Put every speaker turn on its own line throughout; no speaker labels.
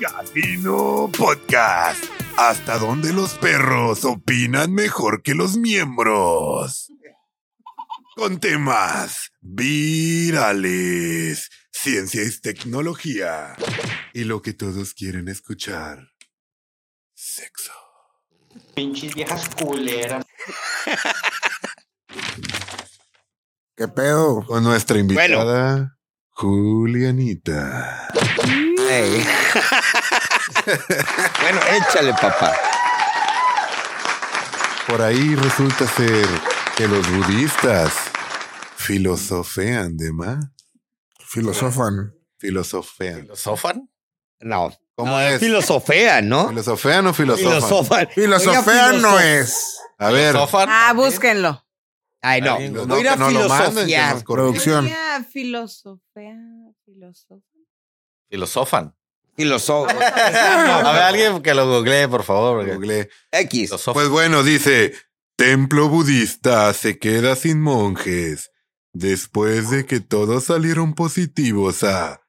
Casino Podcast. ¿Hasta dónde los perros opinan mejor que los miembros? Con temas virales, ciencia y tecnología. Y lo que todos quieren escuchar. Sexo.
Pinches viejas culeras.
¿Qué pedo? Con nuestra invitada, Julianita.
Ey. bueno, échale, papá.
Por ahí resulta ser que los budistas filosofean de más.
Filosofan.
Filosofean.
¿Filosofan?
No.
¿Cómo es?
Filosofea, ¿no?
¿Filosofean o filosofan?
Filosofan.
Filosofean
Oiga,
no
filosof-
es.
A ver.
¿Filosofan?
¿eh?
Ah, búsquenlo.
Ay, no.
Ay,
no,
Voy a ir a
que no lo manden, que
filosofiar.
nos corrijan.
Producción.
Filosofía, filosofía, filosofía.
¿Filosofan?
Filosofo.
A ver, alguien que lo googlee, por favor. porque-
Google.
X.
Filosofan.
Pues bueno, dice, templo budista se queda sin monjes después de que todos salieron positivos a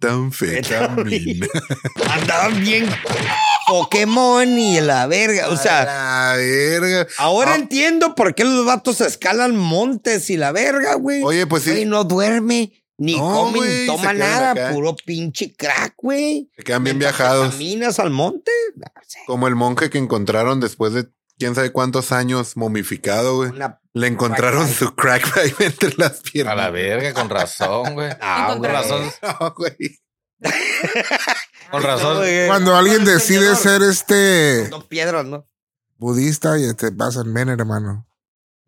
metanfetamina.
Pues, Andaban bien. Pokémon y la verga. O sea,
Ah,
A la verga.
ahora entiendo por qué los vatos escalan montes y la verga, güey.
Oye, pues
Güey,
sí,
no duerme, ni
No,
come,
güey, se
ni toma
quedan
nada.
acá.
Puro pinche crack, güey.
se quedan bien viajados.
¿Caminas al monte? No sé.
Como el monje que encontraron después de quién sabe cuántos años momificado, güey.
Una-
Le encontraron
Crack
su crack pipe entre las
A la
piernas.
verga, con razón, güey.
Ah,
Con razón,
No, güey.
Eh,
con razón.
güey.
Cuando alguien
Con el Señor.
decide ser este
Son piedras, ¿no?
budista y te pasan, ven hermano.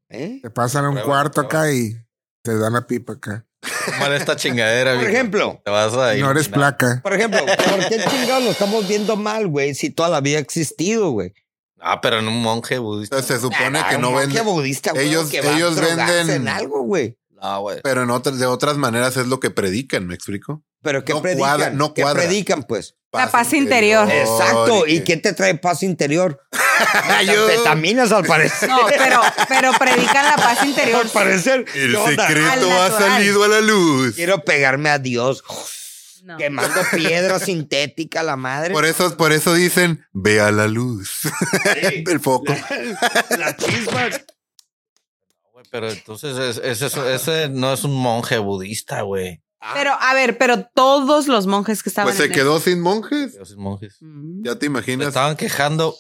¿Eh?
Te pasan a un
Prueba,
cuarto
prueba.
acá y te dan la pipa acá.
Mal esta chingadera,
Por
viejo.
ejemplo,
Te vas a ir.
No eres placa.
por ejemplo, ¿por qué chingados lo estamos viendo mal, güey? Si toda la vida ha existido, güey.
Ah, pero en un monje budista.
Entonces se supone que no
venden.
venden.
budista, güey,
Ellos-
que va a
ellos
drogarse
venden-
en algo, güey.
No, güey.
Pero en otras, de otras maneras es lo que predican, ¿me explico?
Pero ¿qué
No
predican?
cuadra- no
¿Qué
cuadra.
predican, pues?
La paz interior.
Exacto. ¿Y qué te trae paz interior?
Yo-
Vitaminas, al parecer.
No, pero, pero predican la paz interior.
al parecer.
El
¿Qué onda?
secreto
Al
ha
natural.
salido a la luz.
Quiero pegarme a Dios.
No.
Quemando piedra sintética, la madre.
Por eso, por eso dicen, ve a la luz. El foco.
La chispa.
Güey, Pero entonces es- es eso- ese no es un monje budista, güey.
Pero, a ver, pero todos los monjes que estaban
Pues se
en
quedó sin monjes.
Esos monjes.
el- Mm.
Ya te
Me
imaginas.
estaban quejando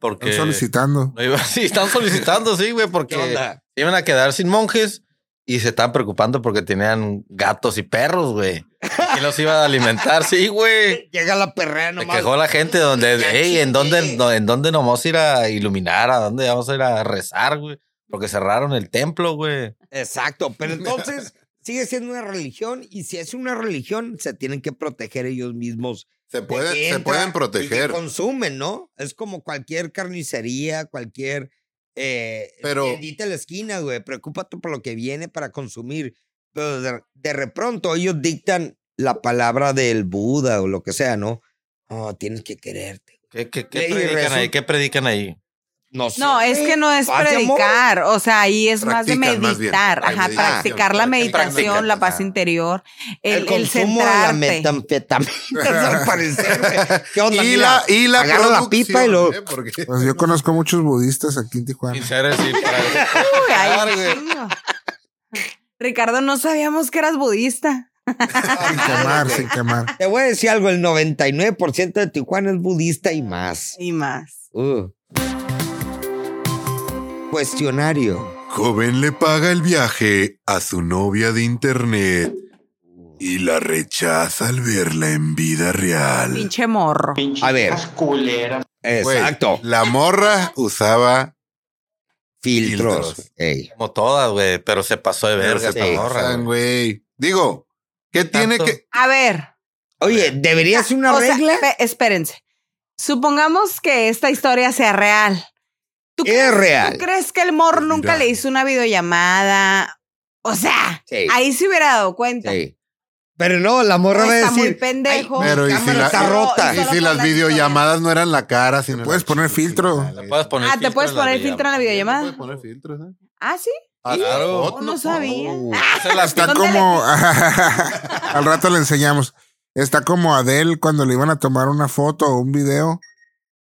porque.
Están solicitando.
No iba- sí, están solicitando, sí, güey, porque
¿Qué onda?
iban a quedar sin monjes y se estaban preocupando porque tenían gatos y perros, güey. ¿Quién los iba a alimentar? Sí, güey.
Llega la perrera
Se
nomás.
quejó la gente donde,
Ya
hey, ¿en dónde,
chingué.
no- en dónde nos vamos a ir a iluminar? ¿A dónde vamos a ir a rezar, güey? Porque cerraron el templo, güey.
Exacto, pero entonces sigue siendo una religión y si es una religión se tienen que proteger ellos mismos.
Se,
de
pueden-
que
se
entra
pueden
y que
proteger.
consumen, ¿no? Es como cualquier carnicería, cualquier eh,
Pero-
tiendita en la esquina, güey. Preocúpate por lo que viene para consumir. Pero de, de repronto ellos dictan la palabra del Buda o lo que sea, ¿no? Oh, tienes que quererte.
¿Qué, qué, qué
Ey,
predican
resulta-
ahí? ¿Qué predican ahí?
No, sé,
No, es
güey.
que no es
Paz y amor.
predicar, o sea, ahí es más de
Practican, más bien.
meditar,
Ah,
ajá,
meditación,
practicar la
practican,
meditación, la paz
ajá.
interior, el,
El,
el,
consumo de la
centrarte.
metanfetamina, al parecer, güey. ¿Qué onda?
Y
Mira,
la, y la
agarra la
producción,
pipa y lo...
¿eh? Porque-
Pues yo conozco muchos budistas aquí en Tijuana.
Sin ser así, para-
Uy, ay,
Claro, güey.
chingo. Ricardo, no sabíamos que eras budista.
Sin quemar, sin
¿eh?
quemar.
Te voy a decir algo, el 99% de Tijuana es budista y más.
Y más.
Uh. Cuestionario.
Joven le paga el viaje a su novia de internet y la rechaza al verla en vida real.
Pinche morro.
Pinches
A ver.
viejas culeras.
Güey,
Exacto.
la morra usaba
Filtros.
filtros.
Ey.
como todas, güey, pero se pasó de
pero
verga
se
esta
sí.
morra,
pasan,
güey.
güey. Digo, ¿qué tiene
Tanto.
que
A ver,
Oye, debería ser una
Ah, o sea,
regla.
pe- espérense. Supongamos que esta historia sea real. ¿Tú
Es
crees,
real.
¿Tú crees que el morro nunca
Mira.
le hizo una videollamada? O sea,
Sí.
ahí se hubiera dado cuenta.
Sí. Pero no, la morra va a
está muy
decir.
pendejo.
"Ay, mi
Pero, ¿y si
cámara
la-
está
y-
rota.
Y
Solo
si
con
las
la
videollamadas no eran la cara, sino
puedes
la-
poner
sí,
filtro.
sí, la-
Le puedes poner
Ah, te puedes
en la
poner filtro en la videollamada.
Sí, le puedes poner filtros, ¿eh?
Ah, sí.
Ah,
claro.
foto,
Oh, No sabía.
foto.
Esa es la-
Está
¿Dónde
como. Al rato le enseñamos. Está como Adele cuando le iban a tomar una foto o un video.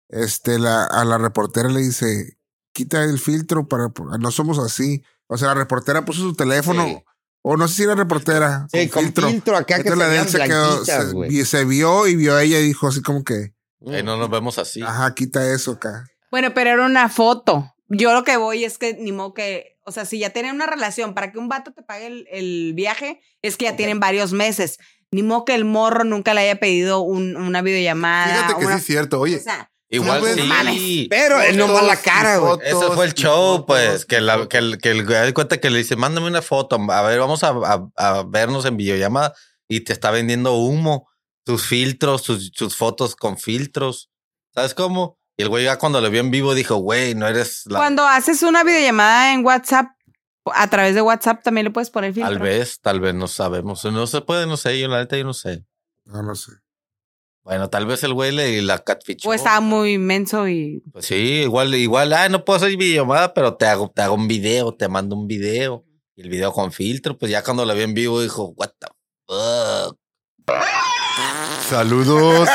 Este, la, a la reportera le dice, quita el filtro para, no somos así. O sea, la reportera puso su teléfono.
Sí.
O no sé si era reportera.
Sí, con filtro, acá que
Entonces la de él
se
se quedó,
blanquitas,
se,
güey.
y se vio y vio a ella y dijo así como que,
Ey, no nos vemos así.
ajá, quita eso acá.
Bueno, pero era una foto. Yo lo que voy es que ni modo que, o sea, si ya tienen una relación, para que un vato te pague el, el viaje, es que ya tienen varios meses. Ni modo que el morro nunca le haya pedido un- una videollamada.
Fíjate que sí
una-
es cierto. Oye,
o sea,
Igual
pues,
No,
sí.
mames.
Pero él no va la cara, güey.
Eso fue el show, pues, que, la, que el que el güey da cuenta que le dice, mándame una foto, a ver, vamos a, a- a vernos en videollamada y te está vendiendo humo, tus filtros, tus, tus fotos con filtros, ¿sabes cómo? Y el güey ya cuando lo vio en vivo dijo, güey, no eres la...
cuando haces una videollamada en WhatsApp, a través de WhatsApp también le puedes poner filtro.
Tal vez, tal vez, no sabemos, no se puede, no sé, yo la neta yo no sé.
No lo sé.
Bueno, tal vez el güey le la catfichó.
O estaba muy inmenso y
Pues sí, igual, igual, ah, no puedo hacer videollamada, pero te hago, te hago un video, te mando un video. Y el video con filtro, pues ya cuando la vi en vivo dijo, what the fuck.
Saludos.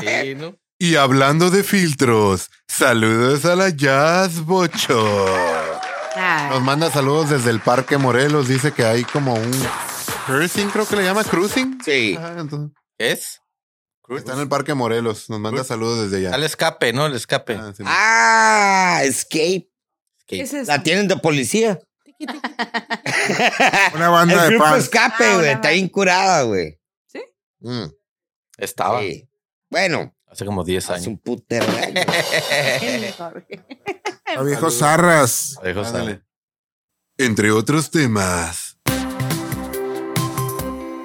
Sí, ¿no?
Y hablando de filtros, saludos a la Jazz Bocho.
Ah,
Nos manda saludos desde el Parque Morelos. Dice que hay como un cruising, creo que le llama cruising.
Sí.
Ajá, entonces,
¿Es?
está en el Parque Morelos. Nos
Pues,
manda saludos desde allá.
Al escape, ¿no? El escape.
Ah, sí.
Ah, Escape.
¿qué
Que-
es eso?
La tienen de policía.
Una banda
El
de
grupo
paz.
Ah,
Escape, güey.
una
Está
banda.
bien curada, güey.
¿Sí?
Mm,
Ah,
Estaba
sí. Bueno,
hace como 10
es
años.
un putero. de años.
A viejos zarras.
Dijo,
Ándale. Entre otros temas.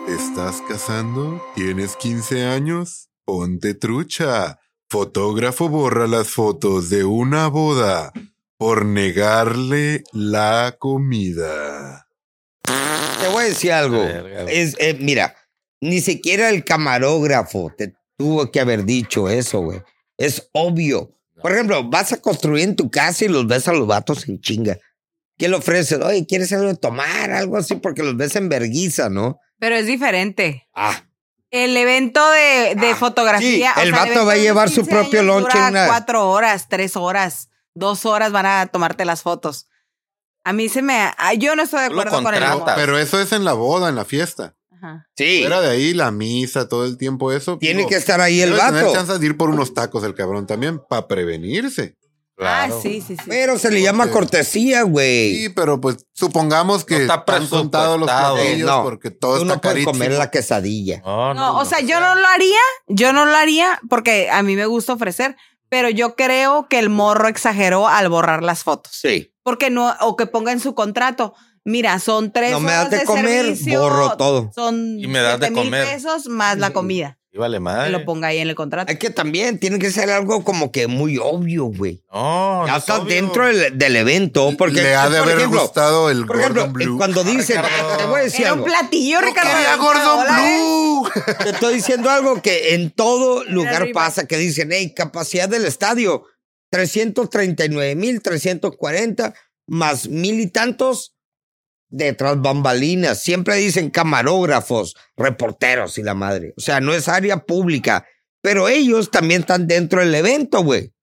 ¿Estás casando? ¿Tienes 15 años? Ponte trucha. Fotógrafo borra las fotos de una boda por negarle la comida.
Te voy a decir algo.
Verga, güey.
Es, eh, mira, ni siquiera el camarógrafo te tuvo que haber dicho eso, güey. Es obvio. Por ejemplo, vas a construir en tu casa y los ves a los vatos en chinga. ¿Qué le ofreces? Oye, ¿quieres algo de tomar? Algo así, porque los ves en verguiza, ¿no?
Pero es diferente.
Ah,
El evento de, de
Ah,
fotografía.
sí, el vato
evento
va a
de
llevar su
15
propio
años
lonche
dura
en una-
Cuatro horas, tres horas, dos horas van a tomarte las fotos. A mí se me. ah, Yo no estoy de
Tú lo
acuerdo con el amor.
contratas.
Pero eso es en la boda, en la fiesta.
Ajá. Ah,
sí.
Fuera de ahí, la misa, todo el tiempo eso.
Tiene
digo,
que estar ahí el
debe tener
vato.
chance de ir por unos tacos el cabrón también para prevenirse.
Claro.
Ah, sí, sí, sí.
Pero se le llama
Porque-
cortesía, güey.
Sí, pero pues supongamos que
No está
están contados los
presupuestado.
platillos
Eh, no.
porque todo
Tú
está
no puedes
carísimo.
comer la quesadilla.
No, no,
No, o
no.
sea, yo no lo haría, yo no lo haría porque a mí me gusta ofrecer, pero yo creo que el morro exageró al borrar las fotos.
Sí.
Porque no, o que ponga en su contrato, mira, son tres
No me
horas
das de
de
comer,
servicio,
borro todo.
Son
Y me das de
7,000
comer.
pesos más la comida.
Y vale
Que
madre.
lo ponga ahí en el contrato.
Es que también tiene que ser algo como que muy obvio, güey.
No,
Ya
no
está
es obvio.
dentro del, del evento, porque
le ha de
por
haber
ejemplo,
gustado el
Por ejemplo,
Gordon Blue. Ah,
cuando dicen,
Ricardo.
te voy a decir
Era un
algo,
platillo, Ricardo. de
¡Quería
20
Gordon
dólares.
Blue!
te estoy diciendo algo que en todo lugar
arriba.
pasa, que dicen, hey, capacidad del estadio, 339,340 más mil y tantos detrás bambalinas. Siempre dicen camarógrafos, reporteros y la madre. O sea, no es área pública, pero ellos también están dentro del evento, güey.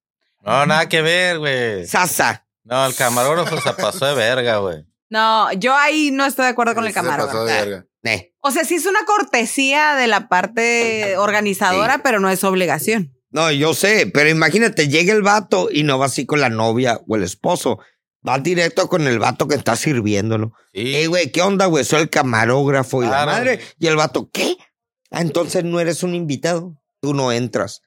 No, nada que ver, güey.
Sasa.
No, el camarógrafo se pasó de verga, güey.
No, yo ahí no estoy de acuerdo con el
Se pasó
camarógrafo.
de verga.
eh.
O sea, sí es una cortesía de la parte organizadora,
Sí.
pero no es obligación.
No, yo sé, pero imagínate, llega el vato y no va así con la novia o el esposo. Va directo con el vato que está sirviéndolo.
Sí.
Ey, güey, ¿qué onda, güey? Soy el camarógrafo y
Claro.
la madre. Y el vato, ¿qué? Ah, entonces no eres un invitado. Tú no entras.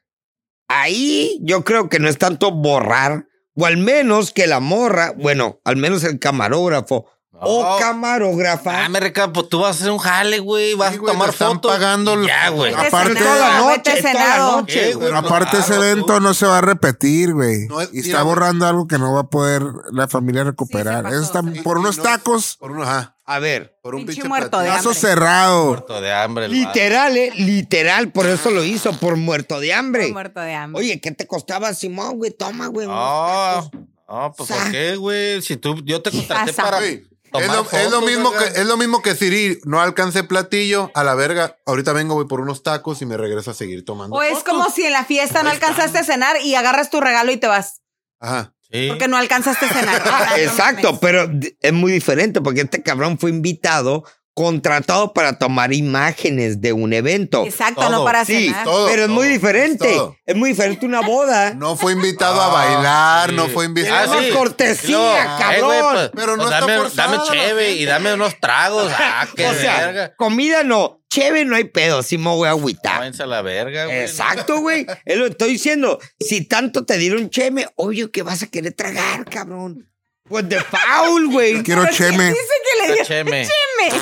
Ahí yo creo que no es tanto borrar, o al menos que la morra, bueno, al menos el camarógrafo o
oh,
No.
camarógrafa.
Oh. Ah, me Ricardo, pues tú vas a hacer un jale, güey. Vas
Sí,
a
güey,
tomar
te están
fotos.
pagando
y Ya, güey.
Vete
Aparte-
cenado,
toda la noche,
vete
toda la
cenado.
noche. che, güey,
Pero aparte ese
claro,
evento
tú.
no se va a repetir, güey.
No es-
y
mira,
está
güey.
borrando algo que no va a poder la familia recuperar.
pasó,
Eso está
sí.
por unos
No,
tacos,
Por un, ajá,
A ver,
por un
Pinche
pinche
muerto de
platillo.
brazo
hambre.
cerrado.
Muerto de hambre. el
literal, eh, literal, por eso lo hizo, por muerto de hambre.
Muerto de hambre.
Oye, ¿qué te costaba, Simón, güey? Toma, güey.
vato.
unos
No,
tacos.
no, pues
Sa-
¿por qué, güey? Si tú, yo te contraté
Pasa.
para,
Güey,
tomar
Es lo,
fotos,
es lo mismo que, eh,
¿verdad?
es lo mismo que Siri, no alcancé platillo, a la verga. Ahorita vengo, voy por unos tacos y me regreso a seguir tomando.
O es como si en la fiesta no alcanzaste a cenar y agarras tu regalo y te vas.
Ajá.
Sí.
Porque no alcanzaste a cenar. Ah, no
Exacto,
mames.
pero d- es muy diferente porque este cabrón fue invitado, contratado para tomar imágenes de un evento.
Exacto,
Todo.
no para
Sí,
cenar.
todo,
pero es muy
todo,
diferente. Es,
todo.
muy diferente una boda.
No fue invitado a
Ah,
bailar,
sí.
no fue invitado.
Ah, sí. cortesía,
eh, güey,
cabrón.
Pero no está
dame,
forzado,
dame
la
cheve
gente.
y dame unos tragos. Ah, qué
o sea,
verga.
comida no, chévere no hay pedo, si me voy a agüitar.
Váyanse a la verga, güey.
Exacto, güey. Es lo que estoy diciendo. Si tanto te dieron cheme, obvio que vas a querer tragar, cabrón. Pues de foul, güey.
Quiero cheme.
Dice que le
Ah,
dio
Cheme.
cheme.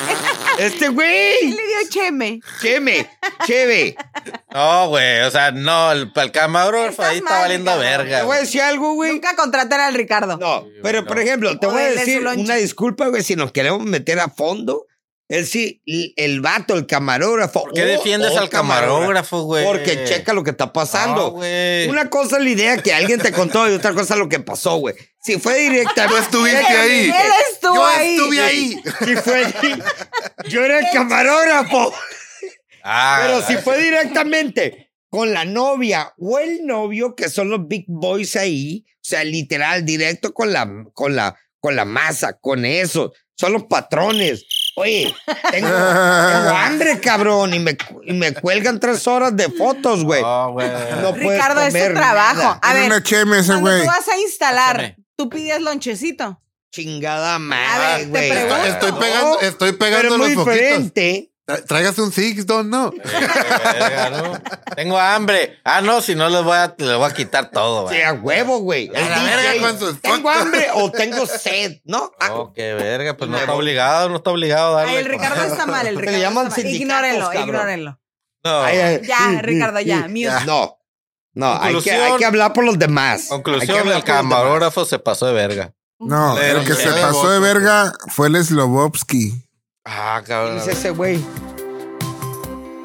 Este
le
güey.
dio cheme.
Cheme, cheve.
No, güey. O sea, no, el, el camarógrafo
Estás
ahí está
mal,
valiendo
cabrón.
verga.
Te voy a
güey.
decir algo, güey.
Nunca contratar al Ricardo.
No, pero por ejemplo, te
O
voy a
denle su
decir
lonche.
una disculpa, güey, si nos queremos meter a fondo. Es si el, el vato, el camarógrafo. Oh,
¿Por qué
o-
defiendes
o
al camarógrafo, güey?
Porque checa lo que está
No,
pasando.
güey.
una cosa es la idea que alguien te contó y otra cosa es lo que pasó, güey. Si fue directa.
Tú estuviste ahí.
Él estuvo
Yo
ahí.
estuve ahí.
Si fue. di- Yo era el camarógrafo.
Ah,
Pero si fue directamente con la novia o el novio, que son los big boys ahí, o sea, literal, directo con la, con la, con la masa, con eso, son los patrones. Oye, tengo, tengo hambre, cabrón, y me, y me cuelgan tres horas de fotos, güey.
No, güey.
No puedes
Ricardo, es
comer
tu trabajo.
nada.
A
Tiene
ver,
una cheme ese
cuando
güey.
tú vas a instalar,
Espérame.
tú pides lonchecito.
Chingada
A
madre,
ver, te
güey.
pregunto.
Estoy, estoy pegando,
No,
estoy
Pero
pegando
es muy
los foquitos.
diferente.
Tra- Tráigase un six, don, no.
Verga, ¿no? Tengo hambre. Ah, no, si no les voy a, les voy a quitar todo, güey.
Sí, a huevo, güey.
A la
Al
verga
DJ.
con sus
Tengo
fotos.
hambre o tengo sed, ¿no? Ah,
Oh, qué verga, pues no
Me
está
voy.
obligado, no está obligado a darle.
Ay, el Ricardo está mal, el
Se le
Ricardo.
llaman
está mal.
sindicatos,
Ignórenlo,
cabrón.
ignórenlo.
No.
Ay, ay,
Ya,
mm,
Ricardo,
mm,
ya,
mm.
mute.
No, no, hay que,
Conclusión.
hay que hablar por los demás. Hay que
Conclusión,
hablar
el
por los demás.
camarógrafo se pasó de verga.
No,
Pero
el que se
cheve,
pasó de verga fue el Slobovsky.
Ah,
¿Quién
cabrón.
es ese güey?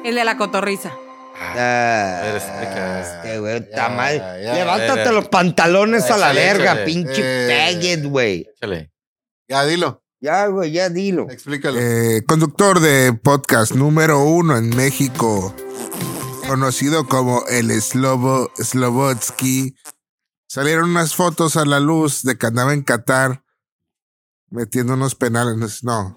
El de la cotorriza.
Ah,
ver, explica.
este güey,
Ya,
está mal.
ya,
Levántate
ya.
los pantalones a la
Échale,
verga,
échale.
pinche
Eh.
faggot, güey.
Échale.
Ya dilo,
Ya, güey, ya dilo.
explícalo.
Eh, conductor de podcast número uno en México, conocido como el Slobo, Slobotsky. Salieron unas fotos a la luz de que andaba en Qatar metiendo unos penales. No.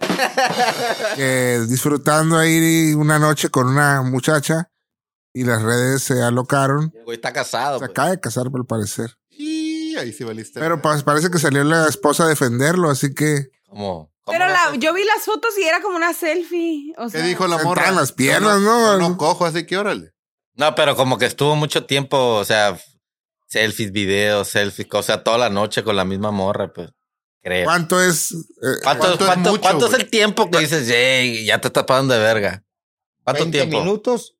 Que disfrutando ahí una noche con una muchacha y las redes se alocaron.
Güey, está casado.
Se
pues.
acaba de casar, por parecer.
Y ahí sí valiste.
Pero pa- parece que salió la esposa a defenderlo, así que
¿Cómo? ¿Cómo
Pero
no
la,
se-
yo vi las fotos y era como una selfie. O
¿Qué
sea,
dijo la morra?
Sentaban las piernas,
No,
¿no?
no cojo, así que órale.
No, pero como que estuvo mucho tiempo, o sea, selfies, videos, selfies, o sea, toda la noche con la misma morra, pues. Creo.
¿cuánto es? eh,
¿Cuánto,
¿Cuánto
cuánto,
es
cuánto es,
mucho, güey?
el tiempo que dices, "Ey, ya te estás pasando de verga? ¿Cuánto
20
tiempo?
minutos.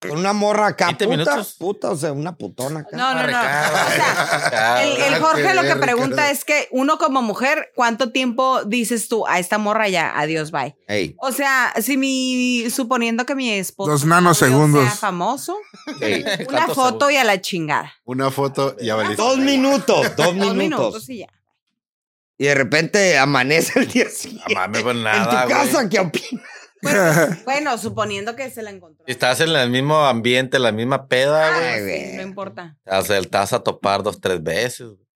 Con una morra acá.
20
puta,
minutos.
puta, o sea, una putona acá.
No, no, no. O
Ah, Ricardo,
sea,
Ricardo.
el, el
Ah,
Jorge
qué
lo que
verga,
pregunta
Ricardo.
es que uno como mujer, ¿cuánto tiempo dices tú a esta morra ya? Adiós, bye.
Ey,
O sea, si mi, suponiendo que mi esposo
Dos nanosegundos.
sea famoso,
ey.
una
¿Cuántos
foto
segundos?
y a la chingada.
Una foto y ya valiste.
Dos minutos, dos
Dos
minutos.
minutos y ya.
Y de repente amanece el día siguiente.
No mames, pues
En
nada,
tu
güey.
casa, ¿qué opinas?
Bueno, Pues, bueno, suponiendo que se la encontró.
Estás en el mismo ambiente, la misma peda, güey.
Ah,
güey.
sí, no importa.
O sea, te vas a topar dos, tres veces. güey.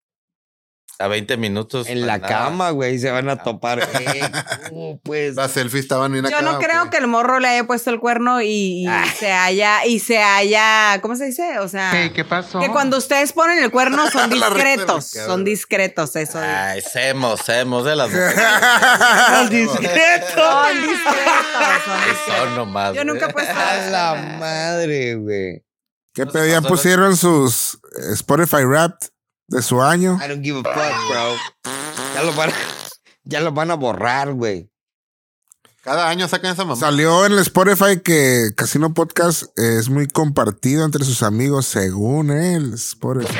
A 20 minutos.
En
pues,
la
nada.
cama, güey, se van a topar. Ey, ¿cómo, pues?
Las selfies estaban bien
Yo
acá,
no creo
güey.
que el morro le haya puesto el cuerno y, y
Ah.
se haya, y se haya, ¿cómo se dice? O sea,
¿Qué pasó?
que cuando ustedes ponen el cuerno son
La risa del
discretos,
cabrón.
son discretos, eso. de-
Ah.
Ay, semos, semos de las mujeres.
Al discreto.
Son discretos, son discretos.
Son nomás.
Yo
güey.
nunca he puesto.
A la madre, güey.
¿Qué
No se
pedo? Ya
pasó,
pusieron sus Spotify Wrapped de su año.
I don't give a fuck, bro. Ya lo van a, ya lo van a borrar, güey.
Cada año sacan esa mamá.
Salió en el Spotify que Casino Podcast es muy compartido entre sus amigos, según él. Spotify.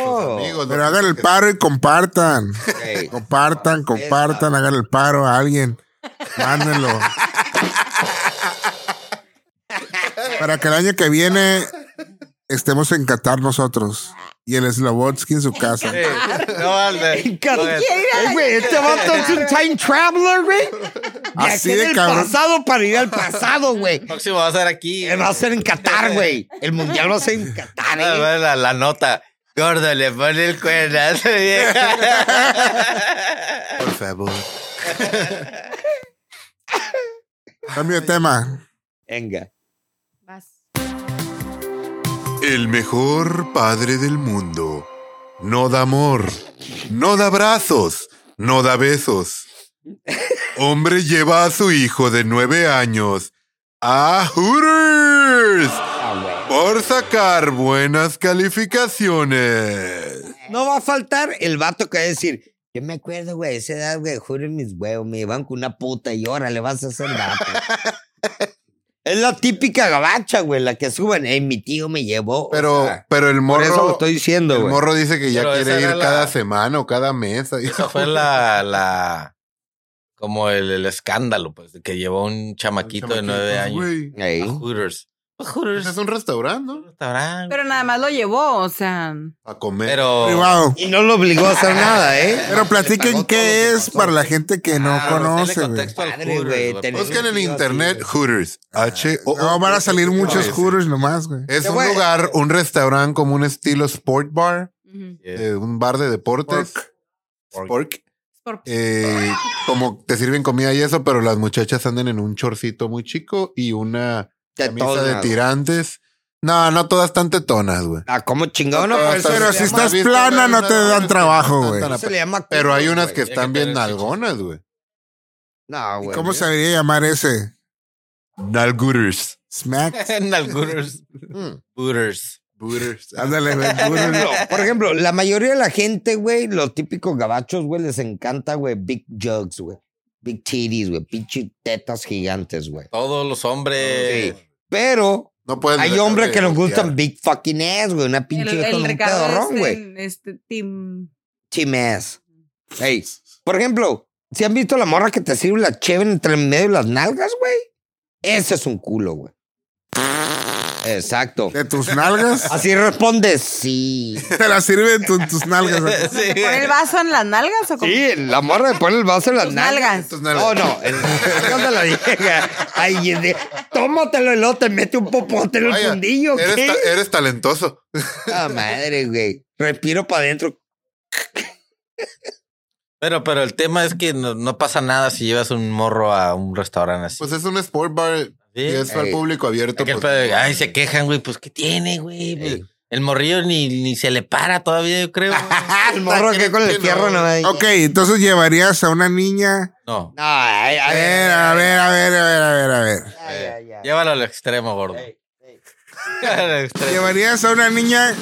Oh,
amigos,
Pero
¿no?
hagan el paro y compartan.
ey.
Compartan, compartan, hagan el paro a alguien. Mándenlo. Para que el año que viene estemos en Qatar nosotros. Y el Slobotsky en su casa.
Sí. No, no, el de-
Cada-
con el-
Ey, güey, este vato es un time traveler, güey. De
Así
aquí
de
del
cabrón.
pasado para ir al pasado, güey.
próximo va a ser aquí.
Eh, Va a ser en Qatar, güey. El mundial va a ser en Qatar,
Ah,
eh.
bueno, la, la nota. Gordo, le pone el cuerno a esa vieja.
Por favor.
Cambio de tema.
Venga.
Vas.
El mejor padre del mundo. No da amor, no da brazos, no da besos. Hombre lleva a su hijo de nueve años a Hooters por sacar buenas calificaciones.
No va a faltar el vato que va a decir. Yo me acuerdo, güey, esa edad, güey, juro mis huevos, me iban con una puta y ahora le vas a hacer vato. es la típica gabacha, güey, la que suben. Eh, mi tío me llevó. o
Pero,
sea,
pero el
por eso lo
morro.
estoy diciendo,
el
güey.
morro dice que ya
Pero
quiere
esa
ir
era la-
cada semana o cada mes. ahí.
Esa fue la, la como el, el escándalo, pues, de que llevó un chamaquito, de nueve
Chamaquitos,
años.
güey.
A
Ah,
Ey.
Hooters. A Hooters.
Pues Es un restaurante, ¿no?
restaurante.
Pero nada más lo llevó, o sea.
A comer.
Pero
Privado.
Y no lo obligó a hacer nada, ¿eh?
Pero platiquen qué es para la gente que no
Ah,
conoce,
denle
güey.
contexto al
Padre,
Hooters,
güey,
güey,
tenés-
porque-
Busquen en internet Hooters. H O.
Oh,
No, van a salir muchos
sí.
juros nomás, güey.
Eh,
Es
Te
un
voy a-
lugar, un restaurante como un estilo sport bar,
ujú.
Yeah.
eh, un bar de deportes. Spork.
Es por-
Eh, como te sirven comida y eso, pero las muchachas andan en un chorcito muy chico y una camisa de
Tetona.
tirantes. No, no todas tan tetonas, güey.
Ah, ¿cómo chingón? No,
Ah,
por eso
Pero
se
si
le llama-
estás
Visto,
plana
güey,
no
no,
te
no,
dan
no,
trabajo,
no,
güey.
no,
eso se le llama
Pero hay
culo,
unas
güey.
que
que
están bien
tener chichis.
nalgonas, güey.
No,
¿Y
güey.
¿Cómo se debería llamar ese?
Nalgooters.
Smack.
En el Hooters.
Mm.
Hooters.
Booters.
Ándale, güey.
No, por ejemplo, la mayoría de la gente, güey, los típicos gabachos, güey, les encanta, güey, big jugs, güey. Big titties, güey. Pinche tetas gigantes, güey.
Todos los hombres.
Sí. Pero
No pueden
hay
dejar
hombres
de
que nos gustan
voltear.
big fucking ass, güey. Una
El,
pinche con
el
un
recado
pedorrón,
es
güey.
en este team.
Chimes. Ey, por ejemplo, si han visto la morra que te sirve la chévere entre el medio de las nalgas, güey. Ese es un culo, güey. Exacto.
De tus nalgas.
Así responde, sí.
Te la sirven tu- tus nalgas. güey.
Sí.
¿Pone el vaso en las nalgas o cómo?
Sí, la morra le pone el vaso en las
Tus
nalgas.
nalgas.
Tus nalgas.
No, Oh, no, el nalgas de la vieja. Ay, es de- tómatelo y luego te mete un popote en el
Vaya,
fundillo.
Eres,
¿qué?
ta- eres talentoso.
Ah, madre, güey. Respiro para adentro.
Pero, pero el tema es que no, no pasa nada si llevas un morro a un restaurante así.
Pues es un sport bar
Sí.
y es al
Ey.
público abierto.
Aquel
pues,
pedo de, ay, se quejan, güey, pues ¿qué tiene, güey? Pues,
Eh,
Ey.
El morrillo ni, ni se le para todavía, yo creo.
El morro que con el fierro no hay.
Ok, entonces llevarías a una niña.
No,
No, ay,
A
ay,
ver,
ay,
a ver, Eh, a ver, a ver, a ver, a ver.
ay, ay, ay.
Eh, llévalo al extremo, gordo. Llévalo al extremo.
Llevarías a una niña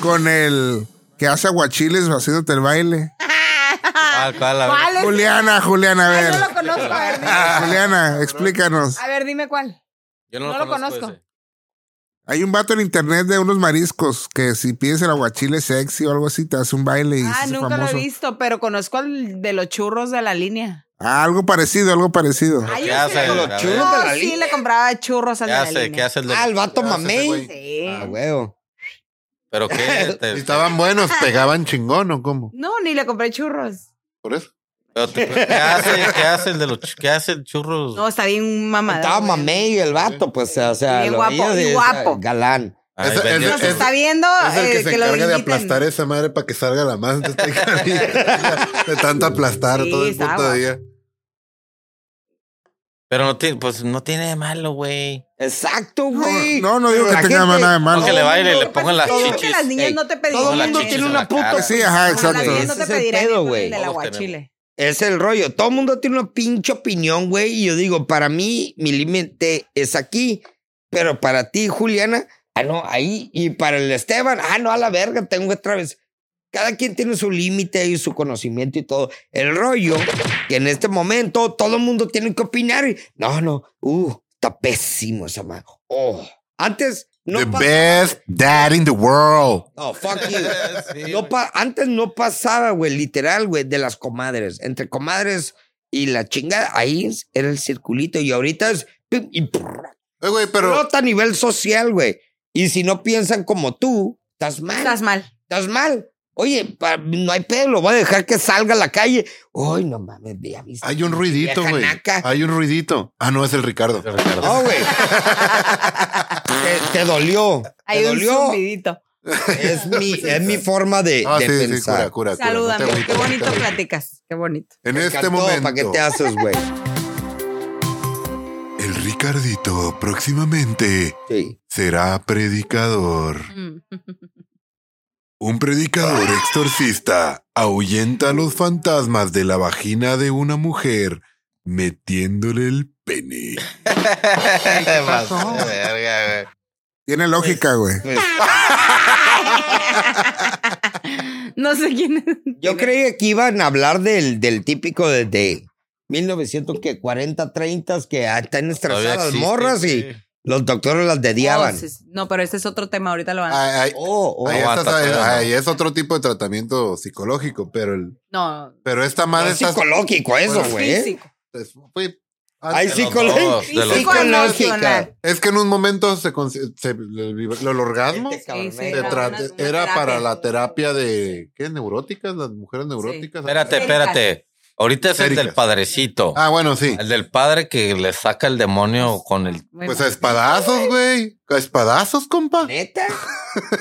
con el que hace aguachiles haciéndote el baile.
Ah,
¿Cuál, Ah, cuál? A ver.
¿Cuál es?
Juliana, Juliana, a
Ay, no
ver. Ah,
lo conozco. A ver, dime,
Juliana, explícanos.
a ver, dime cuál.
Yo
No lo conozco.
ese.
Hay un vato en internet de unos mariscos que si pides el aguachile sexy o algo así, te hace un baile y se
Ah,
hace
nunca
famoso.
lo he visto, pero conozco al de los churros de la línea.
Ah, algo parecido, algo parecido.
Ay,
¿Qué
yo
hace?
sí le-
A
Los
ver.
churros de la
sí,
línea.
le compraba churros al
¿Qué
de la
hace? ¿Qué
línea.
hace el de-
Ah, el vato
Ya, ese
mamey.
güey.
Sí.
Ah, huevo.
¿Pero qué? Este, Te-
Y estaban buenos, pegaban chingón o cómo.
No, ni le compré churros.
Por eso.
pero te- ¿Qué hace? ¿Qué hace el de los ch- ¿Qué hace el churro?
No, está bien mamada.
Estaba
güey.
mamey el vato, pues, o sea,
Bien
lo
guapo,
veías de-
bien guapo.
Galán.
Ay,
Ese-
vendió-
Nos
ese-
está viendo
Es el que
eh,
se
lo
encarga de
inviten.
aplastar esa madre para que salga la más. entonces, está encargado de tanto aplastar
Sí,
todo el
está
puto
guapo.
día.
Pero no tiene, pues no tiene de malo, güey.
Exacto, güey.
No, no digo que
La
tenga
gente-
nada de malo.
Aunque le baile y le pongan las
Yo creo pues que
chichis.
las niñas
Ey,
no te pedían.
Todo
Con
el
las
mundo
chichis
tiene
en
una
la
puta.
cara.
Sí, ajá, exacto.
Las niñas no
Ese
te
es el
pedirán
pedo,
ni tú ni
güey.
el
Todos
aguachile.
Es el rollo. Todo el mundo tiene una pinche opinión, güey. Y yo digo, para mí, mi límite es aquí. Pero para ti, Juliana, ah, no, ahí. Y para el Esteban, ah, no, a la verga, tengo otra vez. Cada quien tiene su límite y su conocimiento y todo. El rollo que en este momento todo el mundo tiene que opinar. y, no, no, uh, está pésimo esa mano. Oh. Antes no
the
pasaba-
best dad in the world.
No, fuck you.
Sí,
No
güey.
pa- antes no pasaba, güey, literal, güey, de las comadres. Entre comadres y la chingada, ahí es- era el circulito y ahorita es... pim, Y prrr,
Oye, Eh, güey, pero
explota a nivel social, güey. Y si no piensan como tú, estás mal.
Estás mal.
Estás mal. Oye, pa- no hay pedo, lo voy a dejar que salga a la calle. Ay, no mames, ya viste.
Hay un ruidito,
Vieja
güey.
naca.
Hay un ruidito. Ah, no, es el Ricardo.
No, güey. te, te dolió.
Hay
te
un
dolió.
zumbidito.
Es mi, es mi forma de,
Ah,
de
sí, sí,
pensar.
cura, cura, cura.
Salúdame.
No te
Qué bonito
agüites, no te agüites.
platicas. Qué bonito.
En
Me
este
encantó,
momento.
¿Para qué te haces, güey?
El Ricardito próximamente
Sí.
será predicador. Un predicador exorcista ahuyenta a los fantasmas de la vagina de una mujer metiéndole el pene.
Pasó de verga, güey.
Tiene lógica, güey.
pues. No sé quién es.
Yo creía que iban a hablar del, del típico de, de 1940, 30 que ah, están
Todavía
estresadas las
existe,
morras y
sí.
los doctores las dediaban.
Oh, sí, sí. No, pero ese es otro tema. Ahorita lo van a...
Ah, ah,
Oh, oh.
ahí estás-
aguanta,
ah,
no.
ahí es otro tipo de tratamiento psicológico, pero el,
No,
pero esta
No
madre
es
está
psicológico eso,
Bueno,
güey. ¿eh?
físico.
es- fue-
Hay
De los
psicológico.
dos, de
Físico
los dos.
Psicológica.
emocional.
es que en un momento se, con- se- el, el orgasmo
Este cabrón,
Sí, sí,
se
era
tra-
una- una
era para
terapia.
la terapia de ¿qué? neuróticas, las mujeres neuróticas.
Espérate, espérate. Ahorita es el del padrecito.
Ah, bueno, sí.
El del padre que le saca el demonio con el.
Bueno,
Pues a espadazos, güey. A espadazos, compa.
¿Neta?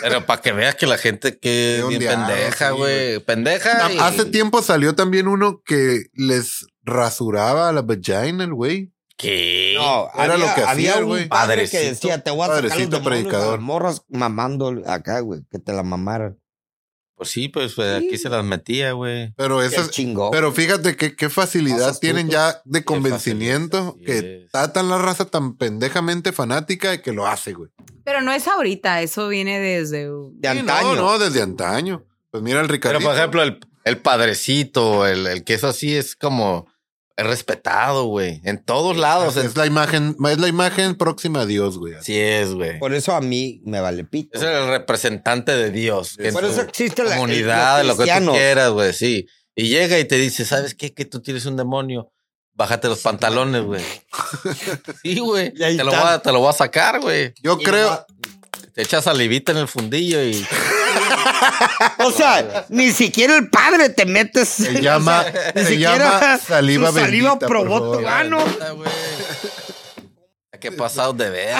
Pero para que veas que la gente que
Qué
bien
ondeado,
pendeja,
sí,
güey. pendeja.
pues,
y-
Hace tiempo salió también uno que les rasuraba la vagina, el güey.
¿Qué?
No,
Era
había,
lo que hacía,
había un
güey.
padre que
Padrecito,
decía, te voy a sacar los
padrecito
demonios
predicador.
a las morras mamando acá, güey, que te la mamaran.
Pues sí, pues pues, aquí se las metía, güey.
Pero
Qué
eso es,
chingón.
Pero fíjate que- qué facilidad
Cosas
tienen
putas.
ya de convencimiento
facilidad, así
que
es.
tratan la raza tan pendejamente fanática de que lo hace, güey.
Pero no es ahorita. Eso viene desde...
de
Sí,
antaño.
No, no, desde antaño. Pues mira el Ricardo.
Pero por ejemplo, el, el padrecito, el, el que es así, es como es respetado, güey. En todos lados.
es la imagen, es la imagen próxima a Dios, güey.
Así es, güey.
Por eso a mí me vale pito.
Es el representante de Dios. que en
Por
tu
eso existe la
comunidad,
los
lo que tú
cristianos.
quieras, güey, sí. Y llega y te dice, ¿sabes qué? Que tú tienes un demonio. Bájate los pantalones, güey. Sí, güey.
Y ahí
Te, lo
está.
voy a- te lo voy a sacar, güey.
Yo
Y
creo,
Te echas salivita en el fundillo y...
O sea, ni siquiera el padre te metes.
se llama,
Ni
se
siquiera
llama saliva
su saliva
bendita, por
probó tu
favor.
ano. Ah, no.
Neta, güey. Qué pasado de ver.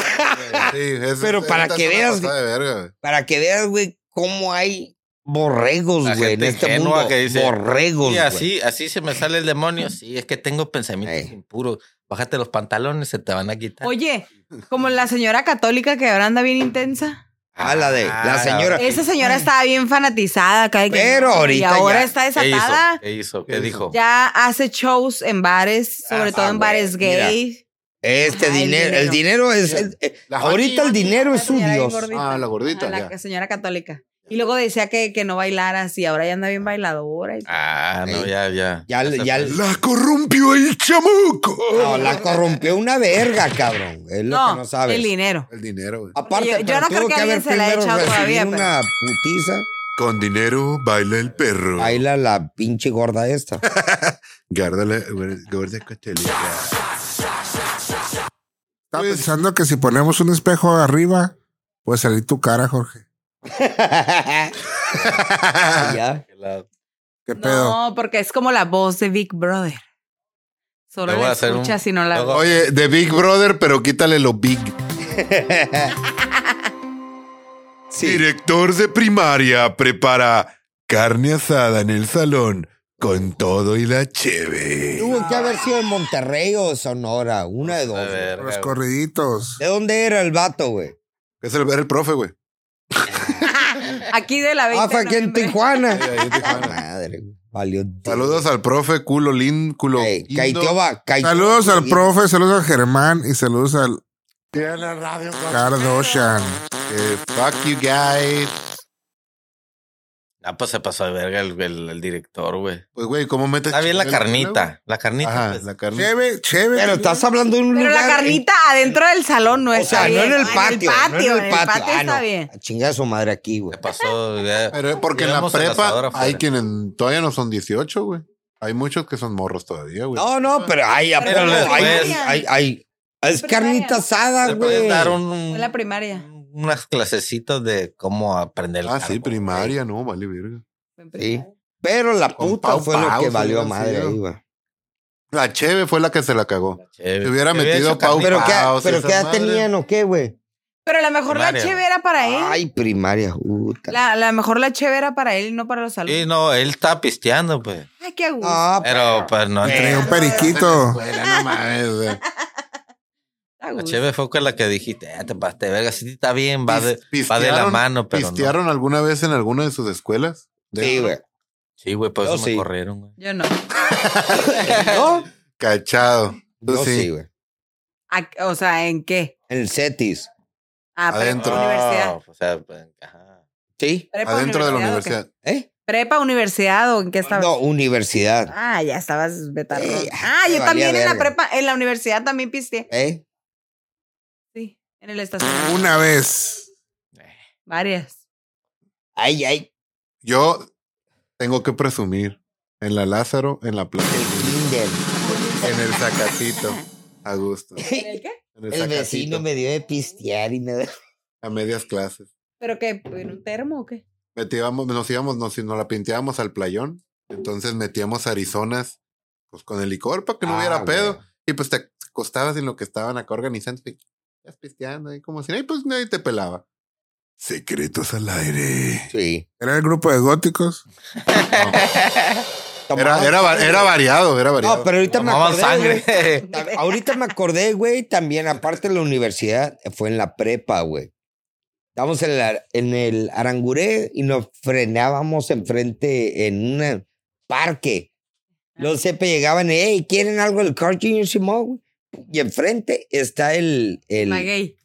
Sí, es-
Pero
es-
para
es
que
una
veas-
pasada de verga, güey.
Para que veas, güey, cómo hay borregos,
La
güey, en
gente
este
ingenua
mundo.
que dice,
borregos,
Y
güey.
así, así se me sale el demonio. Sí, es que tengo pensamientos
Ey.
impuros. Bájate los pantalones, se te van a
Ah.
quitar.
Oye, como la señora católica que ahora anda bien intensa.
Ah, la de la
Ah,
señora.
Esa señora estaba bien fanatizada. acá de que-
Pero
Y
ahorita
ahora
ya.
está
¿Qué hizo?
desatada.
¿Qué hizo? ¿Qué
¿Qué
dijo?
Ya hace shows en bares, sobre
Ah,
todo en
güey,
bares
mira.
gay.
Este
Ajá, el
dinero, el dinero es. eh,
La
ahorita el dinero es un
Señora bien
dios.
gordita.
Ah, la gordita,
Ajá,
ya.
La señora católica. Y luego decía que, que no bailaras y ahora ya anda bien bailadora. y-
Ah, no,
Ey.
ya, ya.
Ya,
se
ya-
fue.
La corrompió el chamuco.
No, la corrompió una verga, cabrón. Es lo que no sabes.
el dinero.
El dinero, güey.
Aparte,
Yo- yo
pero
no creo
tuvo
que
que haber
alguien se la haya
primero
echado
recibido
todavía, pero-
una putiza.
Con dinero baila el perro.
Baila la pinche gorda esta.
Gárdale, gorda costelita.
Estaba pensando que si ponemos un espejo arriba, puede salir tu cara, Jorge.
Ya.
La-
¿Qué pedo?
No, porque es como la voz de Big Brother. Solo
Le voy
la
a hacer un-
escuchas y no la
luego-
Oye, de Big Brother, pero quítale lo big.
Sí.
Director de primaria prepara carne asada en el salón con todo y la cheve.
Tuvo que haber sido en Monterrey o Sonora, una de dos.
A
güey.
ver,
Los
güey.
corriditos.
¿De dónde era el vato, güey?
Es el, era el profe, güey.
Aquí de la 20
Ah, fue
de
aquí en
noviembre.
Tijuana.
ahí en Tijuana.
Ah, madre, güey. Valió.
Saludos al profe culo lin, culo.
Ey,
guindo.
Caiteó va- caiteó.
Saludos al profe, saludos a Germán y saludos al Kardashian.
Eh, fuck you guys.
Ah, pues se pasó de verga el, el- el director, güey.
Pues, güey, ¿cómo metes?
Está bien la
chile,
carnita. La carnita.
güey? Ajá,
pues.
la carnita.
Chévere, chévere.
Pero estás hablando de un
Pero
lugar.
la carnita adentro del salón no
en- O
está
sea, no
bien. Ah,
en el patio. no en el patio. Ah,
está
no.
bien.
A chingar a su madre aquí, güey.
Se pasó. ya.
Pero eh, porque en la
Llevamos el asador
prepa
afuera.
hay quienes todavía no son 18, güey. Hay muchos que son morros todavía, güey.
No, no, pero hay,
Pero
pero
después-
hay, hay, hay- es
Pero
carnita
vaya.
asada,
Se
Ah, güey.
pueden dar un-
Fue
un-
la primaria.
unas clasecitas de cómo aprender. el
Ah, sí,
carbón,
primaria, no, vale, verga.
Sí. Pero la
Con
puta
Pau
fue lo
Pau,
que
si
valió
hubiera
madre
sido.
ahí, güey.
La Cheve fue la que se la cagó. Te hubiera metido Pau
Pero qué,
Pau,
pero
esas
qué edad
madres.
tenían o qué, güey.
Pero a lo mejor la
Primaria.
cheve era para él.
Ay, primaria, puta.
¿Eh? La, la mejor la cheve era para él y no para los alumnos.
Sí, no, él está pisteando, pues.
Ay,
Ah,
qué gusto.
Ah,
No,
Pero pues no entre.
Traía un periquito.
Escuela, no mames, güey.
a
La
gusto.
cheve fue con la que dijiste, "Ah, te paste verga, sí está bien, va de,
Pis-
va de la
pistearon-
mano, pero no.
¿Pistearon alguna vez en alguna de sus escuelas?
sí, güey.
Sí, güey, por
Yo
eso me
sí.
corrieron, güey.
Yo no.
¿No?
Cachado. Tú
Yo
sí.
sí, güey.
A- o sea, ¿en qué?
En el CETIS.
Ah, prepa,
Adentro.
universidad.
Ah, o sea, pues, ajá.
¿Sí?
Prepa,
Adentro de la
o qué?
universidad.
¿Eh?
Prepa, universidad o en qué estabas.
No, universidad.
Ah, ya estabas betarrón.
Sí,
ah, yo
me valía
también en la
verga.
prepa, en la universidad también pisteé.
¿Eh?
Sí, en el
Ah,
estacionamiento.
Una vez.
Varias.
Ay, ay.
Yo tengo que presumir. En la Lázaro, en la Plaza.
El kinder.
En el Zacatito. A gusto.
¿En el qué?
En el,
El vecino
Zacatito,
me dio de pistear y me
A medias clases.
¿Pero qué? ¿En un termo o qué?
Metíamos, nos íbamos, nos, nos la pinteábamos al playón. Entonces metíamos Arizonas pues, con el licor para que no hubiera
Ah,
pedo.
güey.
Y pues te costabas en lo que estaban acá organizando. Y estás pisteando ahí como si "Ay, pues nadie te pelaba. Secretos al aire.
Sí.
Era el grupo de góticos.
Era, era, va- era variado, era variado.
No, pero ahorita me
Tomaban
acordé.
sangre.
güey. Ta- Ahorita me acordé, güey, también, aparte de la universidad, fue en la prepa, güey. Estábamos en, la- en el Aranguré y nos frenábamos enfrente en un parque.
Ah.
Los CP llegaban, hey, ¿quieren algo del Carl Jr. Simón? güey?" Y enfrente está el. el- Ah,
La gay.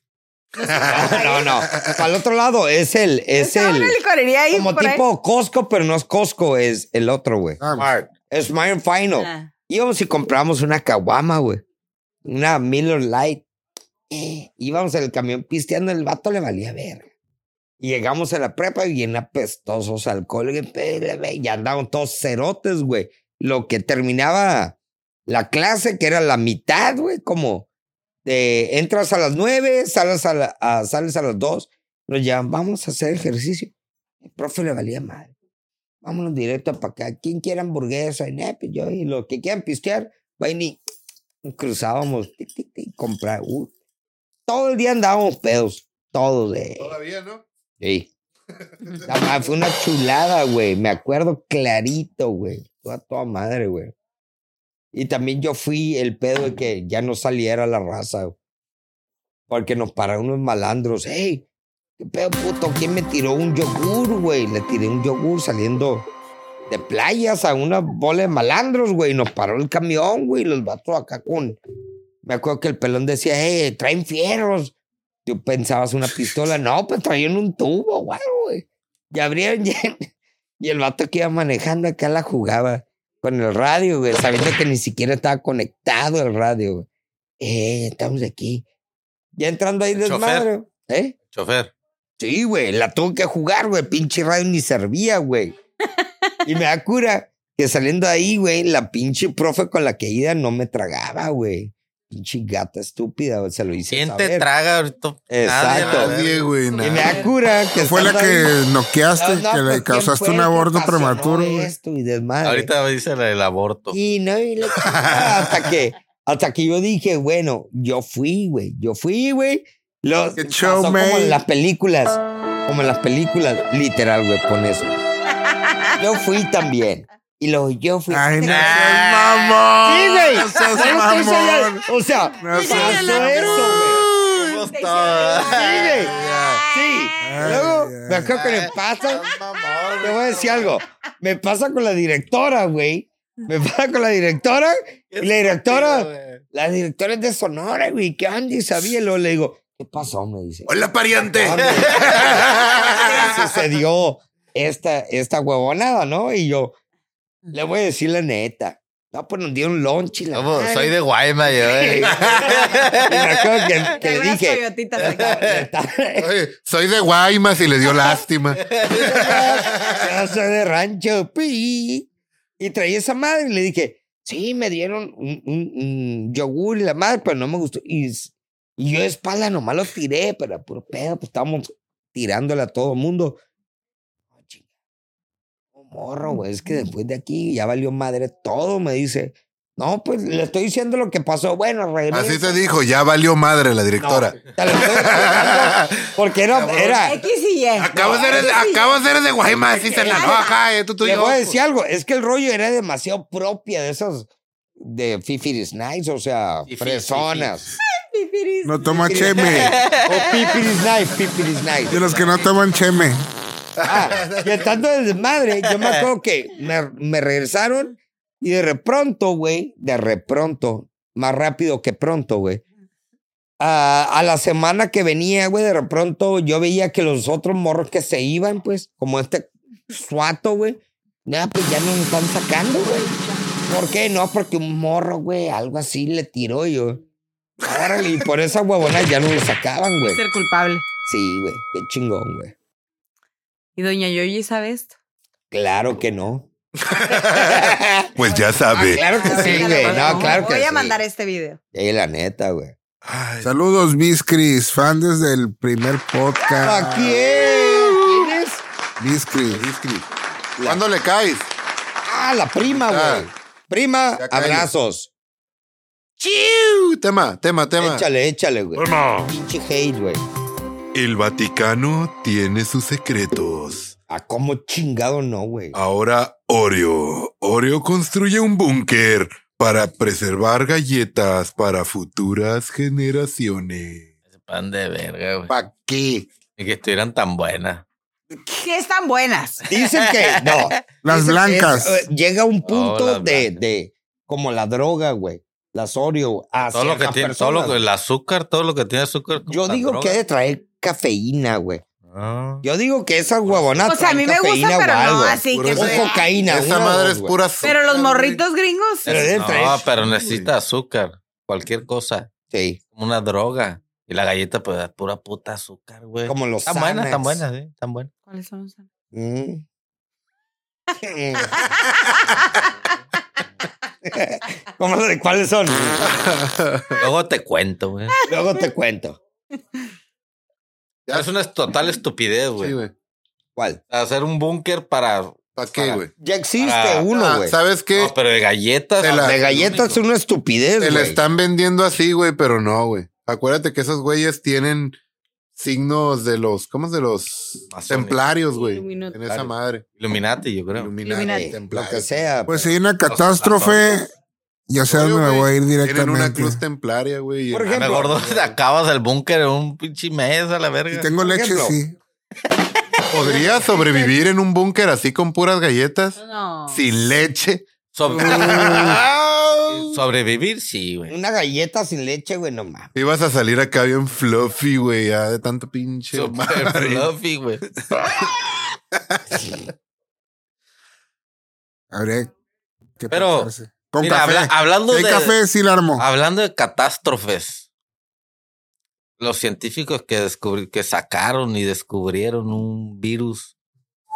no, no. Para el otro lado es el. Es
Estaba
el
una licorería ahí
como
por ahí.
tipo Costco, pero no es Costco, es el otro, güey.
Ah,
Es Smart and Final.
Ah,
Íbamos y compramos una caguama, güey. Una Miller Light. Eh, íbamos en el camión pisteando, el vato le valía verga. Y llegamos a la prepa bien apestosos, alcohol, y pe- pe- pe- y andaban todos cerotes, güey. Lo que terminaba la clase, que era la mitad, güey, como de entras a las nueve, sales a, la- a- sales a las dos, nos llevan, vamos a hacer ejercicio. El profe le valía madre vámonos directo para acá. Quien quiera hamburguesa, y nepe, yo, y lo que quieran pistear, vayan y cruzábamos, tic, tic, tic, comprar. uh. todo el día andábamos pedos, todos. Eh.
Todavía, ¿no?
Sí. La ma- fue una chulada, güey. Me acuerdo clarito, güey. Toda, toda madre, güey. Y también yo fui el pedo de que ya no saliera la raza, güey. Porque nos pararon unos malandros. ¡Ey! ¿Qué pedo, puto? ¿Quién me tiró un yogur, güey? Le tiré un yogur saliendo de playas a una bola de malandros, güey. Y nos paró el camión, güey. Los vatos acá con. Me acuerdo que el pelón decía, ¡Ey! Traen fierros. Tú pensabas una pistola. No, pues traían un tubo, guau, güey. Y abrieron y, y el vato que iba manejando acá la jugaba con el radio, güey, sabiendo que ni siquiera estaba conectado el radio, güey. Eh, estamos aquí. Ya entrando ahí
El chofer.
desmadre. ¿Eh?
Chofer.
Sí, güey, la tuve que jugar, güey. Pinche radio ni servía, güey. Y me da cura que saliendo ahí, güey, la pinche profe con la que iba no me tragaba, güey. Pinche gata estúpida, güey, se lo hice.
¿Quién te
saber.
traga ahorita?
Exacto.
Nadie, la
Nadie,
verga.
güey.
Y
nada.
me da cura que
Fue la
estando ahí-
que noqueaste,
No, no,
que
pues,
le
¿quién
causaste
fue
un
el que
aborto
ocasionó
prematuro. güey.
Esto y desmadre.
Ahorita dice el aborto.
Ah,
Y no, y la chingada, hasta que hasta que yo dije, bueno, yo fui, güey, yo fui, güey. Los
Qué show,
pasó como
man.
en las películas, como en las películas, literal, güey, con eso. Yo fui también. Y lo yo fui.
Ay, no seas mamón.
Sí, güey.
No seas
Pero tú sabes,
mamón.
O sea,
No
pasó
seas
eso,
¿Cómo
güey.
está?
Sí, güey. Sí.
Ay,
Luego
ay.
me acuerdo que me pasa. Te voy a decir algo. Me pasa con la directora, güey. Me pasa con la directora. Y la directora, la directora es de Sonora, güey. ¿Qué Andy sabía? Y luego le digo, ¿qué pasó? Me dice.
Hola, pariente.
"No, hombre, sucedió esta, esta huevonada, ¿no? Y yo, le voy a decir la neta. No, pues nos dieron lunch y la
¿Cómo?
madre.
Soy de Guayma, yo, eh.
Y me acuerdo Ah, que, que le
unas
dije.
coyotitas acá.
Oye, soy de Guaymas y le dio lástima.
Yo soy de rancho. pi. Y traía esa madre y le dije, sí, me dieron un, un- un yogur y la madre, pero no me gustó. Y, s- y yo de espalda nomás lo tiré, pero puro pedo, pues estábamos tirándole a todo mundo. Oh, chinga. Oh, morro, güey, es que después de aquí ya valió madre todo, me dice. No, pues le estoy diciendo lo que pasó. Bueno, regresa.
Así se dijo, ya valió madre la directora.
Te lo estoy explicando, porque era, era
X y Y.
Acabo, de ser, acabo de ser de Guaymas, así se la acá, eh, tú, tú y
Le
yo.
voy a decir algo, es que el rollo era demasiado propia de esos de Fifiris Nights, o sea,
Fifi,
personas.
No toma cheme.
O Fifiris Nights, Fifiris
De
Nights.
los que no toman cheme.
Ah, y estando de desmadre, yo me acuerdo que me, me regresaron y de repronto, güey, de repronto, más rápido que pronto, güey. A, a la semana que venía, güey, de repronto yo veía que los otros morros que se iban, pues, como este suato, güey, nada, pues ya nos están sacando, güey. ¿Por qué? No, porque un morro, güey, algo así le tiró y yo. Órale, y por esa huevona ya no lo sacaban, güey.
Ser culpable.
Sí, güey, qué chingón, güey.
Y doña Yoyi sabe esto.
Claro que no.
Pues ya
Ah,
sabe.
claro que sí, güey. No, claro que
Voy
sí.
a mandar este video.
Ey, la neta, güey.
Saludos, Biscris, fan desde el primer podcast.
¿A quién? ¿Quién Ah, es?
Biscris.
¿Cuándo le caes?
Ah, la prima, güey. Prima,
Ya cállate.
abrazos.
Chiu, Tema, tema, tema.
Échale, échale, güey. Pinche hate, güey.
El Vaticano tiene sus secretos.
¿A Ah, cómo chingado no, güey?
Ah. Ahora Oreo. Oreo construye un búnker para preservar galletas para futuras generaciones.
Pan de verga, güey.
¿Para qué?
Y que estuvieran tan buenas.
Que están buenas.
Dicen que no.
Las
Dicen que es,
blancas.
eh, llega un punto
las
de,
blancas.
de como la droga, güey. Las Oreo. A
Todo lo que
ciertas
tiene, todo lo que,
personas.
el azúcar, todo lo que tiene azúcar.
Yo
la
digo
droga.
que ha de traer cafeína, güey.
Ah.
Yo digo que esa huevona
O sea, a mí me gusta,
cafeína
pero
o
no
algo.
así que
O
sea-
cocaína. una
Esa
o
madre
dos,
es
güey.
pura azúcar,
Pero los
güey.
morritos gringos.
Pero deben
No,
traer-
pero necesita azúcar. Cualquier cosa.
Sí.
Como una droga. Y la galleta, pues, es pura puta azúcar, güey.
Como los
Tan buenas, tan
Xanax.
buenas, sí. Tan buenas.
¿Cuáles son los-
Mm. ¿Cómo, de- ¿Cuáles son?
Luego te cuento, güey.
Luego te cuento.
Ya.
Es una est- total estupidez, güey.
Sí, güey.
¿Cuál?
Hacer un búnker para.
¿Para qué,
Para-
güey?
Ya existe
Ah,
uno,
Ah,
güey.
¿Sabes qué?
No, pero de galletas. Ah,
Te la-
de galletas es una
Te
estupidez,
la
pues, güey.
están vendiendo así, güey, pero no, güey. Acuérdate que esos güeyes tienen signos de los, ¿cómo es de los
Masónicos.
templarios, güey?
Illuminati.
En esa madre.
Illuminati, yo creo.
Illuminati,
Illuminati.
Lo
templarios.
que sea.
Pues si hay una catástrofe, yo sé dónde me voy a ir
Tienen una
directamente.
cruz templaria, güey. y-
Por
A lo
ejemplo,
mejor ¿dónde te Ah, acabas el búnker en un pinche mes a la
Si
verga.
tengo leche,
ejemplo.
sí.
¿Podría sobrevivir en un búnker así con puras galletas?
No.
Sin leche.
Sobre- Sobrevivir, sí, güey.
una galleta sin leche, güey, no mames.
Ibas a salir acá bien fluffy, güey, ya de tanto pinche.
Super
madre.
fluffy, güey.
Habría que
Pero,
pensarse. Con
Mira,
café.
habla- hablando,
Hay
de, Ah,
café, sí la armo.
hablando de catástrofes, los científicos que, descubri- que sacaron y descubrieron un virus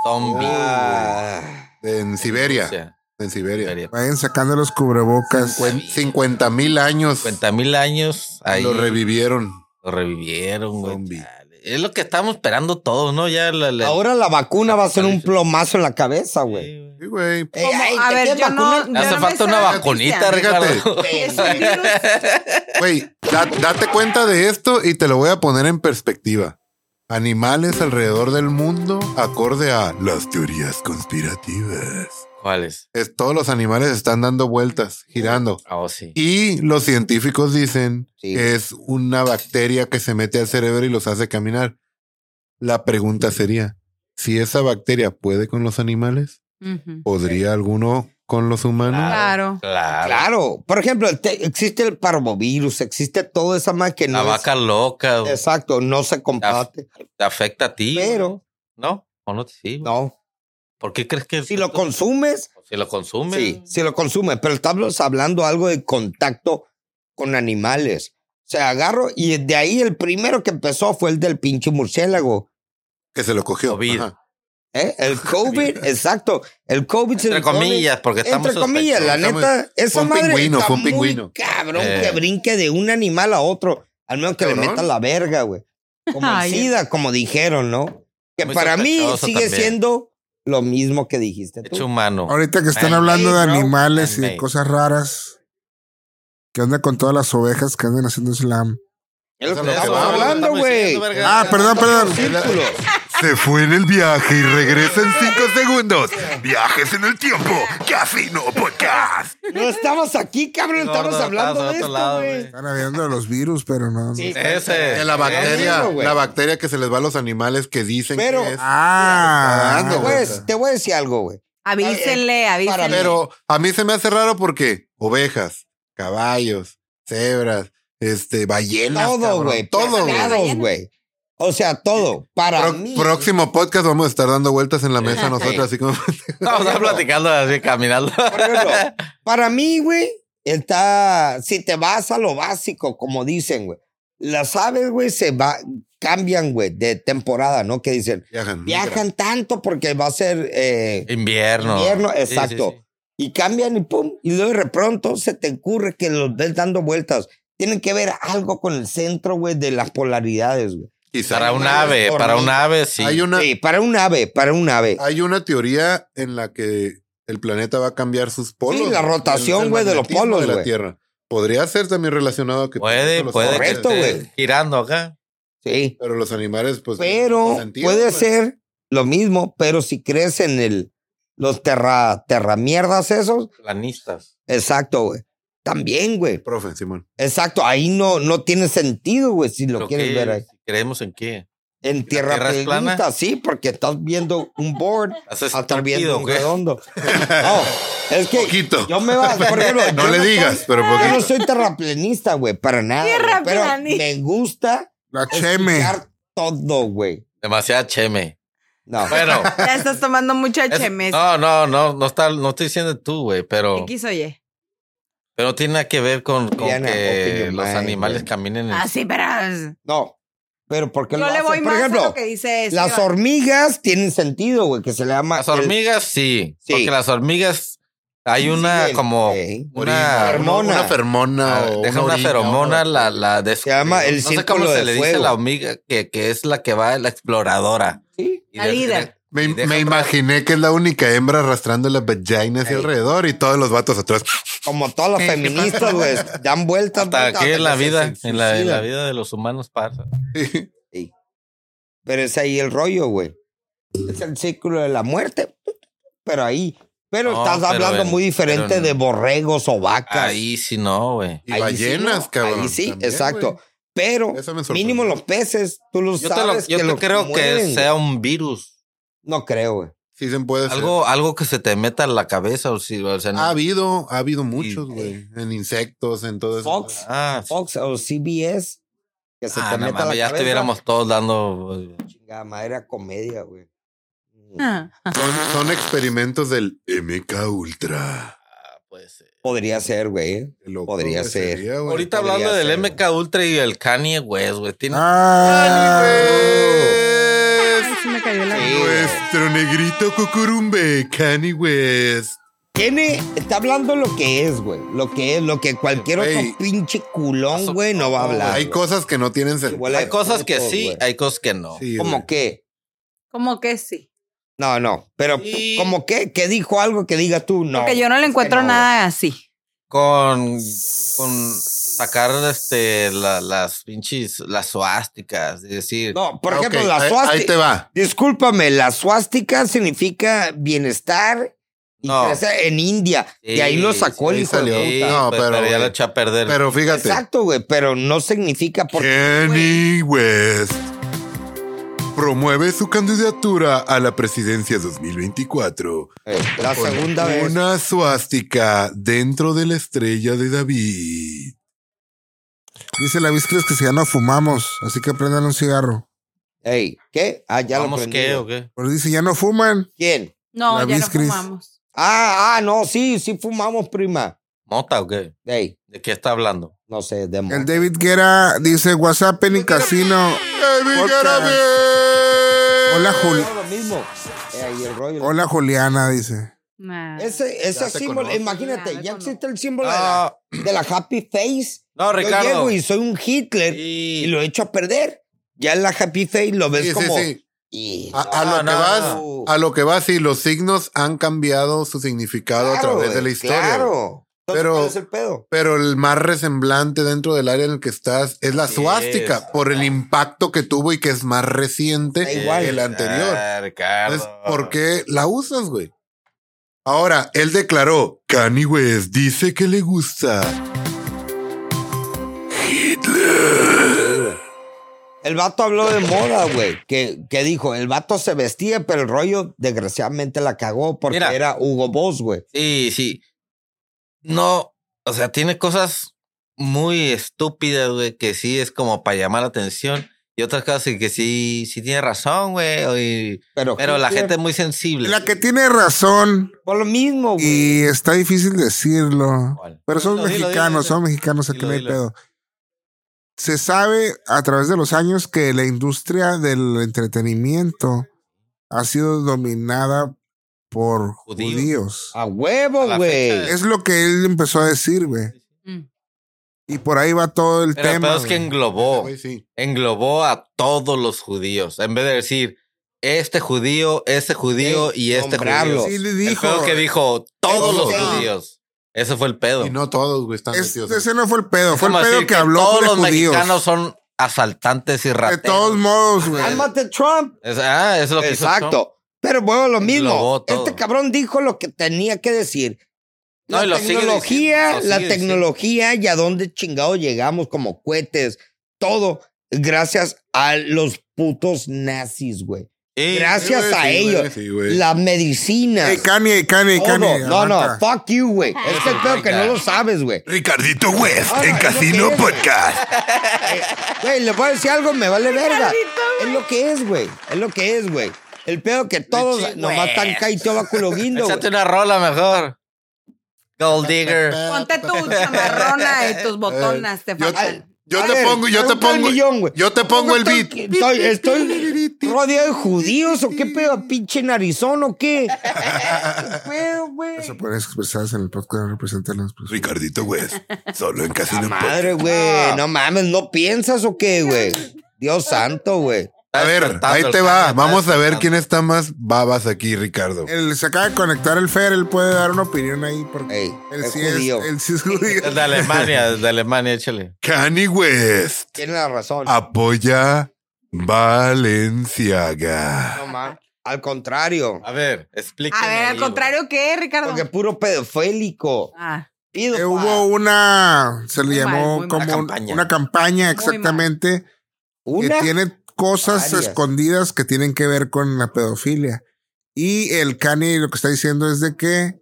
zombie.
Ah,
En Siberia. En Siberia.
Vayan sacando los cubrebocas.
Cuen-
50 mil años.
50 mil años ahí
Lo
lo,
revivieron.
revivieron, güey.
Zombie.
Chale. Es lo que estamos esperando todos, ¿no? Ya la, la-
Ahora la vacuna va a ser un plomazo en la cabeza,
Sí,
güey.
güey.
Sí, güey.
Ey,
¿Cómo?
ay,
A
¿de
ver,
qué
yo no-
vacuna?
yo
Hace
no me
falta una
sé,
vacunita,
Cristian.
Ricardo.
Es un virus.
Güey, da- date cuenta de esto y te lo voy a poner en perspectiva. Animales alrededor del mundo acorde a las teorías conspirativas.
¿Cuáles?
Es, todos los animales están dando vueltas, girando.
Ah, oh, sí.
Y los científicos dicen
Sí.
que es una bacteria que se mete al cerebro y los hace caminar. La pregunta sería, si esa bacteria puede con los animales,
Ujú.
¿podría alguno con los humanos?
Ah,
Claro.
Claro.
Claro. Por ejemplo, te- existe el parvovirus, existe toda esa más que no
La
es-
vaca loca güey.
Exacto, no se comparte.
te afecta a ti. güey.
Pero,
No, o no te sí. güey.
no.
¿Por qué crees que
Si lo consumes,
si lo consumes?
sí, si lo consumes. Pero estamos hablando algo de contacto con animales. O sea, agarro y de ahí el primero que empezó fue el del pinche murciélago.
Que se lo cogió.
COVID.
Ajá.
¿eh? El COVID, exacto. El COVID se
Entre
le pone-
comillas, porque estamos
Entre comillas, la
sospechosos.
neta, esa
Fue un
madre
pingüino,
está
fue un
muy
pingüino.
cabrón
Eh.
que brinque de un animal a otro, al menos que le
Cabrón.
meta la verga, güey. Como el
Ay.
SIDA, como dijeron, ¿no? Que
Muy
para mí
sospechoso
sigue
también.
siendo lo mismo que dijiste tú.
Hecho humano.
Ahorita que están
Man-made,
hablando de
bro.
animales y de
Man-made.
cosas raras. ¿Qué onda con todas las ovejas que andan haciendo slam?
Es lo
Eso es
que
lo que
estamos
va,
hablando,
estamos
güey.
diciendo, verga.
Ah, perdón, perdón.
Se fue en el viaje y regresa en cinco segundos. Viajes en el tiempo. Casino Podcast.
No estamos aquí, cabrón.
No,
Estamos
no,
hablando
estabas
de
de otro
esto,
lado,
güey.
güey.
Están hablando de los virus, pero no.
Sí,
Ese.
De la bacteria,
Eso, güey.
la bacteria que se les va a los animales que dicen
Pero-
que es.
Ah,
Está
Te
dando,
voy,
güey.
a, te voy a decir algo, güey.
Avísenle, avísenle.
Pero a mí se me hace raro porque ovejas, caballos, cebras, este, ballenas.
Todo,
cabrón,
güey.
Todo,
pescados,
güey.
güey.
güey. O sea, todo. Para
Pro-
mí.
próximo podcast vamos a estar dando vueltas en la mesa
Sí.
nosotros, así como
Vamos a platicando así, caminando.
Por ejemplo, para mí, güey, está. Si te vas a lo básico, como dicen, güey. Las aves, güey, se va, cambian, güey, de temporada, ¿no? Que dicen,
viajan.
viajan tanto porque va a ser. eh,
Invierno.
Invierno,
Sí, sí,
exacto.
sí.
y cambian y pum. Y luego de pronto se te ocurre que los ves dando vueltas. Tienen que ver algo con el centro, güey, de las polaridades, güey.
Quizá.
Para un ave, para un ave, sí.
Hay una,
Sí, para un ave, para un ave.
Ah.
hay una teoría en la que el planeta va a cambiar sus polos.
la
güey,
rotación,
el- el
güey, de los
magnetismo
polos,
de la
güey.
Tierra. Podría ser también relacionado a que
Puede,
los
puede
animales-
Correcto,
que esté
güey.
girando acá.
Sí.
Pero los animales, pues.
Pero
sentidos,
puede
güey.
pues.
ser lo mismo, pero si crees en el, los terra, terramierdas esos,
Planistas.
exacto, güey. También, güey.
Profe, Simón.
Exacto, ahí no, no tiene sentido, güey, si lo
Pero
quieres
¿qué?
ver ahí.
¿Creemos en qué?
En tierra,
tierra es plana?
plana, sí, porque estás viendo un board,
¿Haces
estás Ah, viendo
estúpido,
un
güey?
redondo. No, es que
Poquito.
yo me va, por ejemplo,
No
yo
le
soy-
digas, pero
Yo no
poquito.
soy terraplenista, güey, para nada. güey, pero
Terraplanista.
me gusta
La cheme.
escuchar todo, güey.
Demasiada cheme.
No.
Bueno.
Ya estás tomando mucho
es-
HMS.
Ah,
no, no, no, no está, no estoy diciendo tú, güey, pero,
X o Y.
pero no tiene nada que ver con, con
Diana, open
que
your
los
mind,
animales
güey.
caminen. en-
Ah, sí, pero.
No. Pero ¿por qué
Yo
lo
le
hacen?
voy
Por
más
ejemplo,
a lo que dice este
las
Esteban.
hormigas tienen sentido, güey, que se le llama.
Las
Ah, el-
hormigas, sí,
Sí.
Porque las hormigas, hay
Sí,
una
el-
como
sí.
una,
Hormona.
Una fermona.
Ah,
o
deja una
orina,
feromona,
una-
la, la de-
Se llama el
No sé
círculo
cómo se
de
le dice
fuego.
la hormiga, que, que es la que va, la exploradora.
Sí.
Y
La
de-
líder.
Me,
y deja
me
atrás.
imaginé que es la única hembra arrastrando la vagina hacia
Ey.
alrededor y todos los vatos atrás.
Como todas las feministas, güey, dan vueltas.
Hasta
vueltas
aquí
hasta
en la
que se-
vida,
se
en la, en la
suicidan.
vida de los humanos pasa.
Pero es ahí el rollo, güey. Es el círculo de la muerte. Pero ahí. Pero
No,
estás
pero
hablando
en-
muy diferente
pero en-
de borregos o vacas.
Ahí sí no, güey.
Y
Ahí sí,
ballenas,
¿no?
cabrón.
Ahí sí,
también,
exacto.
güey.
Pero
Eso me sorprendió.
mínimo los peces, tú los
Yo te, lo-
sabes
yo
que
te
los
creo
mueven.
que sea un virus.
No creo, güey.
Sí se puede hacer.
Algo, algo que se te meta en la cabeza. O si, o sea, no-
Ah,
Ha habido, ha habido muchos, güey. En insectos, en todo eso.
Fox.
Ah,
Fox o CBS que Oh, se
ah,
te
no
meta
mames,
la
ya
cabeza.
estuviéramos todos dando. pues,
Chingada madre, era comedia, güey.
Ah.
Son, son experimentos del MK Ultra.
Ah, puede ser.
Podría ser, güey.
Qué loco
Podría
que
ser.
sería, güey.
Ahorita
podría
hablando del
ser, güey.
MK Ultra y el Kanye West, güey. Tiene
Ah,
Es
Ay, sí me cayó la.
Sí.
nuestro negrito cucurumbe, Kanye West.
Tiene, está hablando lo que es, güey. Lo que es, lo que cualquier
Güey.
otro pinche culón,
Eso-
güey, no va a hablar.
Hay
güey.
cosas que no tienen sentido.
Igual
hay cosas que
putos,
sí,
güey.
hay cosas que no.
Sí, güey.
¿Cómo qué?
Como que sí.
No, no. Pero,
Sí.
¿cómo qué? ¿Qué dijo algo que diga tú? No.
Porque yo no le encuentro
no,
nada así.
Con, con sacar este, la- las pinches, las suásticas. Es decir,
No, por
Ah,
ejemplo,
ok,
la
ahí-
suástica.
Ahí te va.
Discúlpame, la suástica significa bienestar y
No.
crecer en India.
Sí,
y ahí lo sacó
sí,
el
ahí
hijo de
salió.
sí,
puta.
no,
pues,
pero,
pero, ya
güey,
lo echa a perder.
Pero fíjate.
Exacto, güey, pero no significa porque
Kanye West promueve su candidatura a la presidencia 2024
Eh, la
con
segunda vez.
una suástica dentro de la estrella de David.
dice la Biscris que si ya no fumamos, así que prendan un cigarro.
Ey, ¿qué? Ah, ya lo
¿Vamos
prendí,
qué
güey.
o qué?
Pero dice, ya no fuman.
¿Quién?
No,
La
ya no
Biscris.
fumamos.
Ah, ah, no, sí, sí fumamos, prima.
¿Mota o qué?
Ey,
¿De qué está hablando?
no sé, de
El David Guerra dice, WhatsApp en el casino. Podcast. Hola, Jul-
lo mismo. Ey, y el rollo.
Hola Juliana, dice.
Nah.
Ese, ese
Ya te
símbolo,
conoces.
imagínate, ya,
Ya, ya conoces.
existe el símbolo de,
Ah,
la, de la happy face.
no,
Yo llego
Ricardo.
y soy un Hitler
Sí.
y lo echo a perder. Ya en la happy face lo ves
Sí, sí,
como
sí.
Sí.
A, a lo
Ah, No,
que
no,
vas,
no.
a lo que vas, sí, los signos han cambiado su significado a través de la
güey,
historia.
Claro. Entonces,
Pero-
¿cuál es el pedo?
Pero el más resemblante dentro del área en el que estás es la
Sí,
suástica,
es.
por el impacto que tuvo y que es más
Da
Eh,
reciente
igual.
que el anterior.
Ah, Ricardo.
Entonces, ¿por qué la usas, güey? Ahora, él declaró, Kanye West dice que le gusta.
El vato habló de moda, güey. Que, que dijo, el vato se vestía, pero el rollo desgraciadamente la cagó porque
Mira.
era Hugo Boss, güey.
Sí, sí. No, o sea, tiene cosas muy estúpidas, güey, que sí es como para llamar la atención. Y otras cosas que- que sí, sí tiene razón, güey. o y-
Pero,
Pero la
Hitler,
gente es muy sensible.
La que tiene razón
Por lo mismo, güey.
y está difícil decirlo.
¿Cuál?
Pero son
Dilo, dilo, dilo,
mexicanos,
dilo.
son mexicanos, aquí
Dilo,
no hay
dilo.
pedo. Se sabe a través de los años que la industria del entretenimiento ha sido dominada por
Judíos. Ah.
judíos.
A
A
huevo,
la
güey.
fecha.
Es lo que él empezó a decir, güey.
Mm.
Y por ahí va todo el
Pero el
tema.
pedo es que
güey.
englobó,
Güey, sí.
englobó a todos los judíos. En vez de decir, este judío, este judío
Sí,
y este
nombrarlos.
judío.
Sí, le
El
dijo.
pedo que dijo, todos los
Todos.
judíos. Ese fue el pedo.
Y no todos, güey, están
Es-
metidos.
ese no fue el pedo, fue el
Como
pedo
decir
que habló
todos
de
los
judíos.
mexicanos son asaltantes y
De
rateros.
todos modos, güey.
Cálmate, Trump.
Es- ah, es lo que hizo Trump.
Exacto. Pero bueno, lo mismo.
Englobó todo.
Este cabrón dijo lo que tenía que decir.
No,
La
y lo sigue
tecnología,
diciendo, lo
la
sigue diciendo.
tecnología y a dónde chingado llegamos como cohetes, todo gracias a los putos nazis, güey.
Sí,
Gracias
Sí, güey,
a
sí, güey,
ellos.
sí, güey.
La medicina.
Ey, Eh, Kanye, Kanye,
todo.
Kanye.
Oh, no, no,
aguanta.
fuck you, güey. Es que creo que no lo sabes, güey.
Ricardito West
Ah,
en
es lo que
Casino
es, güey.
Podcast.
Eh, Güey, le voy a decir algo, me vale verga. Es lo que es, güey. Es lo que es, güey. El pedo que todos
Pues,
chingües.
nomás están caído baculo guindo. güey.
Échate una rola mejor. Gold Digger.
Ponte tu chamarrona y tus
Eh,
botonas, te
Yo,
faltan.
yo
A
te
ver,
pongo, yo
ahí
te
está el
pongo,
millón, güey.
yo te pongo el
Estoy-
beat.
Estoy, estoy rodeado de judíos o qué pedo, pinche narizón o qué. ¿Qué pedo, güey?
Eso puede expresarse en el podcast, no representa las
pues.
personas.
Ricardito West, solo en Casino Podcast.
Madre,
Ah.
güey. No mames, ¿no piensas o qué, güey? Dios santo, güey.
A ver, ahí te va. Vamos a ver quién está más babas aquí, Ricardo.
El, se acaba de conectar el Fer, él puede dar una opinión ahí porque
Ey,
él
es
sí
judío.
es, él sí es judío.
Desde Alemania, desde Alemania, échale.
Kanye West
Tiene la razón.
Ah.
apoya Valenciaga.
No mames. Al contrario.
Ah.
A ver, explícame.
A ver,
ahí,
al
güey.
contrario, ¿qué, Ricardo?
Porque puro pedofélico.
Ah,
Eh,
Pido,
hubo una, se le
Muy mal,
llamó
muy mal.
como
Una
un-
campaña.
una campaña exactamente que
una.
tiene cosas
Varias.
escondidas que tienen que ver con la pedofilia. Y el Kanye lo que está diciendo es de que,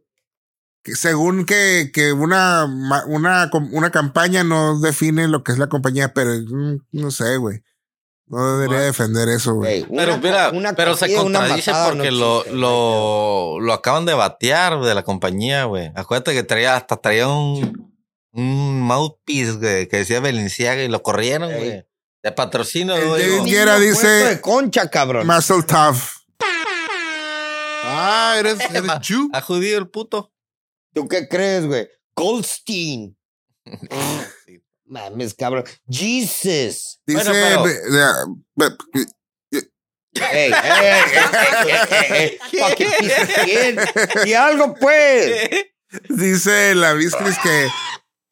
que según que, que una, ma- una, com- una campaña no define lo que es la compañía, pero mm, no sé, güey. No debería defender eso, güey.
Ey,
Pero
una
mira,
co- una
pero se
cogida, una
contradice
matada,
porque
no
lo,
existe,
lo, lo acaban de batear de la compañía, güey. Acuérdate que traía, hasta traía un, un mouthpiece, güey, que decía Belinciaga y lo corrieron,
Ey.
güey. De patrocinio,
El
güey.
David
digo.
güey.
Guerra
Niño
dice-
puesto de concha, cabrón.
Muscle tough.
Ah, eres, eres
Ma-
Chu.
A judío el puto.
¿Tú qué crees, güey? Goldstein. Mames, cabrón. Jesus.
Dice.
Bueno, pero-
be- la- be- be-
Ey, ey, ey, ey, ey, ey, pa' que pises bien. Y algo, pues.
dice la Biscris que,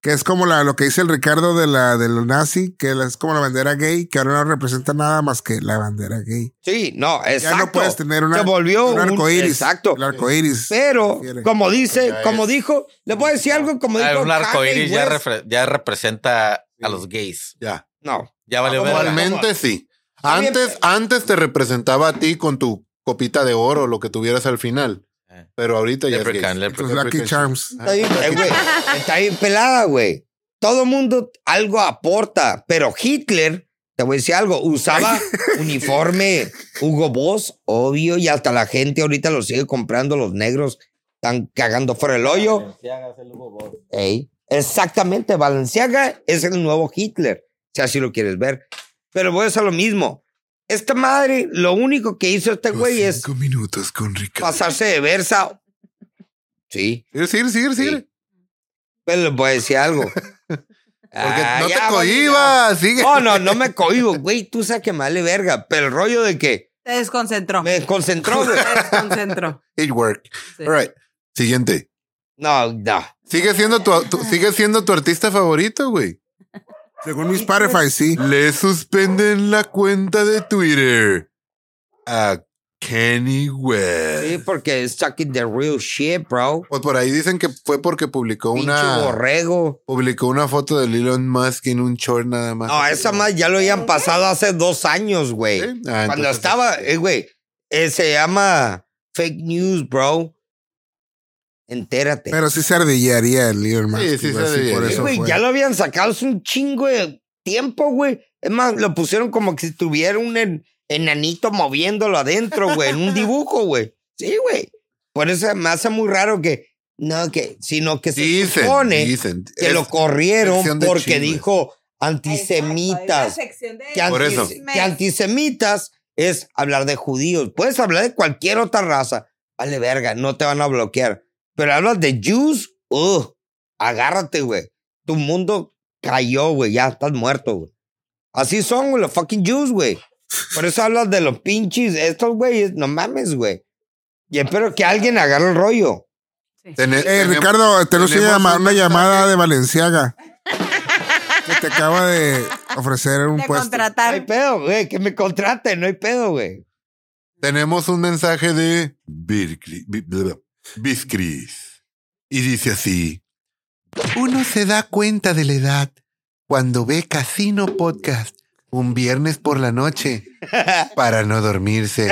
que es como la, lo que dice el Ricardo de la del nazi, que la- es como la bandera gay, que ahora no representa nada más que la bandera gay.
Sí, no, exacto.
Ya no puedes tener una,
Se volvió
un arco iris.
Exacto.
El arco iris.
Pero,
Refiere.
como dice,
Ya
como
es.
dijo, le voy a decir algo como
Ah,
dijo.
un arco
Kanye
iris ya,
West.
refre- ya representa a los gays.
Ya.
No.
Ya valió verga.
Actualmente sí.
Está bien,
Antes, antes te representaba a ti con tu copita de oro, lo que tuvieras al final.
Eh.
Pero ahorita ya es
Leprechaun,
gay.
leprechaun.
Los Lucky Charms.
Está bien, eh, güey, está bien pelada, güey. Todo mundo algo aporta, pero Hitler, te voy a decir algo, usaba uniforme Hugo Boss, obvio, y hasta la gente ahorita lo sigue comprando, los negros están cagando fuera el hoyo. Ey, exactamente, Valenciaga es el nuevo Hitler, si así lo quieres ver. Pero voy a hacer lo mismo. Esta madre, lo único que hizo este güey es
Cinco minutos con Ricardo.
pasarse de versa. Sí,
Sí, sí, sí, sí.
Sí. Pero les Pues, voy a decir algo.
Porque
Ah,
no
ya, Oh.
te
vale,
cohibas, sigue.
ya. No, no, no me cohibas, güey. Tú sabes que me vale verga. Pero el rollo de que
Te desconcentró.
Me desconcentró, güey.
Te desconcentró.
It worked.
Sí.
All right. Siguiente.
No, no.
Sigue siendo tu, tu- sigue siendo tu artista favorito, güey.
Según mis Spotify, sí.
Le suspenden la cuenta de Twitter a Kenny West.
Sí, porque es talking the real shit, bro.
Pues por ahí dicen que fue porque publicó
Pinche
una
borrego.
publicó una foto de Elon Musk en un short nada más.
No, esa más ya lo habían pasado hace dos años, güey.
¿Sí? Ah,
Cuando
entonces-
estaba, eh, güey, eh, se llama fake news, bro. Entérate.
Pero sí se ardillaría el líder más.
Sí, sí se
por
ardillaría.
Eh,
eso
güey,
fue.
ya lo habían sacado hace un chingo de tiempo, güey. Es más, lo pusieron como que si tuviera un en- enanito moviéndolo adentro, güey, en un dibujo, güey. Sí, güey. Por eso me hace muy raro que, no, que, sino que se
dicen,
supone
dicen.
que
Es-
lo corrieron
sección de
porque
chismes.
dijo
Exacto, es
antisemitas.
la sección de
Que,
Por
antis-
eso.
que antisemitas es hablar de judíos. Puedes hablar de cualquier otra raza. Vale, verga, no te van a bloquear. Pero hablas de Jews, ugh, agárrate, güey. Tu mundo cayó, güey. Ya estás muerto, güey. Así son, güey, los fucking Jews, güey. Por eso hablas de los pinches, estos güeyes, no mames, güey. Y espero que alguien agarre el rollo.
Tene-
Eh,
tenemos-
Ricardo, tenemos una,
tenemos
llama-
un
una llamada
mensaje.
de Valenciaga que te acaba de ofrecer un
Te
puesto.
No hay
contratar.
pedo, güey, que me contraten, no hay pedo, güey.
Tenemos un mensaje de Birkli- Bi- bla, bla, Biscris. Y dice así: Uno se da cuenta de la edad cuando ve Casino Podcast un viernes por la noche para no dormirse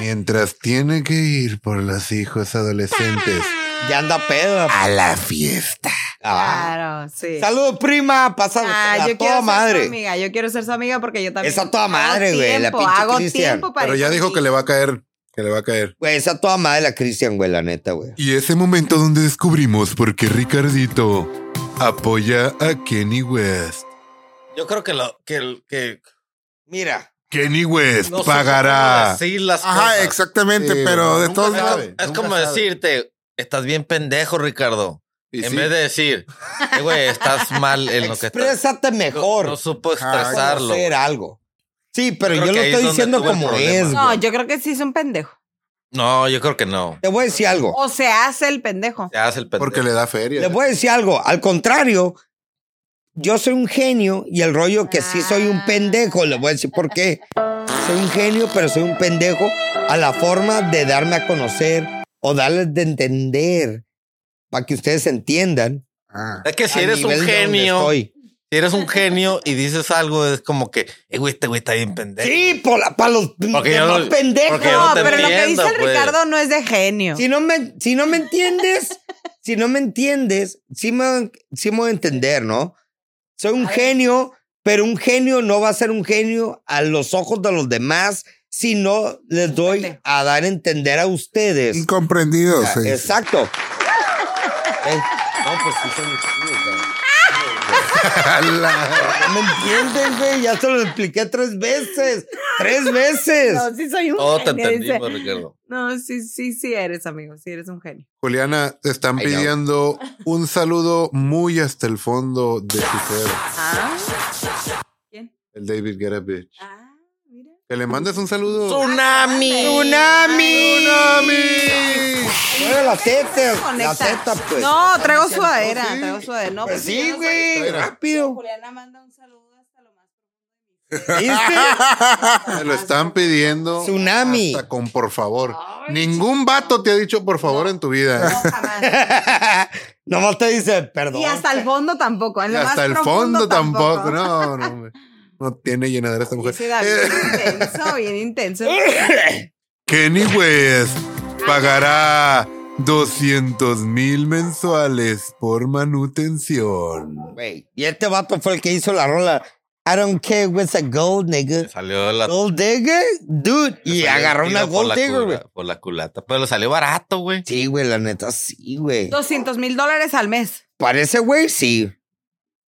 mientras tiene que ir por los hijos adolescentes
Ya anda pedo.
a la fiesta.
Ah.
Claro, sí.
Saludos, prima. Pasa
Ah,
a
yo quiero
toda
ser su
madre.
amiga, yo quiero ser su amiga porque yo también.
Es a toda
hago
madre, güey, la
tiempo,
pinche
Hago
Cristian.
tiempo para
Pero
ir
ya dijo
contigo.
que le va a caer, que le va a caer.
Güey, es a toda madre la Cristian, güey, la neta, güey.
Y ese momento donde descubrimos por qué Ricardito apoya a Kenny West.
Yo creo que lo que, que
Mira,
Kenny West
no sé cómo
pagará.
decir las
Ajá,
cosas.
exactamente,
Sí,
pero
güey,
de
nunca
todos
sabe.
modos.
Es
Nunca
como
sabe.
decirte, estás bien pendejo, Ricardo.
Y
en
sí,
vez de decir, "Eh, güey, estás mal en lo que estás.
exprésate
No-
mejor.
No, supo
Ajá,
expresarlo.
hacer algo. Sí, pero
Creo
yo
que
lo
ahí
estoy
es donde
diciendo
tuvo el
como
problema.
es,
No,
güey.
yo creo que sí es un pendejo.
No, yo creo que no.
Te voy a decir algo.
O se hace el pendejo.
Te hace el pendejo.
porque le da feria.
Te voy a decir algo. Al contrario, yo soy un genio y el rollo que sí soy un pendejo, le voy a decir por qué. Soy un genio, pero soy un pendejo a la forma de darme a conocer o darles de entender para que ustedes entiendan.
Ah,
Es que si
al
eres un
nivel de donde
genio,
estoy.
si eres un genio y dices algo, es como que, eh, güey, este güey está bien pendejo.
Sí, para los
Porque yo
demás
no-
pendejos.
porque Que yo
no,
no te
pero lo que
entiendo,
dice el
pues.
Ricardo no es de genio.
Si no me, si no me entiendes, si no me entiendes, sí me, sí me voy a entender, ¿no? Soy un genio, pero un genio no va a ser un genio a los ojos de los demás si no les doy a dar a entender a ustedes.
Incomprendido, sí.
Exacto. Eh, No, pues sí soy un genio, cabrón. No me entienden, güey. Ya se lo expliqué tres veces. Tres veces.
No, sí soy un
Todo te
genio. dice.
pues.
entendimos, Ricardo.
No, sí, sí, sí eres, amigo. Sí eres un genio.
Juliana, te están
Ay, no.
pidiendo un saludo muy hasta el fondo de su ser.
Ah. ¿Quién?
El David Guerra Bitch.
Ah, mira.
Que le mandes un saludo.
¡Tsunami!
¡Tsunami! Mueve la teta, la
Desconecta.
teta, pues.
No, traigo sudadera. Traigo sudadera. No,
Pues
pues
sí,
yo no
güey,
soy-
rápido.
Juliana manda un saludo hasta lo más.
¿Viste?
Te lo están pidiendo.
Tsunami.
Hasta con por favor. Ningún vato te ha dicho por favor en tu vida.
No, jamás.
Nomás te dice, perdón.
Y hasta el fondo tampoco. en
Y
lo más
hasta el
profundo
fondo tampoco. No, no. hombre. No tiene llenadera esta mujer.
Ese David
Eh,
bien intenso, bien intenso.
Kenny West pagará 200 mil mensuales por manutención.
Güey, Y este vato fue el que hizo la rola. I don't care what's a gold nigga.
Salió la.
Gold digger, dude. Y
salió el
agarró una
tiro por
gold
la
digger,
cula-
güey.
Por la culata. Pero le salió barato, güey.
Sí, güey, la neta, sí, güey.
200 mil dólares al mes.
Parece, güey, sí.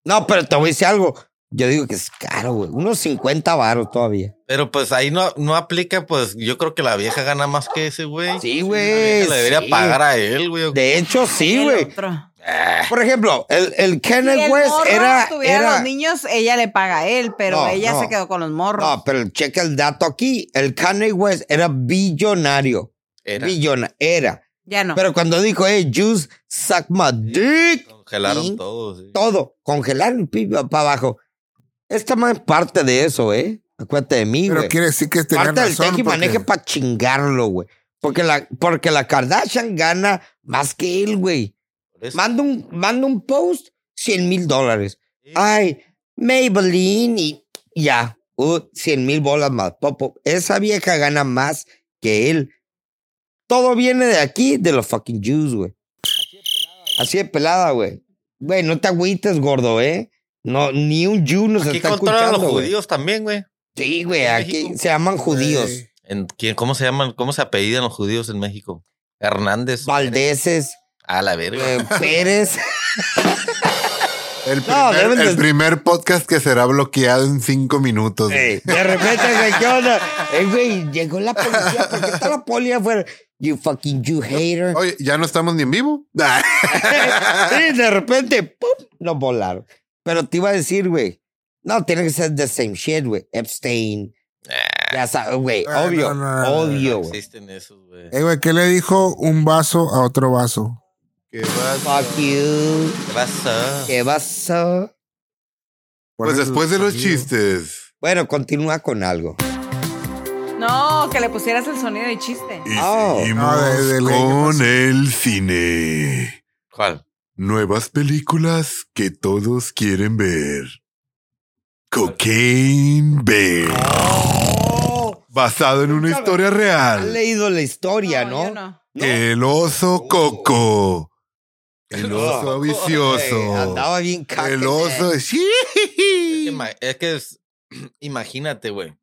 No, pero te voy a decir algo. Yo digo que es caro, güey. Unos 50 varos todavía.
Pero pues ahí no, no aplica, pues yo creo que la vieja gana más que ese, güey.
Sí,
La
güey.
vieja le debería
sí.
pagar a él, güey.
De hecho, sí,
El
güey.
otro.
Por ejemplo, el, el
Si
Kenneth
el
West
morro
era.
tuviera
era
los niños, ella le paga a él, pero
No,
ella
no.
se quedó con los morros.
no, pero checa el dato aquí. El Kanye West era billonario.
Era.
Billona, era.
ya no.
Pero cuando dijo, hey, Juice, suck my dick,
Congelaron
Sí.
todo. sí.
todo, congelar el pibe para abajo. Esta más es parte de eso, ¿eh? Acuérdate de mí,
Pero
güey.
quiere decir que tenía
Parte del
razón.
teje
porque-
maneje para chingarlo, güey. Porque la, porque la Kardashian gana más que él, güey.
Por eso.
Manda un, manda un post, 100 mil dólares. Ay, Maybelline y y ya, uh, 100 mil bolas más. Popo, esa vieja gana más que él. Todo viene de aquí, de los fucking Jews, güey. Así de pelada, güey. Güey, no te agüites, gordo, ¿eh? No, ni un Jew nos
Aquí
está
controlan a
escuchando,
los
güey.
judíos también, güey.
Sí, güey,
En
aquí
México.
se llaman judíos.
¿En quién, ¿Cómo se llaman? ¿Cómo se apellidan los judíos en México? Hernández.
Valdeses,
A la verga.
eh, Pérez.
El
No,
primer,
deben de-
el primer podcast que será bloqueado en cinco minutos.
Ey, de repente, güey, ¿qué onda? Eh, güey, llegó la policía. ¿Por qué está la policía afuera? You fucking Jew hater.
Oye, ya no estamos ni en vivo.
y de repente, ¡pum! Nos volaron. Pero te iba a decir, güey. No, tiene que ser the same shit, güey. Epstein. Ya sabes, güey.
Ah,
Obvio.
no, no, no, no,
obvio,
No
güey.
Existen esos, güey.
Eh, güey, ¿qué le dijo un vaso a otro vaso?
¿Qué vas?
Fuck you.
¿Qué pasa?
¿Qué pasó?
Pues
Ponle
después de los
sonido.
chistes.
Bueno, continúa con algo.
No, que le pusieras el sonido de chiste.
Y
Oh.
seguimos
No, Ah. de- de-
con el cine.
¿Cuál?
Nuevas películas que todos quieren ver. Cocaine Bear.
Oh,
Basado en una
Nunca-
historia
has
real.
leído la historia, ¿no?
yo no.
No.
El oso
Oh.
Coco. El oso
Coco.
Güey,
vicioso.
andaba bien caca.
El oso.
Es que, ima- es que es- imagínate, güey.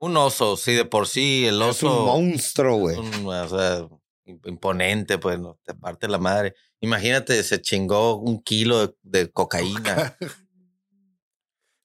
Un oso, sí, de por sí, el
Es un
oso.
monstruo, güey.
un, o sea, imp- imponente, pues, no, te parte la madre. Imagínate, se chingó un kilo de, de cocaína.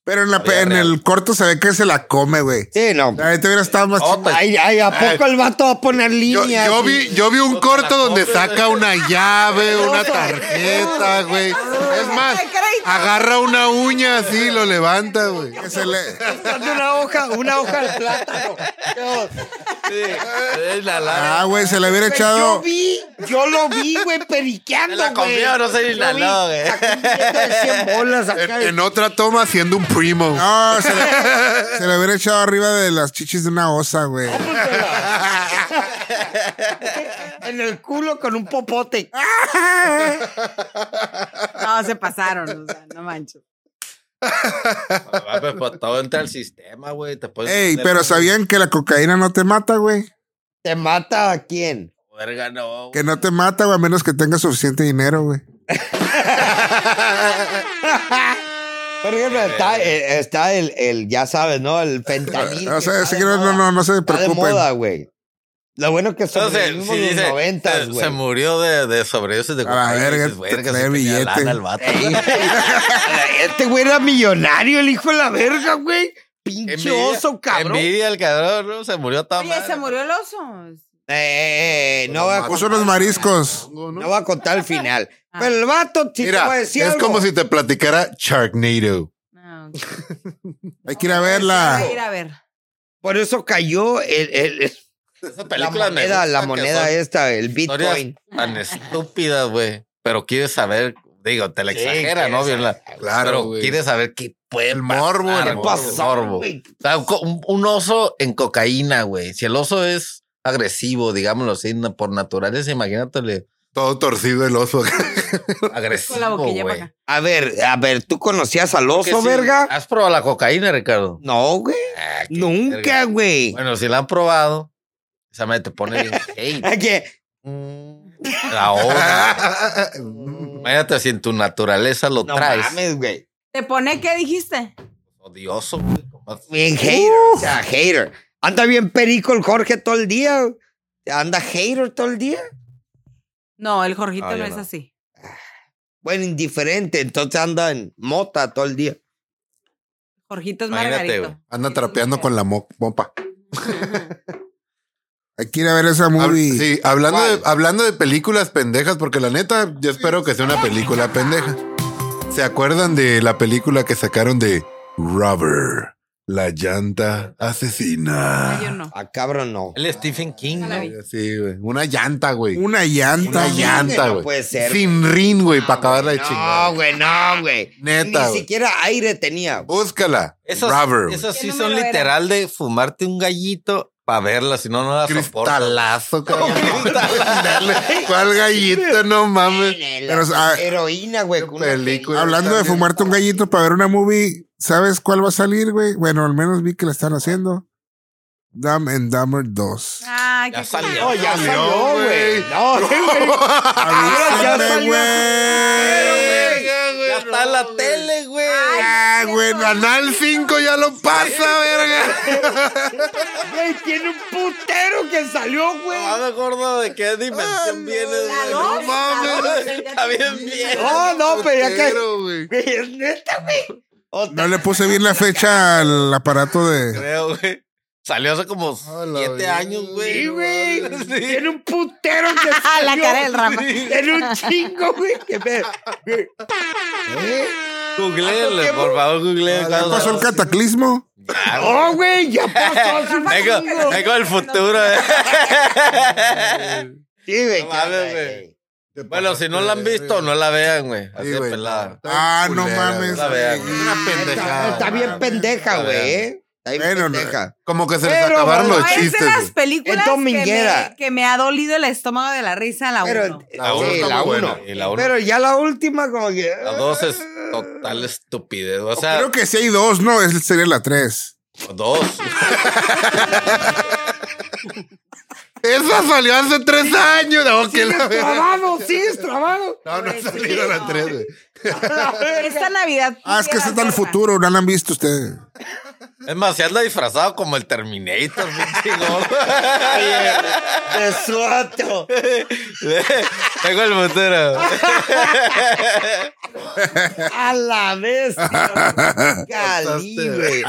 Pero en, la,
Vida
en
real.
el corto se ve que se la come, güey.
Sí, no.
La neta hubiera estado más
Otra.
Ay, ay, ¿a poco el vato va a poner
Yo,
líneas?
yo
y-
vi, yo vi un
Oso
corto
la
donde
coca.
saca una llave, una tarjeta, güey. Es más, agarra una uña así, lo levanta, güey.
que se le-
Dame una hoja, una hoja de plátano. Yo, pues,
Sí, es la lana.
Ah, güey, se le hubiera
güey, yo
echado.
vi, yo lo vi, güey, periqueando,
La eh. comió,
güey.
no se
Yo vi,
inhaló, güey.
sacó un billete de 100 bolas acá.
En, en otra toma haciendo un primo.
No, se le, se le hubiera echado arriba de las chichis de una osa, güey.
en el culo con un popote.
No, se pasaron, o sea, no manches.
Ah, pues, pues, todo entra al sistema, güey. te puedes
Ey,
poner
pero
como
¿sabían que la cocaína no te mata, güey?
¿Te mata a quién?
Verga, no.
Que no te mata, güey, a menos que tengas suficiente dinero, güey.
Por ejemplo, está, eh, está el, el, ya sabes, ¿no? El fentanil.
O sea,
está
así
de
que no,
moda.
no, no, no se
Está de
preocupen.
moda, güey. Lo bueno que son
Entonces,
los
si dice, se,
noventas,
se
güey.
murió de, de sobredosis de
A la verga,
dices, verga, sí
trae
tenía
billete.
lana el vato.
este güey era millonario, el hijo de la verga, güey. Pinche oso, cabrón.
Envidia el cabrón, ¿no? Se murió todo.
Oye, se murió el oso.
Eh, eh, eh, no, voy a
Puso
contar,
unos mariscos.
no voy a contar el final. Pero el vato, sí te
Mira,
voy a
es
decir algo.
como si te platicara Sharknado.
No,
Hay que ir a
Voy a
verla.
ir a ver.
Por eso cayó el, el- el-
Esa
la
película me
moneda, la
gusta que
moneda
son-
esta, el
historias
Bitcoin.
tan estúpidas, güey. Pero quieres saber, digo, te la
Sí,
exagera, ¿no?
quieres
Bien, la-
Claro,
pero
güey.
quieres saber qué puede
El morbo,
pasar,
el
güey,
morbo.
el morbo.
güey?
O sea, un co- un, un oso en cocaína, güey. Si el oso es agresivo, digámoslo así, na- por naturaleza, imagínatele
Todo torcido el oso.
Con la
agresivo,
boquilla para
güey.
acá.
A ver, a ver, ¿tú conocías al
Que Ah.
oso,
si-
verga?
¿Has probado la cocaína, Ricardo?
No, güey.
Ah, qué
Nunca,
verga.
güey.
Bueno, si la han probado, esa madre te pone bien. hey,
¿A qué?
la hora. Imagínate si en tu naturaleza lo
No
ah, traes.
mames, güey.
¿Te pone qué dijiste?
Odioso, güey. como-
Bien hater, o sea, hater. Anda bien perico el Jorge todo el día. Anda hater todo el día.
No, el Jorgito
Ah,
no,
yo
es
no.
así.
Bueno, indiferente, entonces anda en mota todo el día.
Jorgito es
Imagínate,
Margarito.
güey.
Anda trapeando con la mo- mopa.
Hay que ir a ver esa
Hab-
movie.
sí, hablando de, hablando de películas pendejas, porque la neta, yo espero que sea una película pendeja. ¿Se acuerdan de la película que sacaron de Rubber? La llanta asesina.
Ay, yo no.
Ah, cabrón, no.
El Stephen King,
A la
¿no?
vi.
Sí, güey. Una llanta, güey.
Una
Una
llanta.
llanta.
llanta,
No
güey.
puede ser,
Sin rin, güey, para acabarla de chingar.
No, Ah, güey, no, güey.
Neta,
Ni
güey.
siquiera aire tenía. güey.
Búscala.
Esos,
Rubber. güey.
esos sí
¿Qué
son
número era?
literal de fumarte un gallito para verla, si no, no la soportas.
Cristalazo, cabrón. Dale, ¿Cuál gallito? No mames.
Pero, ah,
Heroína, güey. con una
película.
Hablando de fumarte un gallito para ver una movie, ¿sabes cuál va a salir, güey? Bueno, al menos vi que la están haciendo. Dumb and Dumber 2.
Ay,
Ya
qué
salió.
cool.
Ya salió, güey.
No,
Avísame,
Ah, ya salió.
güey.
Ya está en la tele, güey.
Ah, güey, no, no.
Canal 5 ya lo pasa, verga.
Güey, tiene un putero que salió, güey.
Ah, No me acuerdo de qué dimensión vienes, güey.
dos,
No mames,
la dos,
güey.
ya
Está
te
bien
vi.
bien.
No, no, pero ya que.
Pero, güey.
Güey, es neta, güey. Otra.
No le puse bien la fecha al aparato de.
Creo, güey. Salió hace como
Hola,
siete
güey.
años, güey.
Sí, güey.
Sí.
Tiene un putero que
A Ah, la
salió.
cara del Rafa.
Tiene un chingo, güey. Que me... güey. ¿Eh?
Googleale, por favor, googleale.
¿Ya
cuándo
pasó el
salió.
cataclismo?
Ya, güey.
Oh, güey, ya pasó hace un
Vengo,
chingo.
vengo del futuro, eh.
Sí, güey.
No
qué
mames,
onda,
güey. Bueno, si no la han visto, no la vean, güey. Así
Sí,
de
güey.
pelada.
Ah, no
Culera,
mames.
la vean.
güey.
Una
Está,
pendejada.
está bien pendeja, güey. ¿eh? Está bien
Bueno, no.
pendeja.
Como que se les
Pero,
acabaron
bueno,
los
No, es de
chistes.
las
güey.
películas
Es
que
dominguera.
me, que me ha dolido el estómago de la risa la
Pero,
uno.
La
sí,
uno está
la
muy
uno.
buena.
Y la uno.
Pero eh. ya la última, como que.
La dos es total estupidez. O sea,
Creo que sí hay dos, ¿no? Es, sería la tres.
dos.
Esa salió hace tres años. No, que la verga.
Trabado, sí, es trabado.
No, no ha salido la tres, güey.
Esta Navidad.
Ah, es que está
quisiera
en
verla.
el futuro, no la han visto ustedes.
Es más, se anda disfrazado como el Terminator, pinche gordo.
De suato.
Tengo el futuro.
A la bestia. Cali, güey.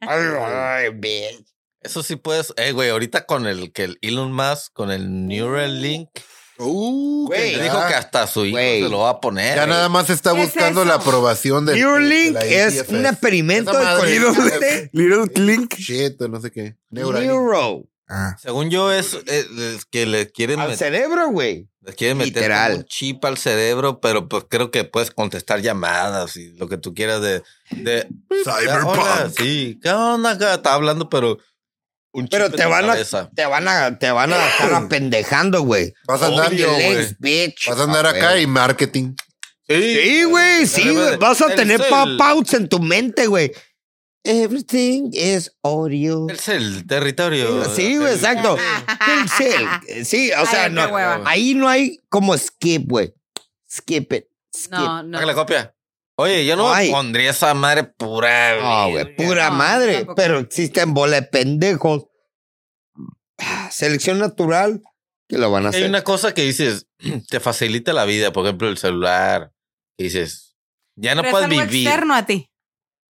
Ay, bitch.
Eso sí puedes. Eh, güey, ahorita con el que el Elon Musk, con el Neuralink,
Uh, que
Güey,
le
ya-
dijo que hasta su hijo
Ah. Güey.
se lo va a poner.
Ya
güey.
nada más está
¿Qué es
buscando
eso?
la aprobación del.
Neuralink
de la
es
IFF.
un experimento
Esa
de
madre.
conectarte.
Little Clink.
Shit, o no sé qué. Neuralink.
Neuro.
Ah,
Según yo, es, eh, es que le quieren,
Al
met-
cerebro, güey.
le quieren meter como
literal.
un chip al cerebro, pero pues creo que puedes contestar llamadas y lo que tú quieras de. de
Cyberpunk.
Hola, sí, ¿qué onda? acá? Estaba hablando, pero. Un
Pero
chip en
te
la
van a,
cabeza.
te van a, te van a estar apendejando, güey.
Vas a andar,
Oye,
yo, güey.
Lex, bitch.
Vas a andar
Ah,
acá
güey.
y marketing.
Sí, güey, sí, güey. Vas a
El
tener
cel.
pop-outs en tu mente, güey. Everything is audio.
Es el territorio.
Sí, güey, exacto. El cel. Sí, o sea,
Ay, qué
no,
Pues.
hueva.
ahí no hay como skip, güey. Skip it. Skip. No,
No, no.
Hágale copia. Oye, yo no me
Ay.
pondría esa madre pura.
güey, pura
No,
madre.
tampoco.
Pero existen bola de pendejos. Ah, Selección natural que lo van a
Hay
hacer.
una cosa que dices, te facilita la vida, por ejemplo, el celular. que dices, ya no
Pero es
puedes
algo
vivir.
externo a ti.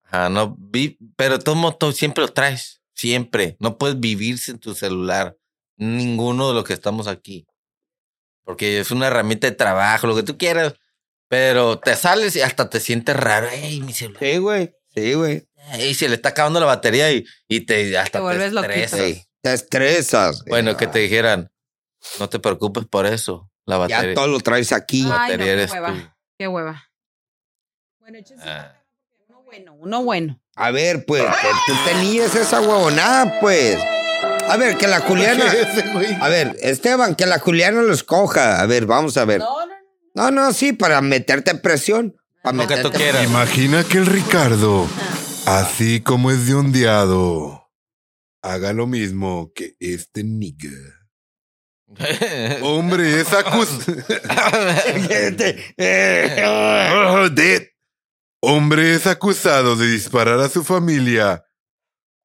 Ajá, no, vi- pero de todos modos, tú siempre lo traes. Siempre. No puedes vivir sin tu celular. Ninguno de los que estamos aquí. Porque es una herramienta de trabajo, lo que tú quieras. Pero te sales y hasta te sientes raro. Ey, mi celular.
Sí, güey. Sí, güey.
Ey, se le está acabando la batería y, y te
Te
hasta te,
vuelves loquito.
estresas.
Sí. Te estresas.
Bueno,
Ah,
que te dijeran, no te preocupes por eso. La
Ya
batería,
todo lo traes aquí.
la
Ay, no,
batería
qué
eres
hueva.
tú.
Qué hueva. Bueno, échense
Ah.
uno bueno, uno bueno.
A ver, pues, que tú tenías esa huevonada, pues. A ver, que la Juliana. A ver, Esteban, que la Juliana los coja. A ver, vamos a ver.
No, no, no.
No, no, sí, para meterte en presión. Para
Lo que
meterte
tú quieras.
Imagina que el Ricardo, así como es de ondeado, haga lo mismo que este nigga. Hombre, es acusado.
Este,
Hombre es acusado de disparar a su familia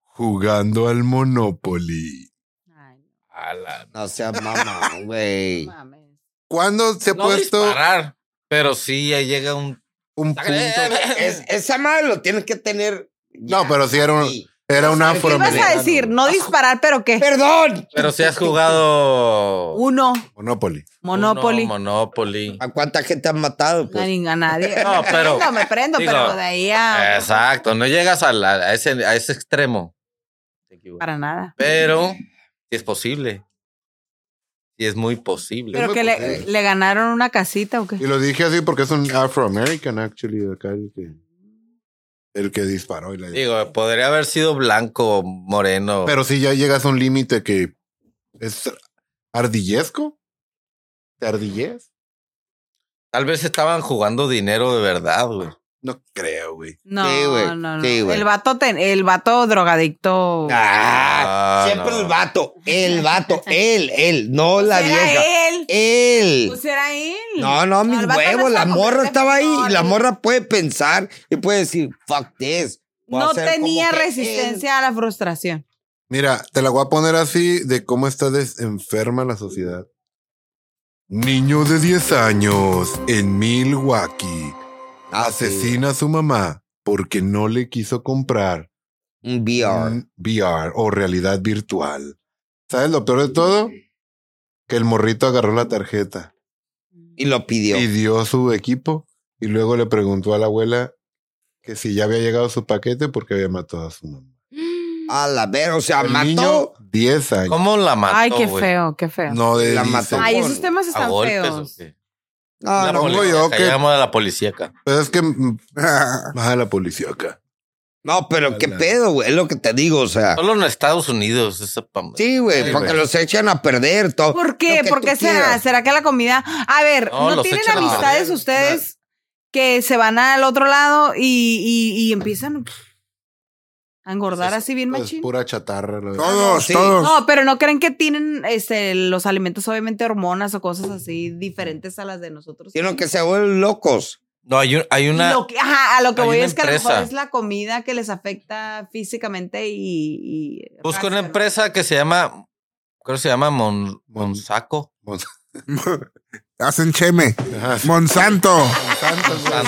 jugando al Monopoly.
Ay,
No seas mamá, güey.
no mames.
¿Cuándo se ha
no
puesto
disparar, pero sí ya llega un
un punto?
Es- esa madre lo tienes que tener.
No, pero sí era un-
sí.
Era un
¿Qué
afro.
vas a
mexicano.
decir? No disparar, pero qué.
¡Perdón!
Pero si has jugado.
Uno,
Monopoly.
Monopoly.
Uno, Monopoly.
¿A cuánta gente han matado?
No,
Pues?
ni a nadie.
No,
me
pero-
prendo, me prendo,
digo,
pero de ahí a.
Exacto, no llegas a, la- a ese, a ese extremo.
Para nada.
Pero sí es posible. Y es muy posible.
Pero que le, le ganaron una casita o qué.
Y lo dije así porque es un Afro-American, actually. Acá el que, el que disparó. Y la-
Digo, podría haber sido blanco, moreno.
Pero si ya llegas a un límite que es ardillesco. ¿De ardillez?
Tal vez estaban jugando dinero de verdad, güey.
No creo, güey.
No,
Sí, güey,
no, no.
sí, güey.
el vato ten- el vato drogadicto.
Ah,
Ah,
siempre
no.
el vato, el vato, él, él, no la
Pues
vieja.
Era él.
Él.
Pues era él.
No, no, mis
el vato no
huevos.
estaba
La morra
completamente
estaba ahí y la
solo.
morra puede pensar y puede decir, fuck this. Voy a
No
hacer como
tenía
que él.
resistencia a la frustración.
Mira, te la voy a poner así de cómo está des- enferma la sociedad. Niño de 10 años en Milwaukee
Ah, sí,
asesina a su mamá porque no le quiso comprar
Un VR.
un VR o realidad virtual. ¿Sabes lo peor de todo? Que el morrito agarró la tarjeta
Mm.
Y lo pidió.
y dio su equipo y luego le preguntó a la abuela que si ya había llegado su paquete porque había matado a su mamá.
Ah,
A la ver, o sea,
El
mató.
niño, 10 años.
¿Cómo la mató?
Ay, qué
güey?
feo, qué feo.
No, de
La
dice,
mató.
Ay,
con-
esos temas
¿A
están
golpes o
feos.
qué?
No,
La
no,
pongo
policía
yo
acá,
que-
Llegamos a la policía acá.
Pero es que mm, baja la policía acá.
no, pero qué pedo, güey. Es lo que te digo, o sea.
Solo en Estados Unidos. esa pam-
Ah. Sí,
Sí,
güey, porque
güey.
los echan a perder todo.
¿Por qué?
Lo que
¿Por
tú
qué será?
quieras.
¿Será que la comida? A ver,
No,
¿no,
los
tienen
echan a
amistades
perder.
ustedes que se van al otro lado y, y- y empiezan a engordar así bien
pues,
Es
machín?
pura chatarra. la verdad.
Todos,
sí.
todos.
No, pero no creen que tienen este, los alimentos, obviamente hormonas o cosas así diferentes a las de nosotros.
Sino que se vuelven locos.
No, hay, un- hay una.
Lo que- ajá, a lo que
hay
voy
una
es que a lo mejor
empresa.
es la comida que les afecta físicamente y. y
Busco Pues, una
raza, ¿no?
empresa que se llama. Creo que se llama Mon, Monsaco. Ah,
Hacen cheme.
Ajá, sí,
Monsanto.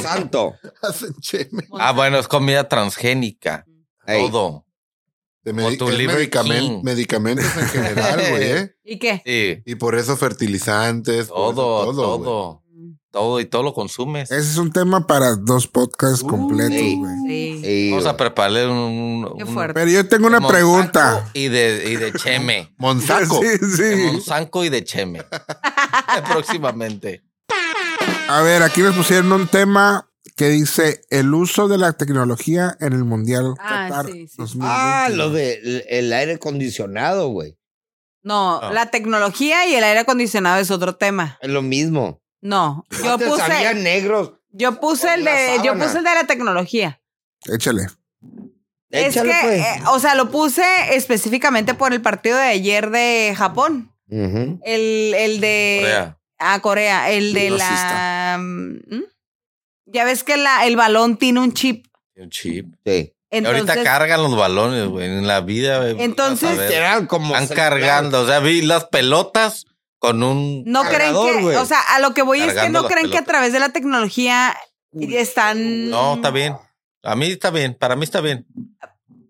Santo.
hacen cheme.
Pues,
Ah, bueno, es comida transgénica.
Ey.
Todo.
De
O tu
medi- es
Liver
medicamen-
King.
medicamentos en general, güey, ¿eh?
¿Y qué?
Sí.
Y por eso fertilizantes. por
Todo,
eso
todo.
güey.
Todo, y todo lo consumes.
Ese es un tema para dos podcasts completos,
ey.
güey.
Sí.
Sí,
Vamos
güey.
a prepararle un.
Qué
un-
fuerte.
Pero yo tengo una
Monsanto
pregunta.
Y de, y de Cheme.
Monsaco.
Sí,
De
sí.
Monsanco y de Cheme. Próximamente.
A ver, aquí nos pusieron un tema que dice el uso de la tecnología en el Mundial
Ah,
Qatar
sí, sí.
2022.
Ah, lo del el aire acondicionado, güey.
No,
Ah.
la tecnología y el aire acondicionado es otro tema.
Es lo mismo.
No, yo
Antes había
puse,
negros.
yo puse el
la
de, yo
sábana.
puse el de la tecnología.
Échale.
Échale,
es que,
pues.
eh, o sea, lo puse específicamente por el partido de ayer de Japón,
Ujú.
el, el de
Corea.
Ah, Corea, el de la. ¿Mm? Ya ves que la, el balón tiene un chip.
Un chip.
Sí.
Entonces,
Ahorita cargan los balones, güey. En la vida. güey,
Entonces,
vas a ver.
Literal, como
están
celular.
cargando. O sea, vi las pelotas con un.
no creen
cargador,
que.
güey.
O sea, a lo que voy es que
Cargando
no
las
creen que a
pelotas.
través de la tecnología están.
No, está bien. A mí está bien. Para mí está bien.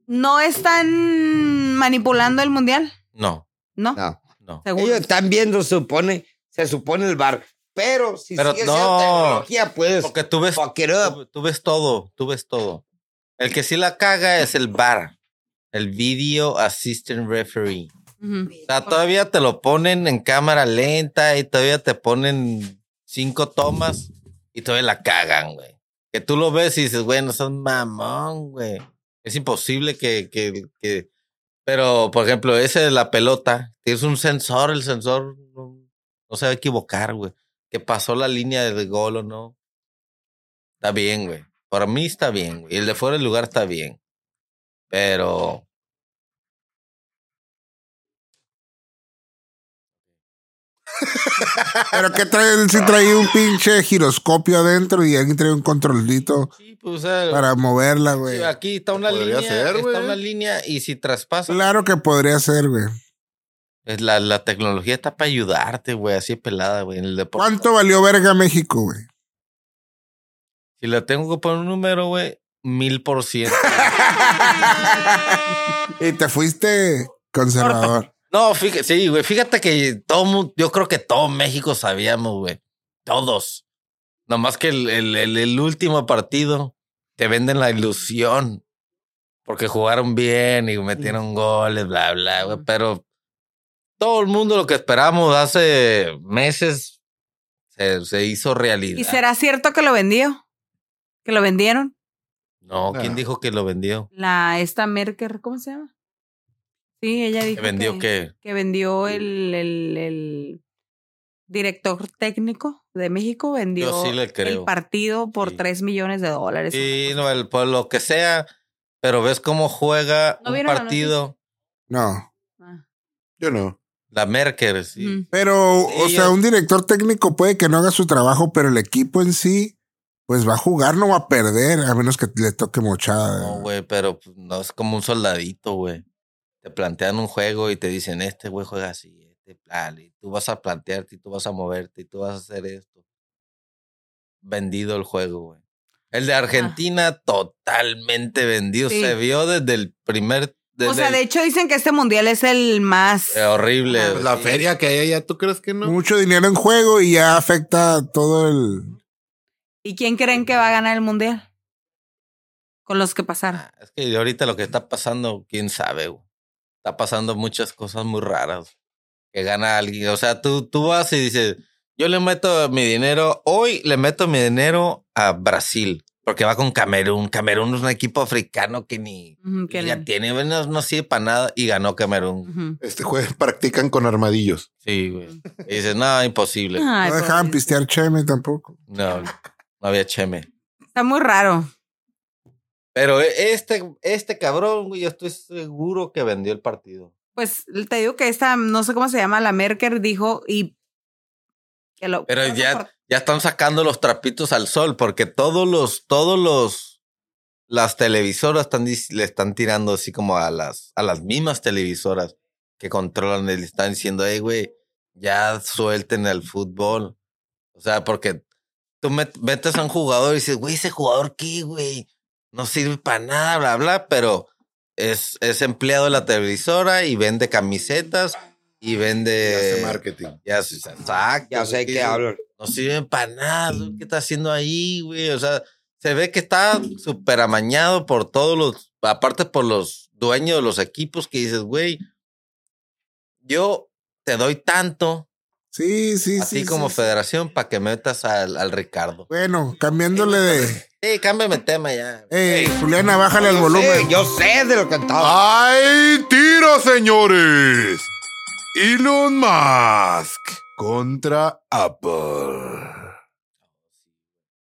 No están manipulando el mundial.
No,
No,
No.
no.
seguro.
Ellos están viendo, se supone, se supone el bar. Pero si
Pero
sigue
no.
siendo tecnología, pues, puedes.
Porque tú ves,
fuck it up.
tú, tú ves todo, tú ves todo. El que sí la caga es el VAR, el Video Assistant Referee.
Ujú.
O sea, todavía te lo ponen en cámara lenta y todavía te ponen cinco tomas y todavía la cagan, güey. Que tú lo ves y dices, güey, no son mamón, güey. Es imposible que, que, que- Pero, por ejemplo, ese de la pelota, tienes un sensor, el sensor no, no se va a equivocar, güey. Que pasó la línea del gol o no. Está bien, güey. Para mí está bien, güey. El de fuera del lugar está bien. Pero...
Pero que trae, si trae un pinche giroscopio adentro y alguien trae un controlito
Sí, pues, eh,
para moverla,
Sí,
güey.
aquí está una
Podría
línea.
ser,
está
güey.
una línea y si traspasa.
Claro que podría ser, güey.
es La, la tecnología está para ayudarte, güey. Así es pelada, güey. En el deporte.
¿Cuánto valió verga México, güey?
Si le tengo que poner un número, güey. mil por ciento.
Y te fuiste conservador.
No, fíjate, sí, güey. Fíjate que todo mu- yo creo que todo México sabíamos, güey. Todos. Nomás que el, el- el- el último partido te venden la ilusión. Porque jugaron bien y metieron goles, bla, bla, güey. Pero todo el mundo lo que esperamos hace meses se, se hizo realidad.
¿Y será cierto que lo vendió? ¿Que lo vendieron?
No, ¿quién
Ah.
dijo que lo vendió?
La esta Merker, ¿cómo se llama? Sí, ella dijo
¿Que vendió qué?
que vendió el, el, el director técnico de México, vendió
Yo sí le creo.
el partido por
Sí.
3 millones de dólares.
Sí, no, el- por lo que sea. Pero ves cómo juega
¿No
un
vieron la
partido.
No.
Ah.
Yo no.
La Merker, sí.
Ujú.
Pero, o
Sí,
sea,
yo-
un director técnico puede que no haga su trabajo, pero el equipo en sí, pues va a jugar, no va a perder, a menos que le toque mochada.
Ah.
No, güey, pero pues, no es como un soldadito, güey. Te plantean un juego y te dicen, este güey juega así, este plan, y tú vas a plantearte, y tú vas a moverte, y tú vas a hacer esto. Vendido el juego, güey. El de Argentina, totalmente vendido.
Ah. Sí.
Se vio desde el primer. Desde
o sea,
el-
de hecho dicen que este mundial es el más...
eh, horrible.
Ajá.
güey.
La
Sí.
feria que hay allá, ¿tú crees que no?
Mucho dinero en juego y ya afecta todo el.
¿Y quién creen que va a ganar el mundial? Con los que pasaron.
Ah, Es que ahorita lo que está pasando, quién sabe, güey. Está pasando muchas cosas muy raras. Que gana alguien. O sea, tú, tú vas y dices, yo le meto mi dinero, hoy le meto mi dinero a Brasil, porque va con Camerún. Camerún es un equipo africano que ni
Ujú, que
ya
le-
tiene, güey, no, no sirve para nada y ganó Camerún.
Ujú.
Este jueves practican con armadillos.
Sí, güey. Y dices, no, imposible.
Ay,
no dejaban
pobrecito.
pistear Cheme tampoco.
No, no había cheme.
Está muy raro.
Pero e- este, este cabrón, güey, yo estoy seguro que vendió el partido.
Pues te digo que esta, no sé cómo se llama, la Merker dijo y. que lo-
Pero
no
ya-
soporta.
ya están sacando los trapitos al sol porque todos los todos los las televisoras están dis- le están tirando así como a las a las mismas televisoras que controlan le están diciendo hey güey ya suelten el fútbol o sea porque tú met- metes a un jugador y dices güey ese jugador qué güey no sirve para nada bla bla pero es, es empleado de la televisora y vende camisetas y vende
Hace marketing.
ya se- exacto
Ya sé
que
que hablan.
no sirven para nada. güey. ¿Qué está haciendo ahí, güey? O sea, se ve que está súper amañado por todos los, aparte por los dueños de los equipos que dices, güey, yo te doy tanto,
Sí, sí,
así
sí.
como
sí, sí.
federación, para que metas al, al Ricardo.
Bueno, cambiándole de.
Sí, cámbiame el tema ya.
Eh.
Ey, Juliana, bájale el volumen.
yo sé de lo que estaba.
¡Hay tiro, señores! Elon Musk contra Apple.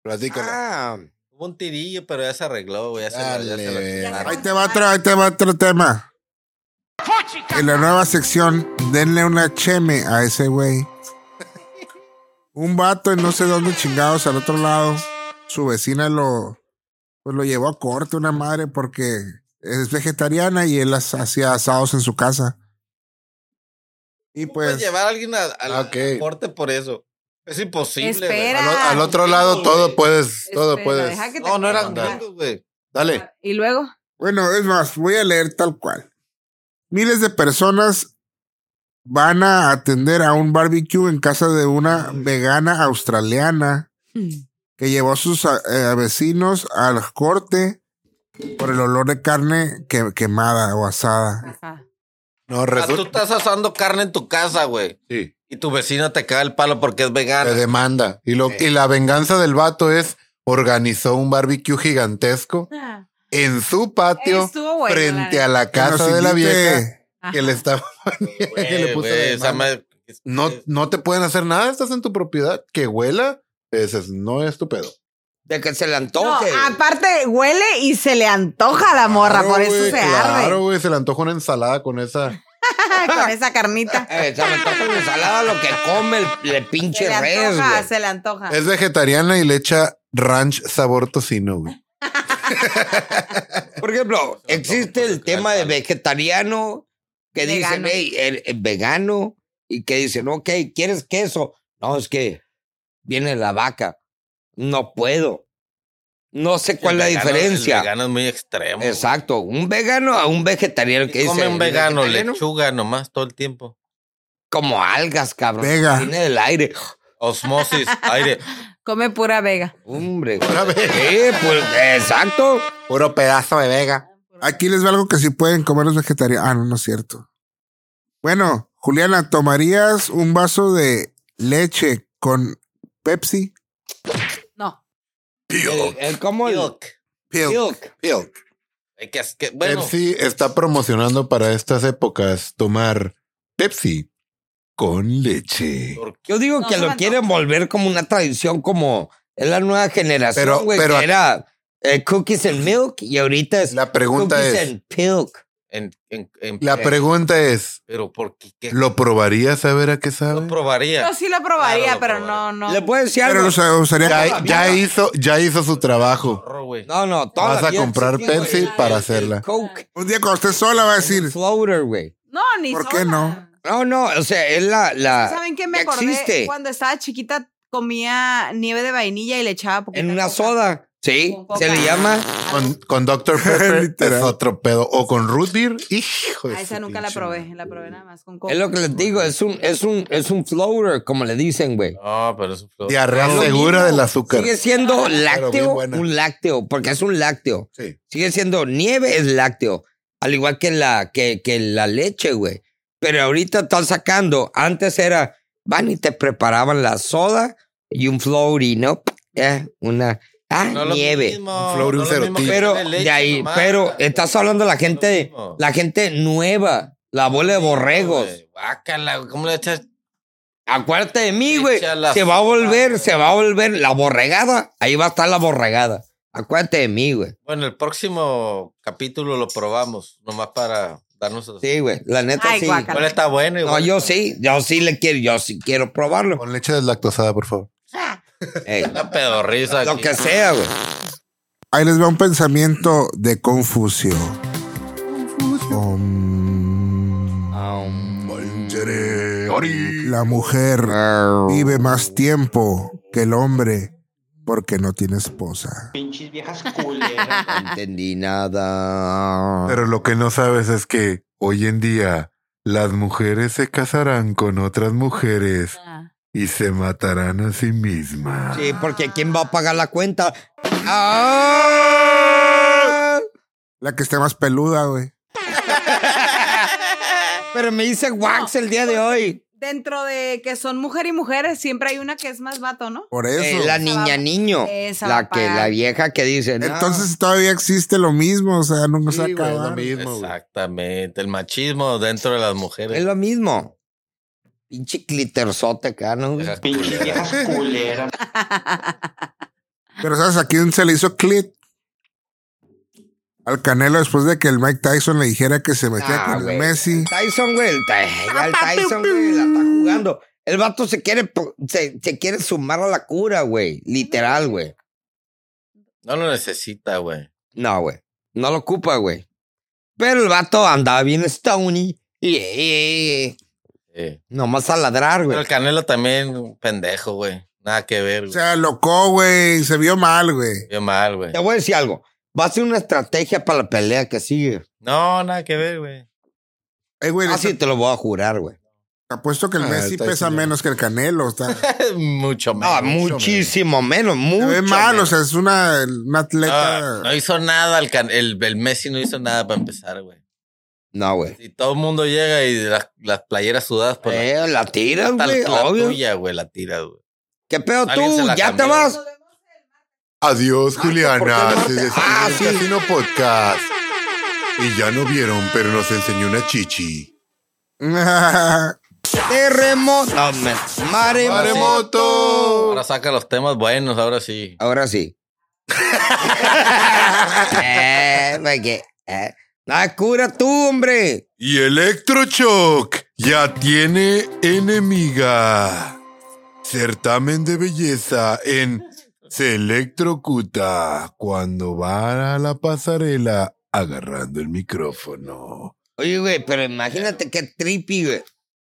Platícala.
Ah,
Hubo un tirillo, pero ya se arregló, güey. Ya se, lo- ya se lo
Dale.
quitaron.
Ahí te va otro, ahí te va otro tema. En la nueva sección, denle una cheme a ese güey. Un vato en no sé dónde chingados al otro lado. Su vecina lo, pues lo llevó a corte una madre porque es vegetariana y él as- hacía asados en su casa. Y
Puedes
pues,
llevar a alguien a- al
Ah, ok.
corte por eso. Es imposible. güey.
Espera.
Al, o- al otro lado todo puedes, todo
Este,
Espera,
puedes.
este, deja que te-
No, no era
Ah,
gringo, güey.
Dale.
Y luego,
bueno, es más, voy a leer tal cual. Miles de personas van a atender a un barbecue en casa de una vegana australiana
Mm.
que llevó a sus eh, vecinos al corte por el olor de carne que- quemada o asada.
ajá.
No,
O sea, Ah, tú
resulta.
estás asando carne en tu casa, güey.
Sí.
Y tu vecina te caga el palo porque es
Te
vegana.
demanda. Y, lo, y la venganza del vato es organizó un barbecue gigantesco
Ah,
en su patio
Estuvo bueno,
frente
la
a la
Que
casa
nos
de la
invite.
vieja
ajá.
que le estaba que le
Güey,
puso
güey,
la
o sea,
demanda.
me-
no,
es-
no te pueden hacer nada, estás en tu propiedad, que huela, ese es- no es tu pedo.
de que se le
No,
antoje.
aparte huele y se le antoja a la morra, por eso
güey,
se
Claro, güey, se le antoja una ensalada con esa.
arde con esa carnita.
Eh, se le antoja la ensalada lo que come el, el
Se
pinche
le
res,
antoja,
güey.
se le antoja.
Es vegetariana y le echa ranch sabor tocino, güey.
Por ejemplo, existe el tema de vegetariano que dicen,
Vegano.
hey, el, el vegano, y que dicen, ok, ¿quieres queso? No, es que viene la vaca. No puedo. No sé cuál es la
vegano- El
diferencia.
vegano es muy extremo.
Exacto. Un vegano a un vegetariano que
¿Qué come
dice,
un vegano?
"Vegetariano",
Lechuga nomás todo el tiempo.
Como algas, cabrón.
Vega.
Tiene del aire.
Osmosis, aire.
Come pura vega.
Hombre. Sí, pues, exacto.
Puro pedazo de vega.
Aquí les va algo que sí pueden comer los vegetarianos. Ah, no, no es cierto. Bueno, Juliana, ¿tomarías un vaso de leche con Pepsi?
No. Oh,
El- el- Eh, ¿Cómo el?
Milk.
Milk.
Milk.
Eh, que es que- bueno,
Pepsi está promocionando para estas épocas tomar Pepsi con leche.
Yo digo
No,
que
no
lo
me
quieren volver como una tradición, como es la nueva generación,
Pero-
güey.
pero-
que era eh, cookies and milk y ahorita es
La pregunta
cookies
es,
and milk.
en- en- en-
la pregunta es,
pero ¿por qué? ¿Qué?
¿lo probarías a ver a qué
Lo
sabe?
probaría.
Yo sí lo probaría,
Claro, lo
pero no,
probaría.
no.
¿Le puedo decir
Pero
algo?
los usaría
Ya, ya hizo, ya hizo su trabajo.
Zorro, güey.
No, no, toda
Vas
la
a
vida
comprar
existen, güey,
Pepsi
el-
para
el
hacerla.
Coke,
Un día cuando esté sola va a decir,
el floater, güey.
No, ni
¿Por qué
sola.
no?
No, no, o sea, es la... la
¿Saben qué me
Ah, ya
acordé?
existe
Cuando estaba chiquita comía nieve de vainilla y le echaba poquita
en una
coca.
soda. Sí,
Con coca.
se le llama...
Con, con Dr. Pepper
Literal.
es otro pedo. O con Root Beer. Hijo de
Ah, esa
su
nunca la
pinche
probé, la probé nada más con coca.
Es lo que les digo, es un, es un, es un floater, como le dicen, güey.
No, pero es un flow.
Diarrea
Es lo
segura
mismo.
del azúcar.
Sigue siendo
Ah, bien
lácteo,
buena.
un lácteo, porque es un lácteo.
Sí.
Sigue siendo nieve, es lácteo. Al igual que la, que, que la leche, güey. Pero ahorita están sacando, antes era, van y te preparaban la soda y un floaty, ¿no? Eh, una, ah,
No es lo
nieve.
mismo,
Un flor y un
no es lo mismo
cerotillo.
que
Pero
tiene leche
de ahí,
nomás.
pero estás hablando de la gente,
Es lo mismo.
la gente nueva, la bola de borregos.
Güey, guácala, ¿cómo le echas?
Acuérdate de mí, güey.
Echa la
Se va a volver,
fregada.
se va a volver la borregada. Ahí va a estar la borregada. Acuérdate de mí, güey.
Bueno, el próximo capítulo lo probamos, nomás para darnos.
Sí, güey. La neta
Ay,
sí.
guácala.
¿Cuál está bueno?
No,
igual.
yo sí, yo sí le quiero, yo sí quiero probarlo.
Con leche deslactosada, por favor.
Ey,
Una pedorriza.
lo
aquí.
que sea, güey.
ahí les va un pensamiento de Confucio. Om. La mujer vive más tiempo que el hombre porque no tiene esposa.
Pinches viejas culeras.
No entendí nada.
Ah. Pero lo que no sabes es que hoy en día las mujeres se casarán con otras mujeres
Ah.
y se matarán a sí mismas.
Sí, porque ¿quién va a pagar la cuenta? ¡Ah!
La que esté más peluda, güey.
Pero me hice wax el día de hoy.
Dentro de que son mujer y mujeres, siempre hay una que es más vato, ¿no?
Por
Eh,
eso.
la niña niño.
Esa va
La
a
que,
pagar.
la vieja que dice. "No".
Entonces todavía existe lo mismo, o sea, nunca se
Sí, güey, es
acaba.
lo mismo, güey.
Exactamente, el machismo dentro de las
Es
mujeres.
lo mismo. Pinche cliterzote acá, ¿no? güey?
Esas
Pinches
culeras.
viejas culeras.
Pero sabes, aquí se le hizo clip al Canelo después de que el Mike Tyson le dijera que se metía
Ah,
con
güey.
el Messi.
Tyson, güey. El, Ty- ya el Tyson, güey, la está jugando. El vato se quiere, po- se, se quiere sumar a la cura, güey. Literal, güey.
No lo necesita, güey.
No, güey. No lo ocupa, güey. Pero el vato andaba bien stony. Y, y- y-
Sí.
nomás a ladrar,
Pero
güey.
el Canelo también, un pendejo, güey. Nada que ver,
O
güey.
sea, loco, güey. Se vio mal, güey.
Vio mal, güey.
Te voy a decir algo. Va a ser una estrategia para la pelea que sigue.
No, nada que ver, güey.
Eh, güey,
Así te lo voy a jurar, güey.
te apuesto que el
Ah,
Messi
el Tyson
pesa
ya no.
menos que el Canelo. Está, se
Mucho
No,
más.
muchísimo menos. Mucho
ve mal, o
menos. Ah,
sea, es una, una atleta.
No, no hizo nada, el, Can- el, el Messi no hizo nada para empezar, güey.
No, güey.
Si todo el mundo llega y las, las playeras sudadas por Pues la-
Eh, la tiras,
hasta
güey,
la
obvio.
tuya, güey, la tira, güey.
¿Qué pedo
Alguien se
tú?
la
¿Ya te
cambió.
vas?
Adiós, Juliana.
¿por qué no
Se
te-
despide
Ah,
el
sí.
Casino Podcast. Y ya no vieron, pero nos enseñó una chichi.
Terremoto. No, me- Maremoto.
¡Maremoto!
Ahora saca los temas buenos, ahora sí.
Ahora sí. eh, porque, eh, la cura tú, hombre.
Y Electrochoc ya tiene enemiga. Certamen de belleza en Se electrocuta cuando va a la pasarela agarrando el micrófono.
Oye, güey, pero imagínate qué trippy, güey.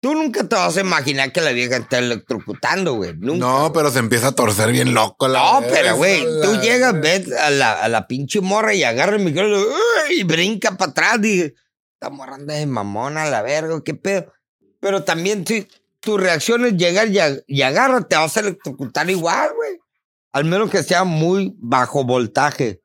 Tú nunca te vas a imaginar que la vieja está electrocutando, güey. Nunca.
No, pero se empieza a torcer bien loco la
No,
verga,
pero güey,
la
tú
verga.
llegas, ves a la, a la pinche morra y agarra el micrófono ¡uy! y brinca para atrás. Dije, esta morra anda de mamona, la verga, qué pedo. Pero también si tu reacción es llegar y, a- y agarra, te vas a electrocutar igual, güey. Al menos que sea muy bajo voltaje.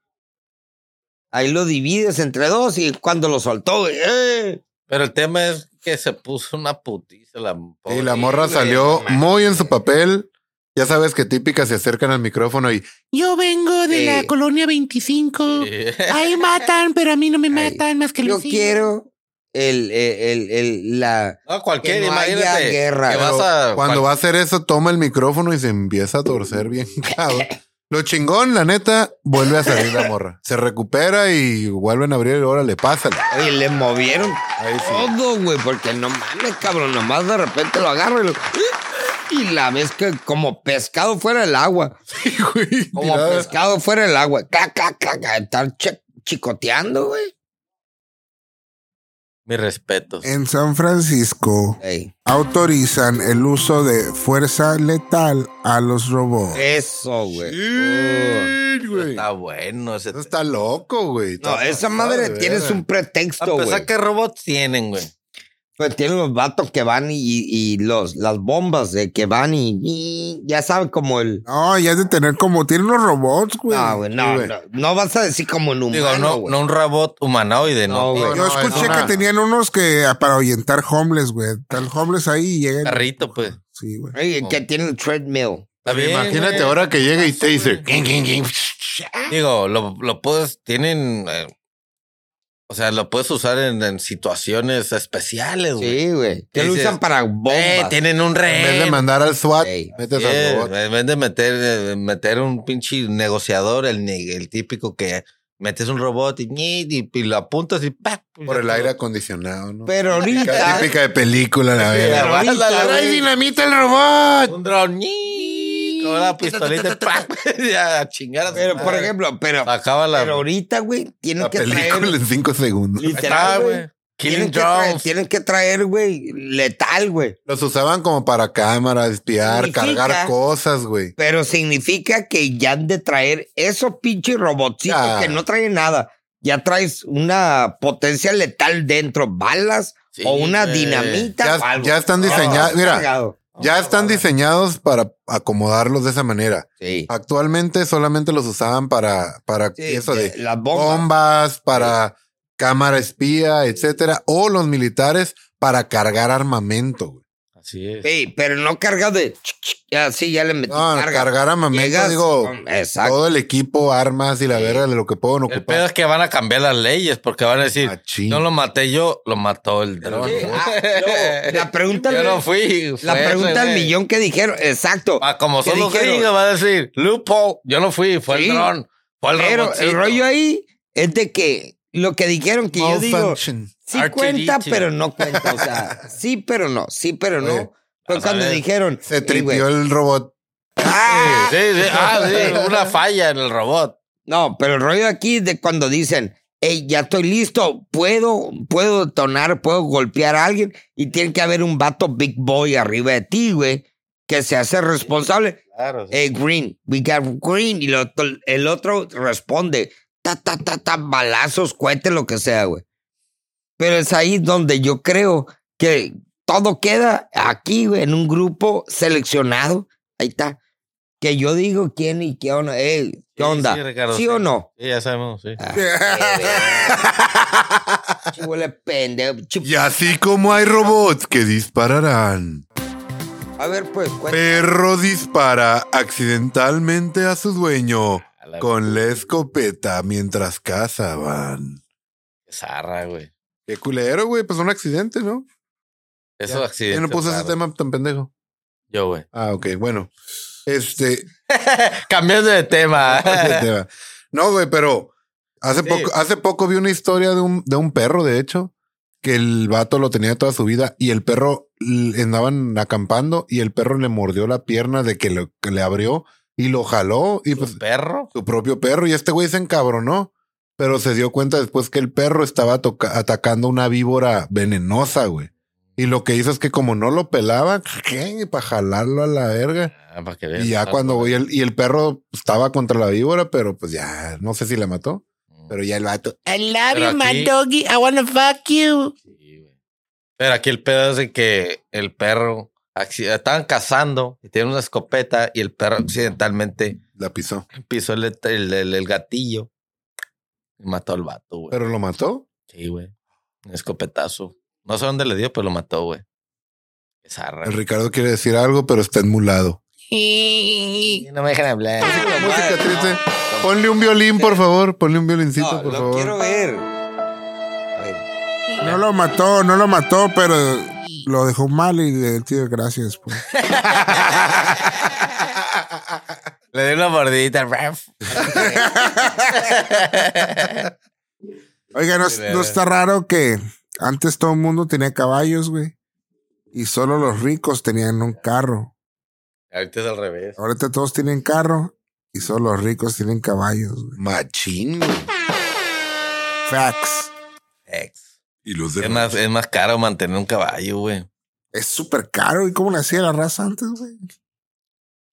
Ahí lo divides entre dos y cuando lo soltó, güey, ¡eh!
Pero el tema es que se puso una putiza la
Y la morra salió muy en su papel. Ya sabes que típicas se acercan al micrófono y
Yo vengo de
Sí.
la colonia 25. Ahí matan, pero a mí no me
Ay,
matan más que
yo
Luisito.
quiero el, eh, el, el, el- la...
No, cualquier,
Que no haya
imagínate.
guerra.
que
Pero
vas a,
cuando va a hacer eso toma el micrófono y se empieza a torcer bien. cabrón. Lo chingón, la neta, vuelve a salir la morra. Se recupera y vuelven a abrir y ahora le pásale.
Oye, le movieron
Ahí sí.
todo, güey, porque no mames, cabrón, nomás de repente lo agarro y lo... Y la ves que como pescado fuera el agua. Como
Tirada.
pescado fuera el agua. Ca, ca, ca, ca, Están chi- chicoteando, güey.
Mis respetos.
Eh,
En San Francisco
Ey,
autorizan el uso de fuerza letal a los robots.
Eh. Eso, güey. Uh.
Sí, güey.
Está bueno ese.
Eso está loco, güey.
No,
Está
esa
pasado
madre
de
tienes
verga.
un
a
pretexto,
pesar
güey.
que robots tienen, güey.
Pues tienen los vatos que van y, y los, las bombas de que van y, y ya saben como el...
No, ya es de tener como tienen los robots, güey.
No, güey, no,
Sí, güey.
no, no vas a decir como un humano,
Digo, no,
güey.
no un robot humanoide,
No,
no.
güey.
Yo
No,
escuché
es una-
que tenían unos que ah, para ahuyentar homeless, güey. Tal homeless ahí y llegan.
Carrito, pues.
Sí, güey.
Ey, que tiene el treadmill.
Está bien,
Imagínate
güey.
ahora que llega y taser.
Digo, lo, lo puedes, tienen, eh, o sea, lo puedes usar en, en situaciones especiales, güey.
Sí, güey. Que lo
Dices,
usan para
Eh,
bombas.
tienen un
En vez de
rehén.
mandar al SWAT,
Ey.
metes
Sí,
al robot.
en vez de meter, eh, meter un pinche negociador, el, ne- el típico que metes un robot y, ñi, y, y lo apuntas y ¡pa!
Por el aire acondicionado, ¿no?
Pero ahorita.
Típica de película, la
Pero
verga.
ahorita,
¡Trae
güey,
dinamita el robot!
Un dron, ñi, con una pistolita, ¡pa! Ya, a chingar a su
Pero, por
madre.
ejemplo, pero,
Acaba la.
pero ahorita, güey, tienen
Ah, La
que
película
traer.
en cinco segundos.
Ah,
Literal, güey.
güey.
Tienen
Killing
que traer-
drones.
Tienen que traer, güey, letal, güey.
Los usaban como para cámaras, espiar,
Significa-
cargar cosas, güey.
Pero significa que ya han de traer esos pinches robotcitos
Ya.
que no traen nada. Ya traes una potencia letal dentro, balas
Sí,
o una
güey.
dinamita.
Ya-
o algo.
ya están
No,
diseñadas, mira.
cargado.
Ya están diseñados para acomodarlos de esa manera.
Sí.
Actualmente solamente los usaban para, para
Sí,
eso de
las bombas.
bombas, para cámara espía, etcétera, o los militares para cargar armamento. güey.
Así es.
Sí, pero no cargado de. Así ya le metí.
No,
carga.
cargar armamento,
Llegas
digo,
con- Exacto.
todo el equipo, armas y la verga de lo que puedan
El pedo
ocupar.
es que van a cambiar las leyes porque van a decir,
Machín.
no lo maté yo, lo mató el dron.
Sí, ah, no, la pregunta,
Eh, yo no fui.
la pregunta al millón que dijeron, exacto.
Ah, como
¿Qué
son los
dijeron?
gringos, va a decir, loophole, yo no fui, fue
Sí.
el dron. Fue el
Pero el
robotcito".
rollo ahí es de que lo que dijeron que yo digo,
Malfunction.
sí
R2D2.
cuenta, pero no cuenta. O sea, sí, pero no, sí, pero
Oye,
no. Fue
a
cuando
saber,
dijeron,
Se
"Ey, güey,
tripió el robot.
Sí, sí, sí. Ah, sí, una falla en el robot.
No, pero el rollo aquí es de cuando dicen, hey, ya estoy listo, puedo, puedo detonar, puedo golpear a alguien y tiene que haber un vato big boy arriba de ti, güey, que se hace responsable.
Claro.
Hey, Eh, Green, we got Green. Y el otro, el otro responde, ta, ta, ta, ta, balazos, cohetes, lo que sea, güey. Pero es ahí donde yo creo que todo queda aquí, güey, en un grupo seleccionado. Ahí está. Que yo digo quién y qué onda. Ey, ¿qué onda?
Sí, Ricardo,
¿Sí o no?
Sí, ya sabemos, sí.
Huele pendejo. Chup-
Y así como hay robots que dispararán,
A ver, pues, cuéntame.
perro dispara accidentalmente a su dueño
Ah,
con la escopeta mientras cazaban.
Qué Zarra, güey.
Qué culero, güey, pues un accidente, ¿no?
Eso accidente.
Yo no puse ese
raro.
tema tan pendejo.
Yo, güey.
Ah, ok, bueno. Este,
Cambiando de tema.
ese tema. no, güey, pero hace
Sí.
poco, hace poco vi una historia de un, de un perro, de hecho, que el vato lo tenía toda su vida y el perro l- andaban acampando y el perro le mordió la pierna de que, lo- que le abrió y lo jaló y pues
¿Un perro?
su propio perro y este güey se encabronó, pero se dio cuenta después que el perro estaba toca- atacando una víbora venenosa, güey. Y lo que hizo es que como no lo pelaba, para jalarlo a la verga.
Ah, para que veas.
Y ya cuando y el, y el perro estaba contra la víbora, pero pues ya no sé si la mató.
mm.
Pero ya el vato.
I love
Pero
you, my
aquí-
doggy. I wanna fuck you.
Sí, güey. Pero aquí el pedo es de que el perro acci- estaban cazando y tienen una escopeta y el perro accidentalmente
La pisó.
pisó el, el- el- el gatillo y mató al vato, güey.
Pero lo mató.
Sí, güey. Un escopetazo. No sé dónde le dio, pero lo mató, güey. Es arra.
El Ricardo quiere decir algo, pero está enmulado.
No me dejan hablar.
Música triste. Ponle un violín, por favor. Ponle un violincito,
No,
por
lo
favor.
quiero ver. A ver.
No lo mató, no lo mató, pero lo dejó mal y le tío gracias. pues.
Le dio una mordidita. raf.
Oiga, ¿no,
Sí,
no
bebé.
está raro que antes todo el mundo tenía caballos, güey. Y solo los ricos tenían un carro.
Ahorita es al revés.
Ahorita todos tienen carro y solo los ricos tienen caballos, güey.
Machín, güey.
Facts.
Ex.
Y los
Es más, es más caro mantener un caballo, güey.
Es súper caro. ¿Y cómo le hacía la raza antes, güey?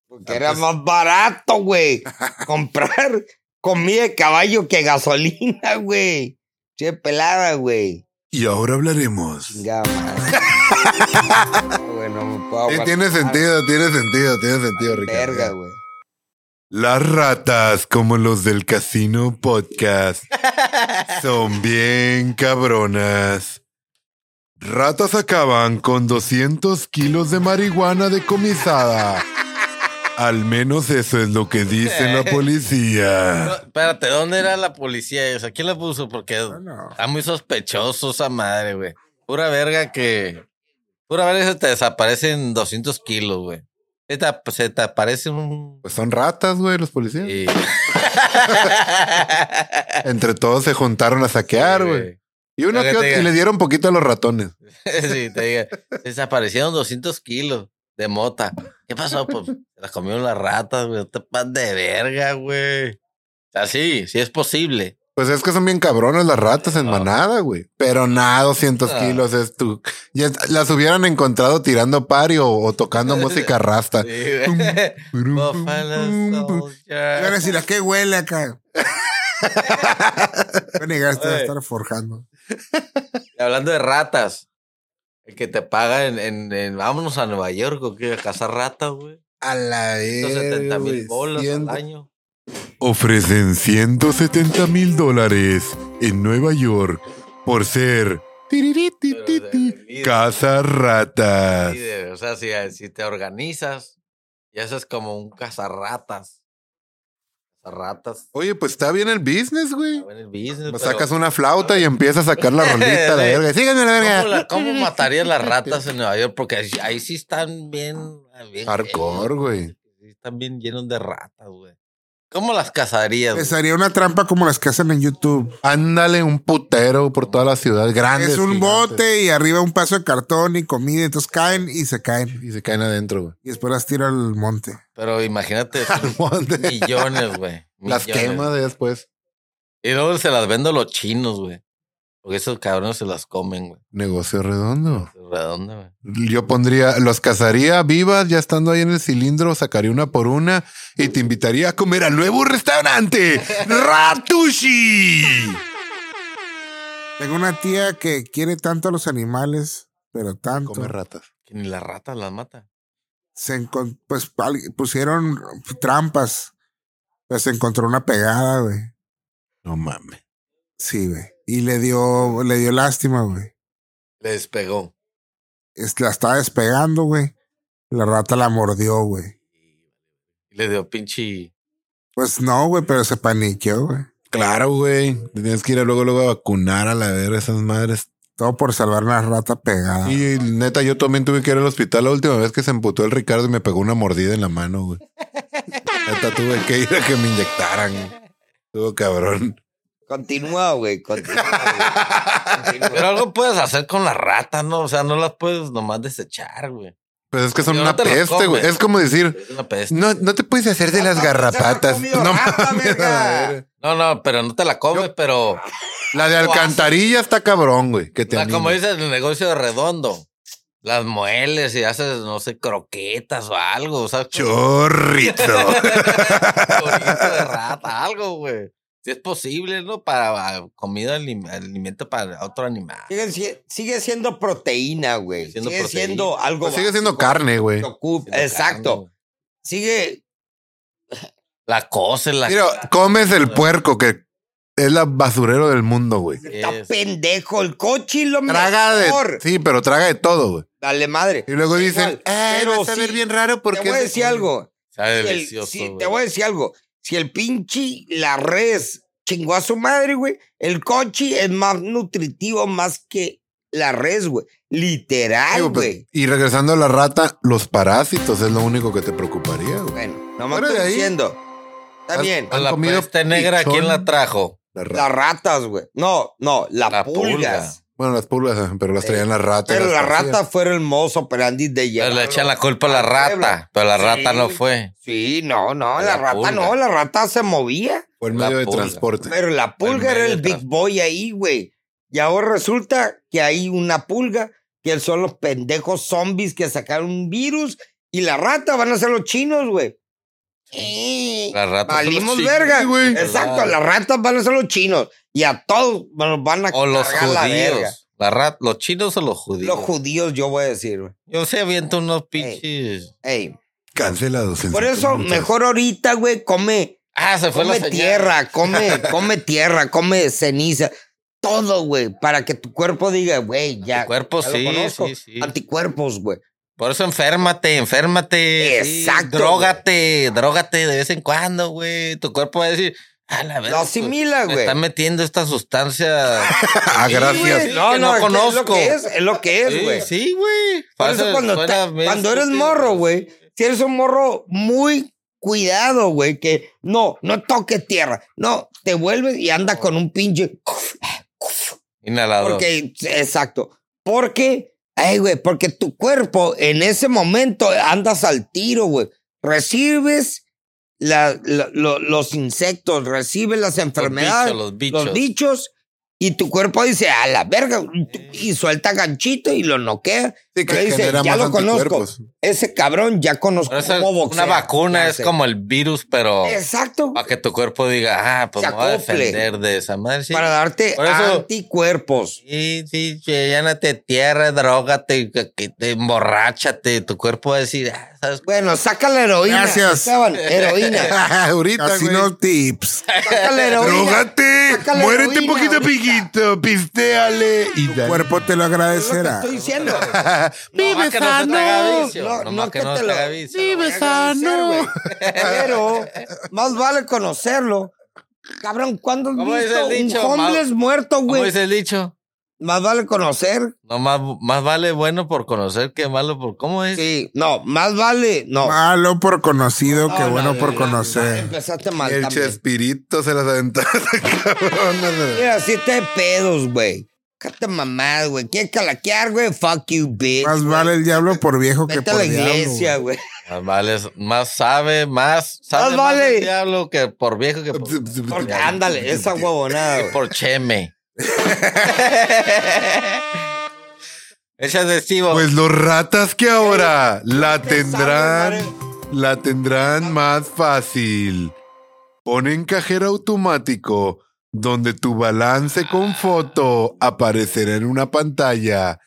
Porque
Ah,
era
pues.
más barato, güey. Comprar comida de caballo que gasolina, güey. Che pelada, güey.
Y ahora hablaremos.
Ya, bueno, me puedo
Sí,
aguantar.
tiene sentido, tiene sentido, tiene sentido, Ricardo.
Verga, güey.
Las ratas, como los del Casino Podcast, son bien cabronas. Ratas acaban con 200 kilos de marihuana decomisada. Al menos eso es lo que dice la
No,
policía.
espérate, ¿dónde era la policía? O sea, ¿quién la puso? Porque
No, no.
está muy sospechoso esa madre, güey. Pura verga que. Pura verga se te desaparecen 200 kilos, güey. Se te, se te aparece un.
Pues son ratas, güey, los policías.
Sí.
Entre todos se juntaron a saquear, güey. Y uno
Lo que
que
te
otro- y
diga.
le dieron poquito a los ratones.
Sí, te diga. se Desaparecieron 200 kilos de mota. ¿Qué pasó? Pues se las comieron las ratas, güey. No te pases de verga, güey. O sea, sí, sí es posible.
Pues es que son bien cabrones las ratas en
Ah.
manada, güey. Pero nada, 200
Ah.
kilos es tu. Ya es- las hubieran encontrado tirando pari o, o tocando música rasta.
Sí,
Pum,
güey.
pum, pum,
Buffalo
pum.
Iban a
Soldier.
decir, ¿a qué huele acá? Van a llegar hasta a
Oye.
estar forjando.
Y Hablando de ratas, el que te paga en, en, en- vámonos a Nueva York o que a cazar ratas, güey.
A la vez.
170 mil bolas al año.
Ofrecen 170 mil dólares en Nueva York por ser.
Pero de- líder,
Casa ratas.
líder. O sea, si, eh, si te organizas, y eso es como un cazarratas. Cazarratas.
Oye, pues está bien el business, güey.
Está bien el business, pero
Pues Sacas una flauta y empiezas a sacar la rolita, la
Sí.
verga. Síganme la
¿Cómo,
verga.
la- cómo matarías las ratas en Nueva York? Porque ahí, ahí sí están bien. bien
Hardcore, güey.
Sí, están bien llenos de ratas, güey. ¿Cómo las cazarías? güey?
Les haría una trampa como las que hacen en YouTube.
Ándale un putero por toda la ciudad. Grande.
Es un bote y arriba un paso de cartón y comida. Entonces caen y se caen.
Y se caen adentro, güey.
Y después las tiro al monte.
Pero imagínate,
Al monte.
millones, güey.
Las
millones.
quema de después.
Y luego se las vendo a los chinos, güey. Porque esos cabrones se las comen, güey.
Negocio redondo.
Redonda, güey.
Yo pondría, los cazaría vivas, ya estando ahí en el cilindro, sacaría una por una y te invitaría a comer al nuevo restaurante, Ratushi.
Tengo una tía que quiere tanto a los animales, pero tanto.
Come ratas.
Que ni las ratas las mata.
Se encon- pues al- pusieron trampas. Pero se encontró una pegada, güey.
No mames.
Sí, güey. Y le dio, le dio lástima, güey.
Le despegó.
Es- La estaba despegando, güey. La rata la mordió, güey.
Y le dio pinche.
Pues no, güey, pero se paniqueó, güey.
Claro, güey. Tienes que ir a luego, luego a vacunar a la verga esas madres.
Todo por salvar una rata pegada.
Y neta, yo también tuve que ir al hospital la última vez que se emputó el Ricardo y me pegó una mordida en la mano, güey. neta, tuve que ir a que me inyectaran. güey. Estuvo cabrón.
Continúa, güey. Continúa. güey. Continúa.
Pero algo puedes hacer con las ratas, ¿no? O sea, no las puedes nomás desechar, güey.
Pues es que son
Pero
una
no te las
peste, güey.
comes.
Es como decir,
Es una peste.
no, no te puedes hacer
Ah,
de las garrapatas.
comido
No
rata,
mames,
verga.
la verga.
No, no, pero no te la comes, pero.
La de
Lo haces.
alcantarilla está cabrón, güey. Que
o
te
sea, como
anime.
dices, el negocio de redondo. Las mueles y haces, no sé, croquetas o algo, ¿sabes?
Chorrito.
Chorizo de rata, algo, güey. Si es posible, ¿no? Para ah, comida, alim- alimento para otro animal.
Sigue, si- sigue siendo proteína, güey.
Sigue siendo
sigue
proteína.
siendo algo.
Pues sigue siendo
básico
carne,
que
güey.
ocupa- Exacto. Sigue.
La cosa, la.
Mira, comes el puerco que es la basurero del mundo, güey.
Está
Es-
pendejo. El coche y lo
Traga de.
mejor.
Sí, pero traga de todo, güey.
Dale madre.
Y luego dicen,
Igual,
ay,
pero
vas a ver
sí,
bien raro porque.
te voy a
es de
decir
pollo".
algo.
Sabe
Si el-
delicioso.
si-
güey.
te voy a decir algo. Si el pinche, la res chingó a su madre, güey, el coche es más nutritivo más que la res, güey. Literal,
Digo, pues,
güey.
y regresando a la rata, los parásitos es lo único que te preocuparía, güey.
Bueno, nomás
Fuera de
estoy
ahí.
diciendo. Está
Haz-
bien.
A la
comido
peste negra, ¿quién
pichón?
la trajo?
La rata.
Las ratas, güey. No, no, las
La pulga.
pulgas.
Bueno, las pulgas, ajá, pero las
Sí.
traían las ratas.
Pero
las
la
torcían.
rata fue el mozo perandi de
Pero
llevarlo.
Pues le echan la culpa a la
al pueblo.
rata, pero la
Sí.
rata no fue.
Sí, no, no,
Pues
la,
La
rata
pulga.
no, la rata se movía.
Fue el
la
medio de
pulga.
transporte.
Pero la pulga
medio
era el
de
big
transporte.
boy ahí, güey. Y ahora resulta que hay una pulga que son los pendejos zombies que sacaron un virus y la rata van a ser los chinos, güey. Sí.
La rata. son los
Valimos
chicos,
verga.
güey.
Exacto, las ratas van a ser los chinos y a todos nos van a
O los
cargar la verga.
judíos. La rat- los chinos o los judíos.
Los judíos, yo voy a decir, güey.
Yo se aviento unos pinches.
Ey,
Cancelados. en
Por eso,
minutos.
mejor ahorita, güey, come,
Ah, se fue la
come
señal.
tierra, come, come tierra, come ceniza, todo, güey, para que tu cuerpo diga, güey, ya.
Anticuerpos,
ya lo
sí,
conozco.
sí, sí.
Anticuerpos, güey.
Por eso enférmate, enférmate. sí.
Exacto,
Drógate, drógate de vez en cuando, güey. Tu cuerpo va a decir, a la
Lo
verga.
asimila,
me
güey.
están metiendo esta sustancia.
Ah, gracias.
Sí, que no
es que
conozco.
Es lo que es, es lo que es, güey.
Sí, sí, güey.
Por
Parece-
eso cuando,
suena
te-
bien
cuando eres
estúpido,
morro,
pero-
güey, si eres un morro muy cuidado, güey, que no, no toques tierra, no, te vuelves y andas con un pinche...
Inhalador.
Porque, exacto. Porque, ay, güey, porque tu cuerpo en ese momento andas al tiro, güey. Recibes la- la- lo- los insectos, recibes las enfermedades, los
los
bichos,
bichos. Los bichos.
y tu cuerpo dice, a la verga, y
Eh.
tú- y suelta ganchito y lo noquea.
Sí,
Pero dice,
genera
ya
más
lo conozco.
anticuerpos.
Ese cabrón ya conozco
Por eso
cómo boxea.
una vacuna
Ya
es
sé.
como el virus, pero
Exacto.
para que tu cuerpo diga, ah, pues
Se
me voy a
acople.
defender de esa madre. Sí,
Para darte
Por eso-
anticuerpos.
sí, sí, che, llénate de tierra, drogate, emborráchate. Tu cuerpo va a decir, ah, ¿sabes?
Bueno, saca la heroína.
Gracias.
Esteban, heroína.
Ahorita, güey.
Casino tips.
Saca la heroína.
Drogate,
Saca la
muérete
heroína
poquito a
ahorita.
poquito, pisteale. Y
Tu
dale.
cuerpo te lo
Es lo que
agradecerá.
estoy diciendo.
Vive que no te haga vicio.
No,
No,
no
más que
que
no
te
te
lo-
haga vicio.
Vive
Agradecer,
sano.
güey. Pero más vale conocerlo. Cabrón, ¿cuándo has
¿Cómo dice
visto
el dicho?
un homeless
Más-
muerto,
Como
güey?
dice el dicho,
Más vale conocer.
no, más, más vale bueno por conocer que malo por... ¿Cómo es?
Sí, no, más vale. No.
Malo por conocido,
No,
que
no,
bueno
no,
por
no, no,
conocer.
Empezaste mal
El
también.
Chespirito se las aventaste, cabrón.
Mira, si te pedos, güey. Cállate mamá, güey. ¿Quieres calaquear, güey? Fuck you, bitch.
Más
güey.
vale el diablo por viejo que
Vete
por
a la
diablo.
iglesia, güey.
Más, vale, más sabe, más sabe más
vale. Pues,
el diablo que por viejo que por...
Porque ándale, esa
Pues
huevonada, güey.
Por cheme. Echas de Steve.
Pues los ratas que ahora la
sabe,
tendrán, la tendrán más fácil. Ponen cajero automático donde tu balance con foto aparecerá en una pantalla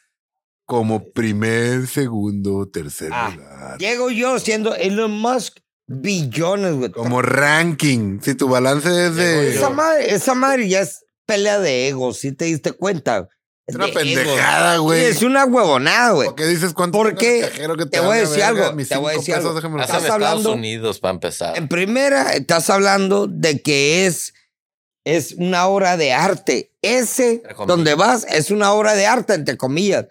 como primer, segundo, tercer
Ah,
lugar.
Llego yo siendo Elon Musk, billones, güey.
Como ranking. Si tu balance es de.
Esa madre, esa madre ya es pelea de egos, si te diste cuenta.
Es una
de egos.
pendejada, güey.
Sí, es una huevonada, güey.
¿O qué dices cuánto
¿Por
tiene
qué?
el cajero que
Te voy a
vale
decir
verga?
algo,
Mis
te voy a
cinco
decir
pesos,
algo.
déjamelo.
Hazme
Estás
Estados
hablando-
Unidos para empezar.
En primera, estás hablando de que es, es una obra de arte. Ese,
Entre comillas.
donde vas, es una obra de arte, entre comillas.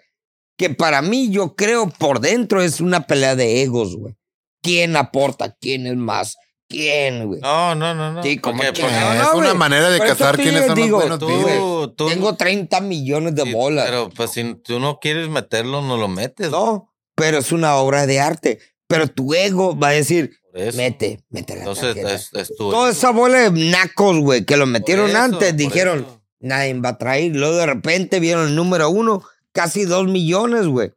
Que para mí, yo creo, por dentro es una pelea de egos, güey. ¿Quién aporta? ¿Quién es más? ¿Quién, güey?
No, no, no, no.
Sí,
¿Por
como
qué?
que-
Porque
Ah,
No,
es una
güey.
manera de
Por eso
cazar
te
quiénes son los
digo,
buenos
tú,
tíos.
güey.
tú, tú-
Tengo 30 millones de
sí,
bolas.
Pero pues si tú no quieres meterlo, no lo metes.
No, pero es una obra de arte. Pero tu ego va a decir,
Por eso.
mete, mete la
Entonces
tarjeta.
es, es tu.
Toda esa bola de nacos, güey, que lo metieron
eso,
antes,
por
dijeron,
eso.
nadie va a traer. Luego de repente vieron el número uno, casi dos millones, güey.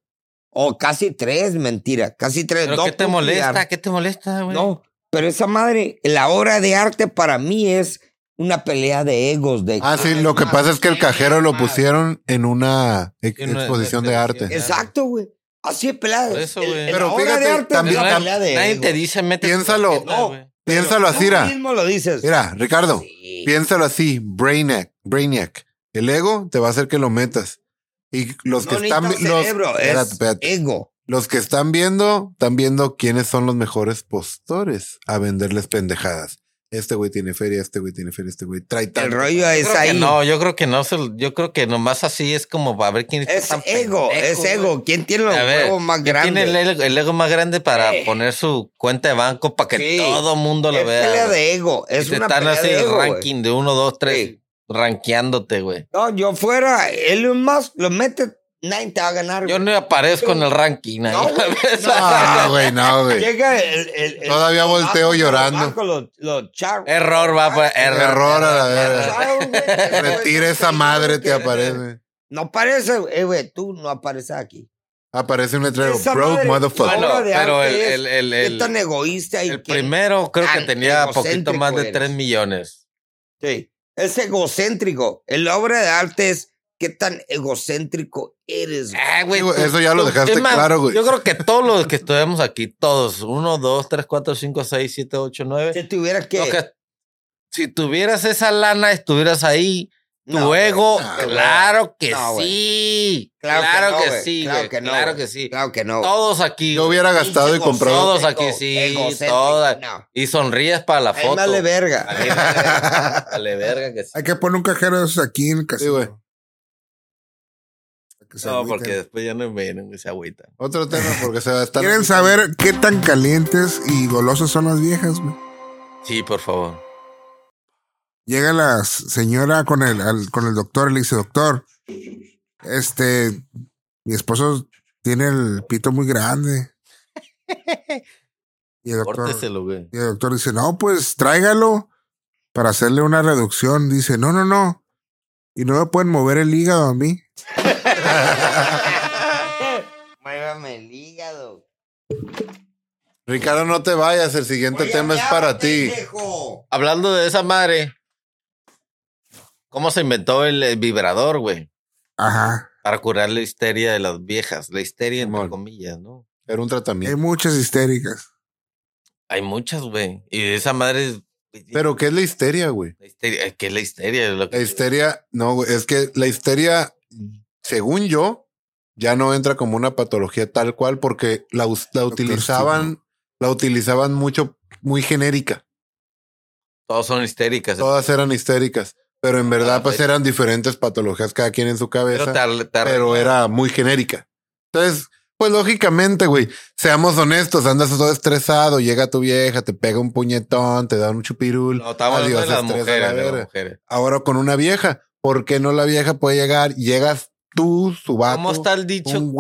O casi tres, mentira. Casi tres.
¿Pero
no
qué te
puedo
molesta?
cuidar.
¿Qué te molesta, güey?
No, pero esa madre, la obra de arte para mí es una pelea de egos. De,
Ah, sí, lo que pasa es que el cajero lo pusieron en una ex-
En una
exposición de arte.
Exacto, güey. Así de pelea.
Por eso,
El-
güey.
el-
Pero
la obra
fíjate,
de arte
también-
es una
también-
pelea de
Nadie
egos.
te dice, mete.
Piénsalo.
No, güey.
Piénsalo así,
Tú
Ra.
mismo lo dices.
Mira, Ricardo,
Sí.
piénsalo así, brainiac, brainiac. El ego te va a hacer que lo metas. Y los que
No
están
necesitas
los,
cerebro, es
espérate, espérate.
ego.
Los que están viendo, están viendo quiénes son los mejores postores a venderles pendejadas. Este güey tiene feria, este güey tiene feria, este güey trae
El
tal.
rollo es
Creo que
ahí.
no, yo creo que no. se- Yo creo que nomás así es como para ver quién está
Es
tan
ego,
pendejo,
es
güey.
ego. ¿Quién tiene los
A ver,
huevos más
¿Quién
grandes?
Tiene el, el ego más grande para
Sí.
poner su cuenta de banco para que
Eh. Sí.
todo mundo lo
es
vea.
pelea
güey.
de ego.
Y
Es
te
una
están
pelea
así
de
el
ego, güey.
ranking de 1, 2, 3,
Sí.
rankeándote, güey.
No, yo fuera Elon Musk, lo mete, nadie te va a ganar.
Yo
güey.
no aparezco en el ranking. ahí,
No, güey,
¿sabes?
Ah, güey, no, güey.
Llega el, el- el-
Todavía volteo
abajo,
llorando.
abajo, Los, los char-
Error, va, pues, error.
Error a la verga.
char- Ah, güey, que
Retira
no-
esa madre, te
que-
aparece.
No aparece, eh, güey, tú no apareces aquí.
Aparece un letrero,
Esa
broke
madre-
motherfucker.
Bueno,
obra de
pero el,
arte
el, el,
Qué
el-
tan egoísta y
el
qué-
primero creo que
tan
tenía poquito más de
egocéntrico
3
eres.
millones.
Sí, es egocéntrico. El obra de arte es qué tan egocéntrico eres. güey.
Ah, güey.
Digo,
tú-
eso ya lo
tú-
dejaste
es más,
claro, güey.
Yo creo que todos los que estuvimos aquí, todos, 1, 2, 3, 4, 5, 6, 7, 8, 9.
Si tuvieras que...
Ah. Lo que- si tuvieras esa lana, estuvieras ahí. Tu
No, güey,
ego,
no, güey.
claro que
No, güey.
sí.
Claro
Claro,
que no,
que,
güey.
sí,
Claro
güey.
que no,
Claro
güey.
que sí.
Claro que no.
Todos aquí.
Yo hubiera gastado y
Pinche
comprado.
Todos aquí, sí, todas.
No.
Y sonríes para la
Ahí
foto.
vale verga.
Vale verga. Vale verga que sí.
Hay que poner un cajero de esos aquí en el casino.
güey.
Para que se
No,
agüiten.
porque después ya no me vienen, güey, se agüita.
Otro tema, porque se va a estar.
¿Quieren saber qué tan calientes y golosas son las viejas, güey?
Sí, por favor.
Llega la s- señora con el, al- con el doctor y le dice, doctor, este, mi esposo tiene el pito muy grande. Y el doctor,
Córteselo, güey.
y el doctor dice, no, pues tráigalo para hacerle una reducción. Dice, no, no, no. Y no me pueden mover el hígado a mí.
Muévame el hígado.
Ricardo, no te vayas, el siguiente Este tema es para ti.
pendejo.
Hablando de esa madre, ¿cómo se inventó el, el vibrador, güey?
Ajá.
Para curar la histeria de las viejas. La histeria, entre
Simón.
comillas, ¿no?
Era un
Hay
tratamiento.
muchas histéricas.
Hay muchas, güey. Y esa madre es.
Em-
Pero, ¿qué es la histeria, güey?
La histeria, ¿Qué es la histeria? Lo que-
La histeria, no, güey, es que la histeria, según yo, ya no entra como una patología tal cual porque la, us- la utilizaban, la utilizaban mucho, muy genérica.
Todos son histéricas.
Todas eran histéricas, pero en verdad
Ah,
pues
pues.
eran diferentes patologías cada quien en su
pero,
cabeza,
te- te-
pero era muy genérica. Entonces, pues lógicamente, güey, seamos honestos, andas todo estresado, llega tu vieja, te pega un puñetón, te da un chupirul.
No, estamos hablando
adiós,
de las
estrés a la
mujeres. De
verga
las mujeres.
ahora con una vieja. ¿Por qué no la vieja puede llegar? Llegas Ah, tú, su vato.
¿Cómo está el dicho?
un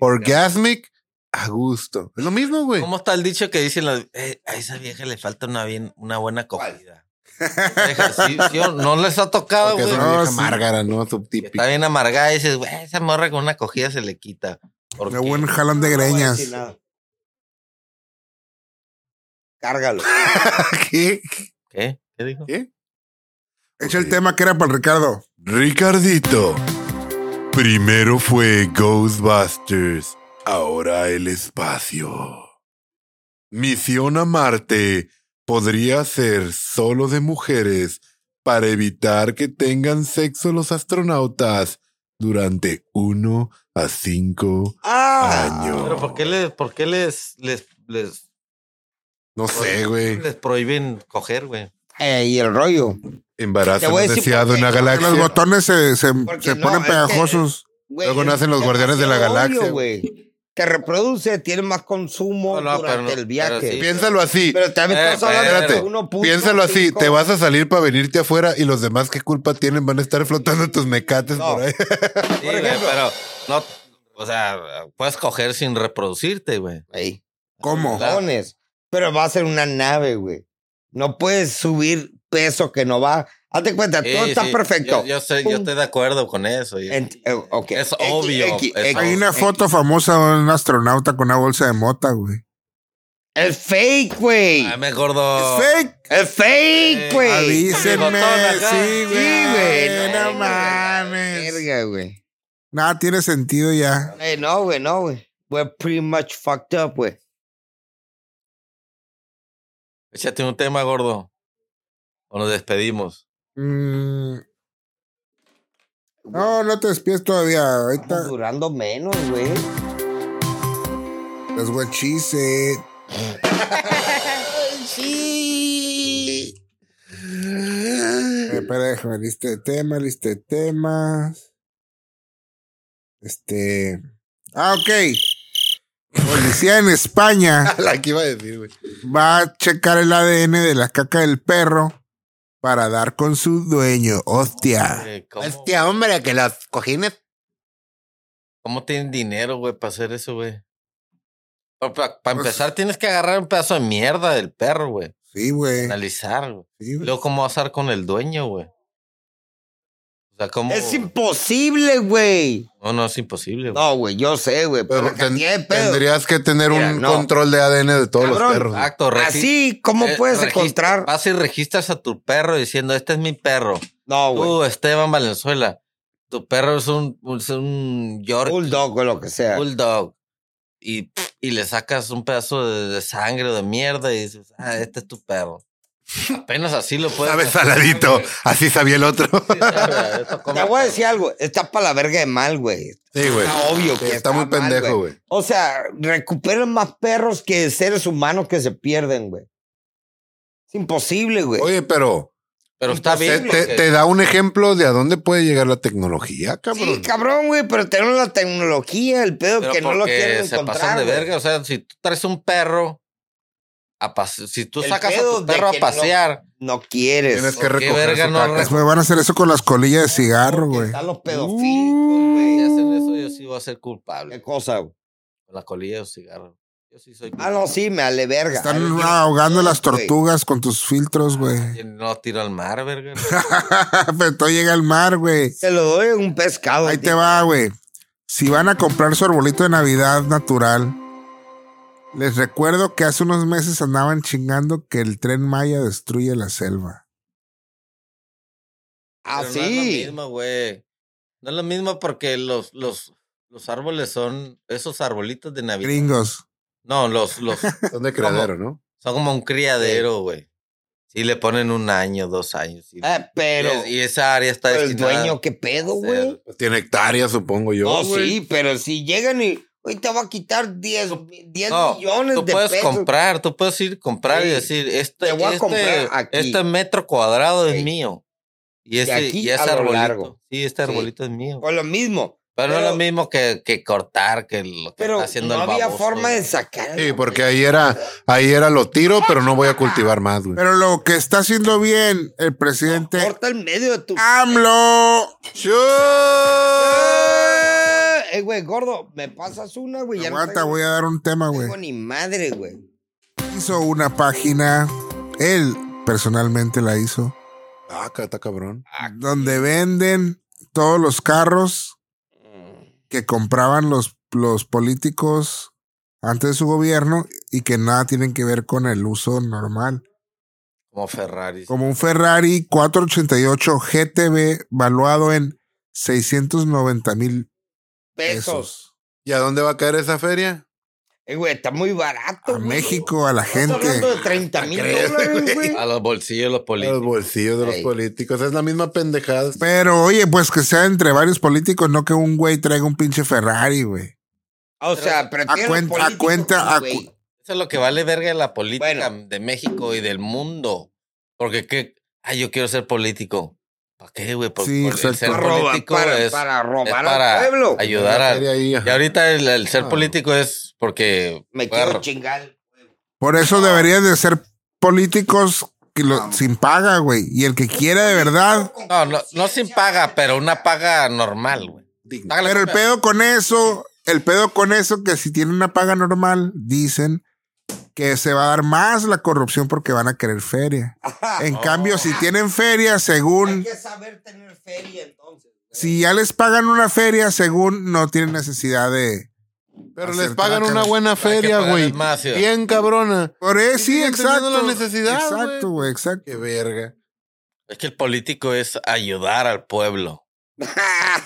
Orgasmic a gusto. Es lo mismo, güey.
¿Cómo está el dicho que dicen las- eh, a esa vieja le falta una, bien, una buena acogida? Deja, sí, sí, o- no les ha tocado,
Porque es
güey.
una
No,
vieja
sí.
márgara, ¿no?
Que Está
Subtípica.
bien amargada y dices, güey, esa morra con una acogida se le quita. ¿Por
Un
qué?
buen jalón de
No voy a
greñas.
decir nada. Cárgalo.
¿Qué?
¿Qué? ¿Qué dijo?
Echa el tema que era para el Ricardo.
Ricardito. Primero fue Ghostbusters, ahora el espacio. Misión a Marte podría ser solo de mujeres para evitar que tengan sexo los astronautas durante 1 a 5
Ah,
años.
Pero ¿por qué, les, por qué les, les, les,
No sé, güey.
les prohíben coger, güey?
eh, y el rollo. Te
Embarazo
voy a
no
decir
deseado
por
en
qué.
la
Que los
galaxia.
botones se, se-
Porque
se
no,
ponen
es que-
pegajosos.
Güey,
Luego nacen los
es
Guardianes de la
demasiado
Galaxia.
obvio, güey. Te reproduce, tiene más consumo
No, no,
durante
pero no,
el viaje.
pero sí.
Piénsalo así.
Pero también
Eh,
estás hablando
espérate,
de 1.5.
Piénsalo así, te vas a salir para venirte afuera y los demás qué culpa tienen van a estar flotando tus mecates
No.
por ahí.
Sí, güey, pero no, o sea, puedes coger sin reproducirte, güey.
Ey,
¿Cómo?
Claro.
cojones. Pero va a ser una nave, güey. No puedes subir peso que no va. Hazte cuenta, todo
Sí,
está
sí.
perfecto.
Yo, yo sé, yo
Pum.
estoy de acuerdo con eso. Yo-
Ent- eh, ok.
Es
X,
obvio,
X,
es
X,
obvio.
Hay una
X.
foto famosa de un astronauta con una bolsa de mota, güey.
El fake, güey.
Ay, Ah, me gordo.
Oh,
¡Es fake!
El fake,
Eh,
güey.
Avísenme.
Bigotón acá.
Sí, güey.
güey,
No
no,
mames.
Verga, güey.
Nada tiene sentido ya.
Eh, no, güey, no, güey. We're pretty much fucked up, güey.
Échate un tema, gordo. O nos despedimos.
Mm. No, no te despides todavía.
Estamos
Ahorita.
durando menos, güey.
Las guachices. Eh, Espera, déjame, lista de temas, lista de temas. Este. Ah, ok. Policía en España
La que iba a decir, güey.
va a checar el ADN de la caca del perro para dar con su dueño.
Ah,
Hostia.
Eh, ¿Cómo,
Este hombre que los cojines.
cómo tienen dinero, güey, para hacer eso, güey? Para
pues,
empezar, tienes que agarrar un pedazo de mierda del perro, güey.
Sí, güey.
Analizar, güey.
Sí, güey.
Luego, ¿cómo vas a dar con el dueño, güey? O sea, ¿cómo?
Es imposible, güey.
No, no, es imposible, güey.
No, güey, yo sé, güey. Pero,
Pero ten-
cantidad de pedo.
tendrías que tener
Mira,
un
no.
control de ADN de todos los
Cabrón.
perros. güey.
Exacto, regi-
pues, Así, ¿cómo
eh,
puedes
registra-
encontrar?
Vas y registras a tu perro diciendo, este es mi perro.
No, güey.
Tú, Esteban Valenzuela, tu perro es un, un- es un York
Bulldog o lo que sea.
Bulldog. Y, y le sacas un pedazo de, de sangre o de mierda y dices, ah, este es tu perro. Apenas así lo puedes.
Sabe saladito. Así sabía el otro.
Sí, sabe, esto come
Te voy a
perro.
decir algo. Está para la verga de mal, güey.
Sí, güey.
Está obvio
Pues, Sí,
que
está, muy
mal,
pendejo, güey.
O sea, recuperan más perros que seres humanos que se pierden, güey. Es imposible, güey.
Oye, pero
Pero está
pues,
te,
bien.
te-
porque-
te da un ejemplo de a dónde puede llegar la tecnología, cabrón.
Sí, cabrón, güey, pero tenemos la tecnología, el pedo
pero
que no lo
porque
quieren
se
encontrar.
pasan de
güey.
verga. O sea, si tú traes un perro. A pase- si tú
El
sacas a
pedo
tu
de
perro a
que no-
pasear,
No quieres.
Tienes que
¿por qué
recoger
verga
su
no
caca.
re-
Después Pues van a hacer eso con las colillas de cigarro,
Porque
güey.
Están los pedofílicos,
si
güey.
Uh. hacen eso, yo sí voy a ser
¿Qué
culpable.
cosa, güey?
Con la colilla de un cigarro. Yo sí soy
Ah,
culpable.
no, sí, me ale verga. Ay,
Están
yo-
ahogando las
güey.
tortugas con tus filtros, güey.
Yo no tiro al mar, verga.
Pero todo llega al mar, güey.
Te lo doy en un pescado.
Ahí
tío.
te va, güey. Si van a comprar su arbolito de Navidad natural, les recuerdo que hace unos meses andaban chingando que el tren Maya destruye la selva.
Ah,
Pero No es
sí.
lo mismo, güey. No es lo mismo porque los, los, los árboles son esos arbolitos de Navidad.
Gringos.
No, los, los
Son de criadero, ¿no?
son como un criadero, güey. Sí, le ponen un año, dos años. Y,
Ah, pero
y es- y esa área está
pero el
destinada
dueño, ¿qué pedo,
a ser-
güey?
Tiene hectáreas, supongo yo.
No,
güey.
sí, pero si llegan y hoy te va a quitar 10, 10
No,
millones
Tú
de
puedes
pesos.
comprar, tú puedes ir comprar y
Sí.
decir, este,
Te voy a
este-
comprar aquí.
este metro cuadrado
Sí.
es mío. Y ese,
aquí
y ese
a lo
arbolito.
largo.
Sí, este
Sí.
arbolito es mío.
Con lo mismo.
Pero, no es
pero-
lo mismo que, que cortar, que lo que
Pero
está haciendo
no
el
había
baboso,
forma de
güey.
sacar.
Sí,
pues,
porque ahí era, ahí era lo tiro, pero no voy a cultivar más, güey.
Pero lo que está haciendo bien el presidente
Corta el medio de tu.
Ah, AMLO.
Eh, güey, gordo, me pasas una, güey. Ya
Aguanta,
no
voy a dar un tema,
tengo-
güey.
tengo ni madre, güey.
Hizo una página, él personalmente la hizo,
Ah, acá está cabrón.
donde venden todos los carros que compraban los, los políticos antes de su gobierno y que nada tienen que ver con el uso normal.
Como Ferrari.
Como un Ferrari 488 GTB valuado en 690 mil
Pesos.
pesos.
¿Y a dónde va a caer esa feria?
Eh, güey, está muy barato.
A
güey.
México, a la
Estás hablando
gente.
de 30 mil
¿Crees,
dólares, güey.
A los bolsillos de los
Los
políticos.
bolsillos de los
Ey.
políticos. Es la misma pendejada.
Pero oye, pues que sea entre varios políticos, no que un güey traiga un pinche Ferrari, güey.
O sea, prefiero.
cuenta- a
político
cuenta-
que
a
güey.
cu-
Eso es lo que vale verga la política
Bueno.
de México y del mundo. Porque qué, ay, yo quiero ser político. ¿Para qué, güey? Por-
Sí,
por- el
exacto.
ser
Para robar-
político
pues, para-
es
para robar
es
al
para
pueblo.
ayudar
La
a.
feria ahí, ajá.
Y ahorita el, el ser
Ah.
político es porque.
Me
Bueno,
quiero chingar.
Por eso deberían de ser políticos que lo- sin paga, güey. Y el que quiera de verdad.
no, no, no sin paga, pero una paga normal, güey. Págale
Ah, Pero el
con-
pedo con eso, el pedo con eso que si tienen una paga normal, dicen que se va a dar más la corrupción porque van a querer feria. En cambio,
Oh.
si tienen feria, según
saber tener feria entonces.
si ya les pagan una feria, según no tienen necesidad de.
Pero
Acertar
les pagan
acá.
una buena feria,
pagarles
güey.
más, sí.
Bien cabrona.
Por eso, sí,
siguen
exacto.
teniendo la necesidad,
Exacto, güey, exacto.
Qué verga.
Es que el político es ayudar al pueblo.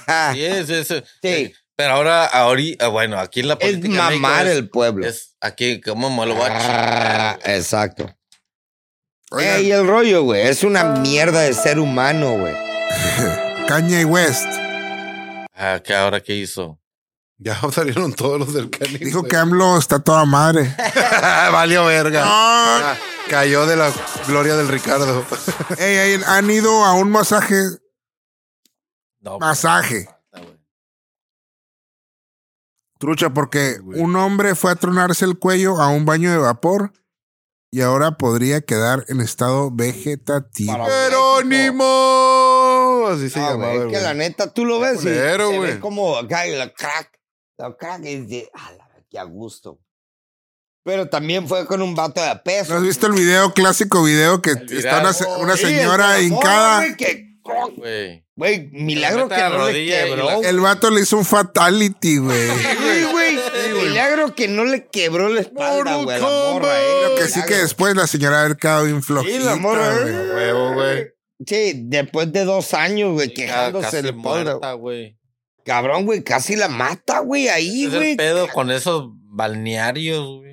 Ah.
Sí, es, es-
Sí.
Pero ahora, ahorita, bueno, aquí en la
Es
política. en México
mamar
es-
el pueblo.
es aquí, ¿cómo me lo voy a
Ah,
chingar?
exacto.
Oigan,
Ey, el rollo, güey, es una mierda de ser humano, güey.
Caña y West
Ah, ¿qué ahora qué hizo?
Ya salieron todos los del canijo.
dijo que AMLO está toda madre.
Valió verga. Ah, Cayó de la gloria del Ricardo.
Ey, ey, han ido a un masaje.
No,
Masaje.
pues, güey.
Trucha, porque un hombre fue a tronarse el cuello a un baño de vapor y ahora podría quedar en estado vegetativo.
Para-
¡Jerónimo! Así se
Ah,
llamaba.
güey, es
el
que
güey.
la neta tú lo ves y
culero,
se ve
güey.
como acá y la crack. La crack es de, ah, la qué a gusto. Pero también fue con un vato de peso.
¿No has visto el video, clásico video, que
El
está una, se-
viral.
una
Sí, el
señora
de la morra,
hincada?
güey, que-
Güey.
Güey, milagro
mete
que
la
no le
rodilla y
quebró.
la-
El vato le hizo un fatality, güey.
Sí, güey. Milagro que no le quebró la espalda, güey, a la morra, eh.
Que sí que
Milagro.
después la señora haber quedado bien flojita,
Sí, la morra,
güey.
eh.
Huevo, güey.
Sí, después de dos años, güey,
Casi
quejándose del polvo.
muerta, güey.
Cabrón, güey, casi la mata, güey, ahí,
Es el
güey.
pedo con esos balnearios, güey.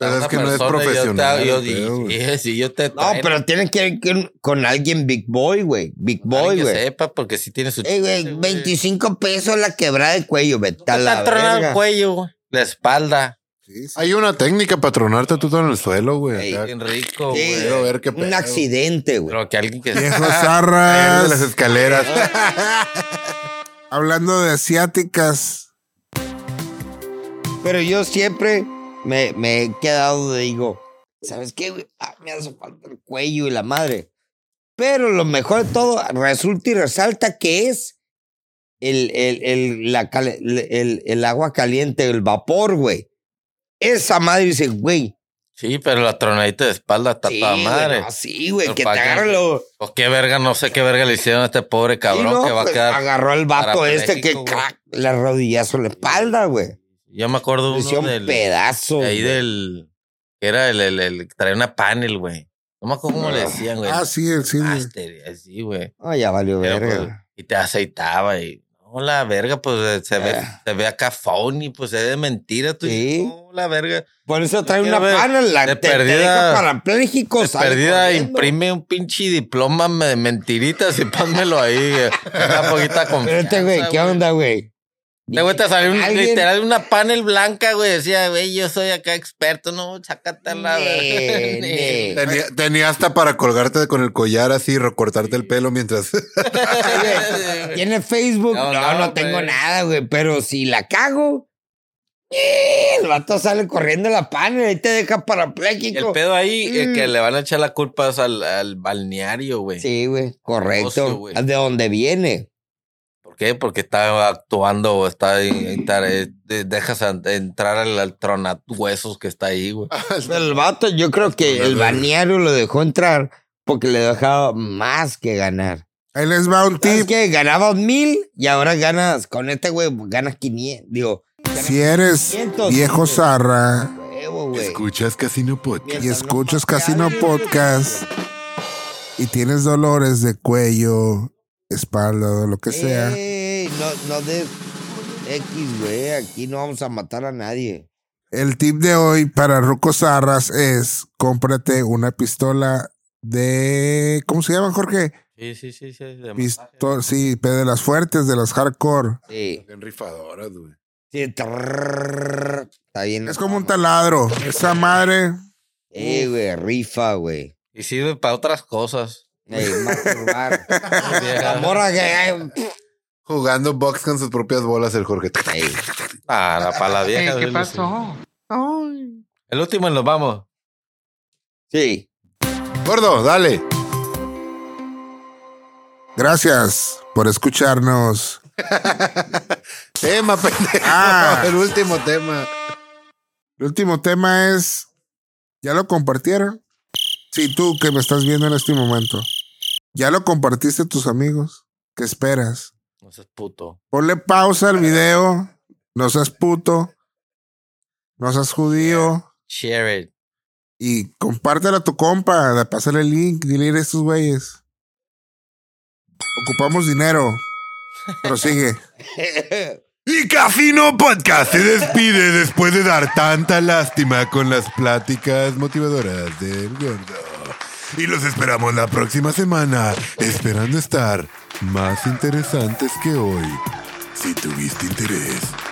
Pero
Una
es que no es
persona y yo te-
profesional,
Yo,
el pedo, güey.
y- y- si yo te
No, pero tienen que ir con, con alguien Big Boy, güey. Big Boy,
Alguien que
güey.
sepa, porque sí tiene su.
Ey, güey,
chiste,
25 pesos la quebrada de cuello, vete a
Te
la
ha tronado
verga.
el cuello, güey. La espalda.
Sí, sí.
Hay una técnica para tronarte tú todo en el suelo, güey.
Ey,
Acá.
Bien rico,
Sí,
güey.
Quiero ver qué pedo.
Un accidente, güey.
Pero que alguien que.
Viejos
Caer de las
zarras.
escaleras.
Hablando de asiáticas.
Pero yo siempre me, me he quedado, digo, ¿sabes qué, güey? Ah, me hace falta el cuello y la madre. Pero lo mejor de todo, resulta y resalta que es el, el, el, la cal- el, el- el agua caliente, el vapor, güey. Esa madre dice, güey.
Sí, pero la tronadita de espalda está
Sí,
toda
güey,
madre.
no, sí, güey,
Pero
que te
pa' qué.
agarra lo-
Pues qué verga, no sé qué verga le hicieron a este pobre cabrón
Sí, no,
que va a
pues,
quedar.
Agarró el vato este que
parapléjico, güey.
crack, le rodillazo en la espalda, güey.
Yo me acuerdo
Le
uno
hicieron
del.
pedazos.
Ahí
güey.
del. Que era el. el, el- traía una panel, güey. No me acuerdo cómo le decían, güey.
Ah, sí, el sí.
Aster, así, este, eh, güey.
Ah, ya valió
Pero,
verga.
pues, y te aceitaba y. No, la verga, pues eh, se ve,
Ah.
se ve acá phony, pues es de mentira. Tú
Sí.
dices, no, la verga.
Por eso trae
Quiero
una
ver,
pana, la
de
te, te
perdida-
deja parapléjico.
De
sale
perdida
corriendo.
imprime un pinche diploma de mentiritas y pónmelo ahí. güey. Una poquita
Pero
confianza.
este güey, ¿qué onda, güey?
Te güey te salió un-
¿Alguien?
literal una panel blanca, güey. Decía, güey, yo soy acá experto, no, chácate la
Ne, ne.
verga.
Tenía, tenía hasta para colgarte con el collar así y recortarte el pelo mientras.
Este ¿Tiene Facebook? No,
No,
no,
no, pues.
tengo
güey.
nada, güey. Pero si la cago, ¡eh! el vato sale corriendo la pana y ahí te deja
El
parapléjico.
pedo ahí es
Mm.
que le van a echar la culpa es al, al balneario, güey.
Sí, güey,
Negocio,
correcto.
güey.
¿De dónde viene?
¿Por qué? Porque está actuando o está ahí- está- eh, de- dejas a- entrar al, al huesos que está ahí, güey.
Pues El vato, yo creo
Pues,
que el baneario lo dejó entrar porque le dejaba más que ganar.
Ahí les va un
¿Sabes
tip.
qué? Ganabas mil y ahora ganas, con este güey, ganas 500. Digo,
Si eres
500,
viejo
güey.
zarra
huevo, güey.
Escuchas Casino Podcast.
y escuchas Casino Podcast y tienes dolores de cuello, espalda o lo que sea,
Ey, no, no des X, güey. Aquí no vamos a matar a nadie.
el tip de hoy para rucos zarras es cómprate una pistola de... ¿Cómo se llama, Jorge?
Sí, sí, sí, sí. de masaje.
Pisto- sí, pero de las fuertes, de las hardcore.
Sí.
Bien rifadoras, güey.
sí. trrr, Está bien.
Es como un taladro. Esa madre...
Eh, güey, rifa, güey.
Y sirve para otras cosas.
Ey, masturbar. La morra que. ay,
Jugando box con sus propias bolas el Jorge.
ey.
Ah, la para la vieja.
¿Qué
güey,
pasó? Ay.
El último y nos vamos.
Sí.
Gordo, dale.
Gracias por escucharnos.
Tema, pendejo.
Ah.
El último tema.
El último tema es ¿Ya lo compartieron? Sí, tú que me estás viendo en este momento. ¿Ya lo compartiste a tus amigos? ¿Qué esperas?
No seas puto.
Ponle pausa al video. No seas puto. No seas judío.
Share it.
Y compártelo a tu compa. da- Pásale el link. Dile a estos güeyes. Ocupamos dinero. Prosigue.
Y Casino Podcast se despide después de dar tanta lástima con las pláticas motivadoras del gordo. Y los esperamos la próxima semana, esperando estar más interesantes que hoy. Si tuviste interés.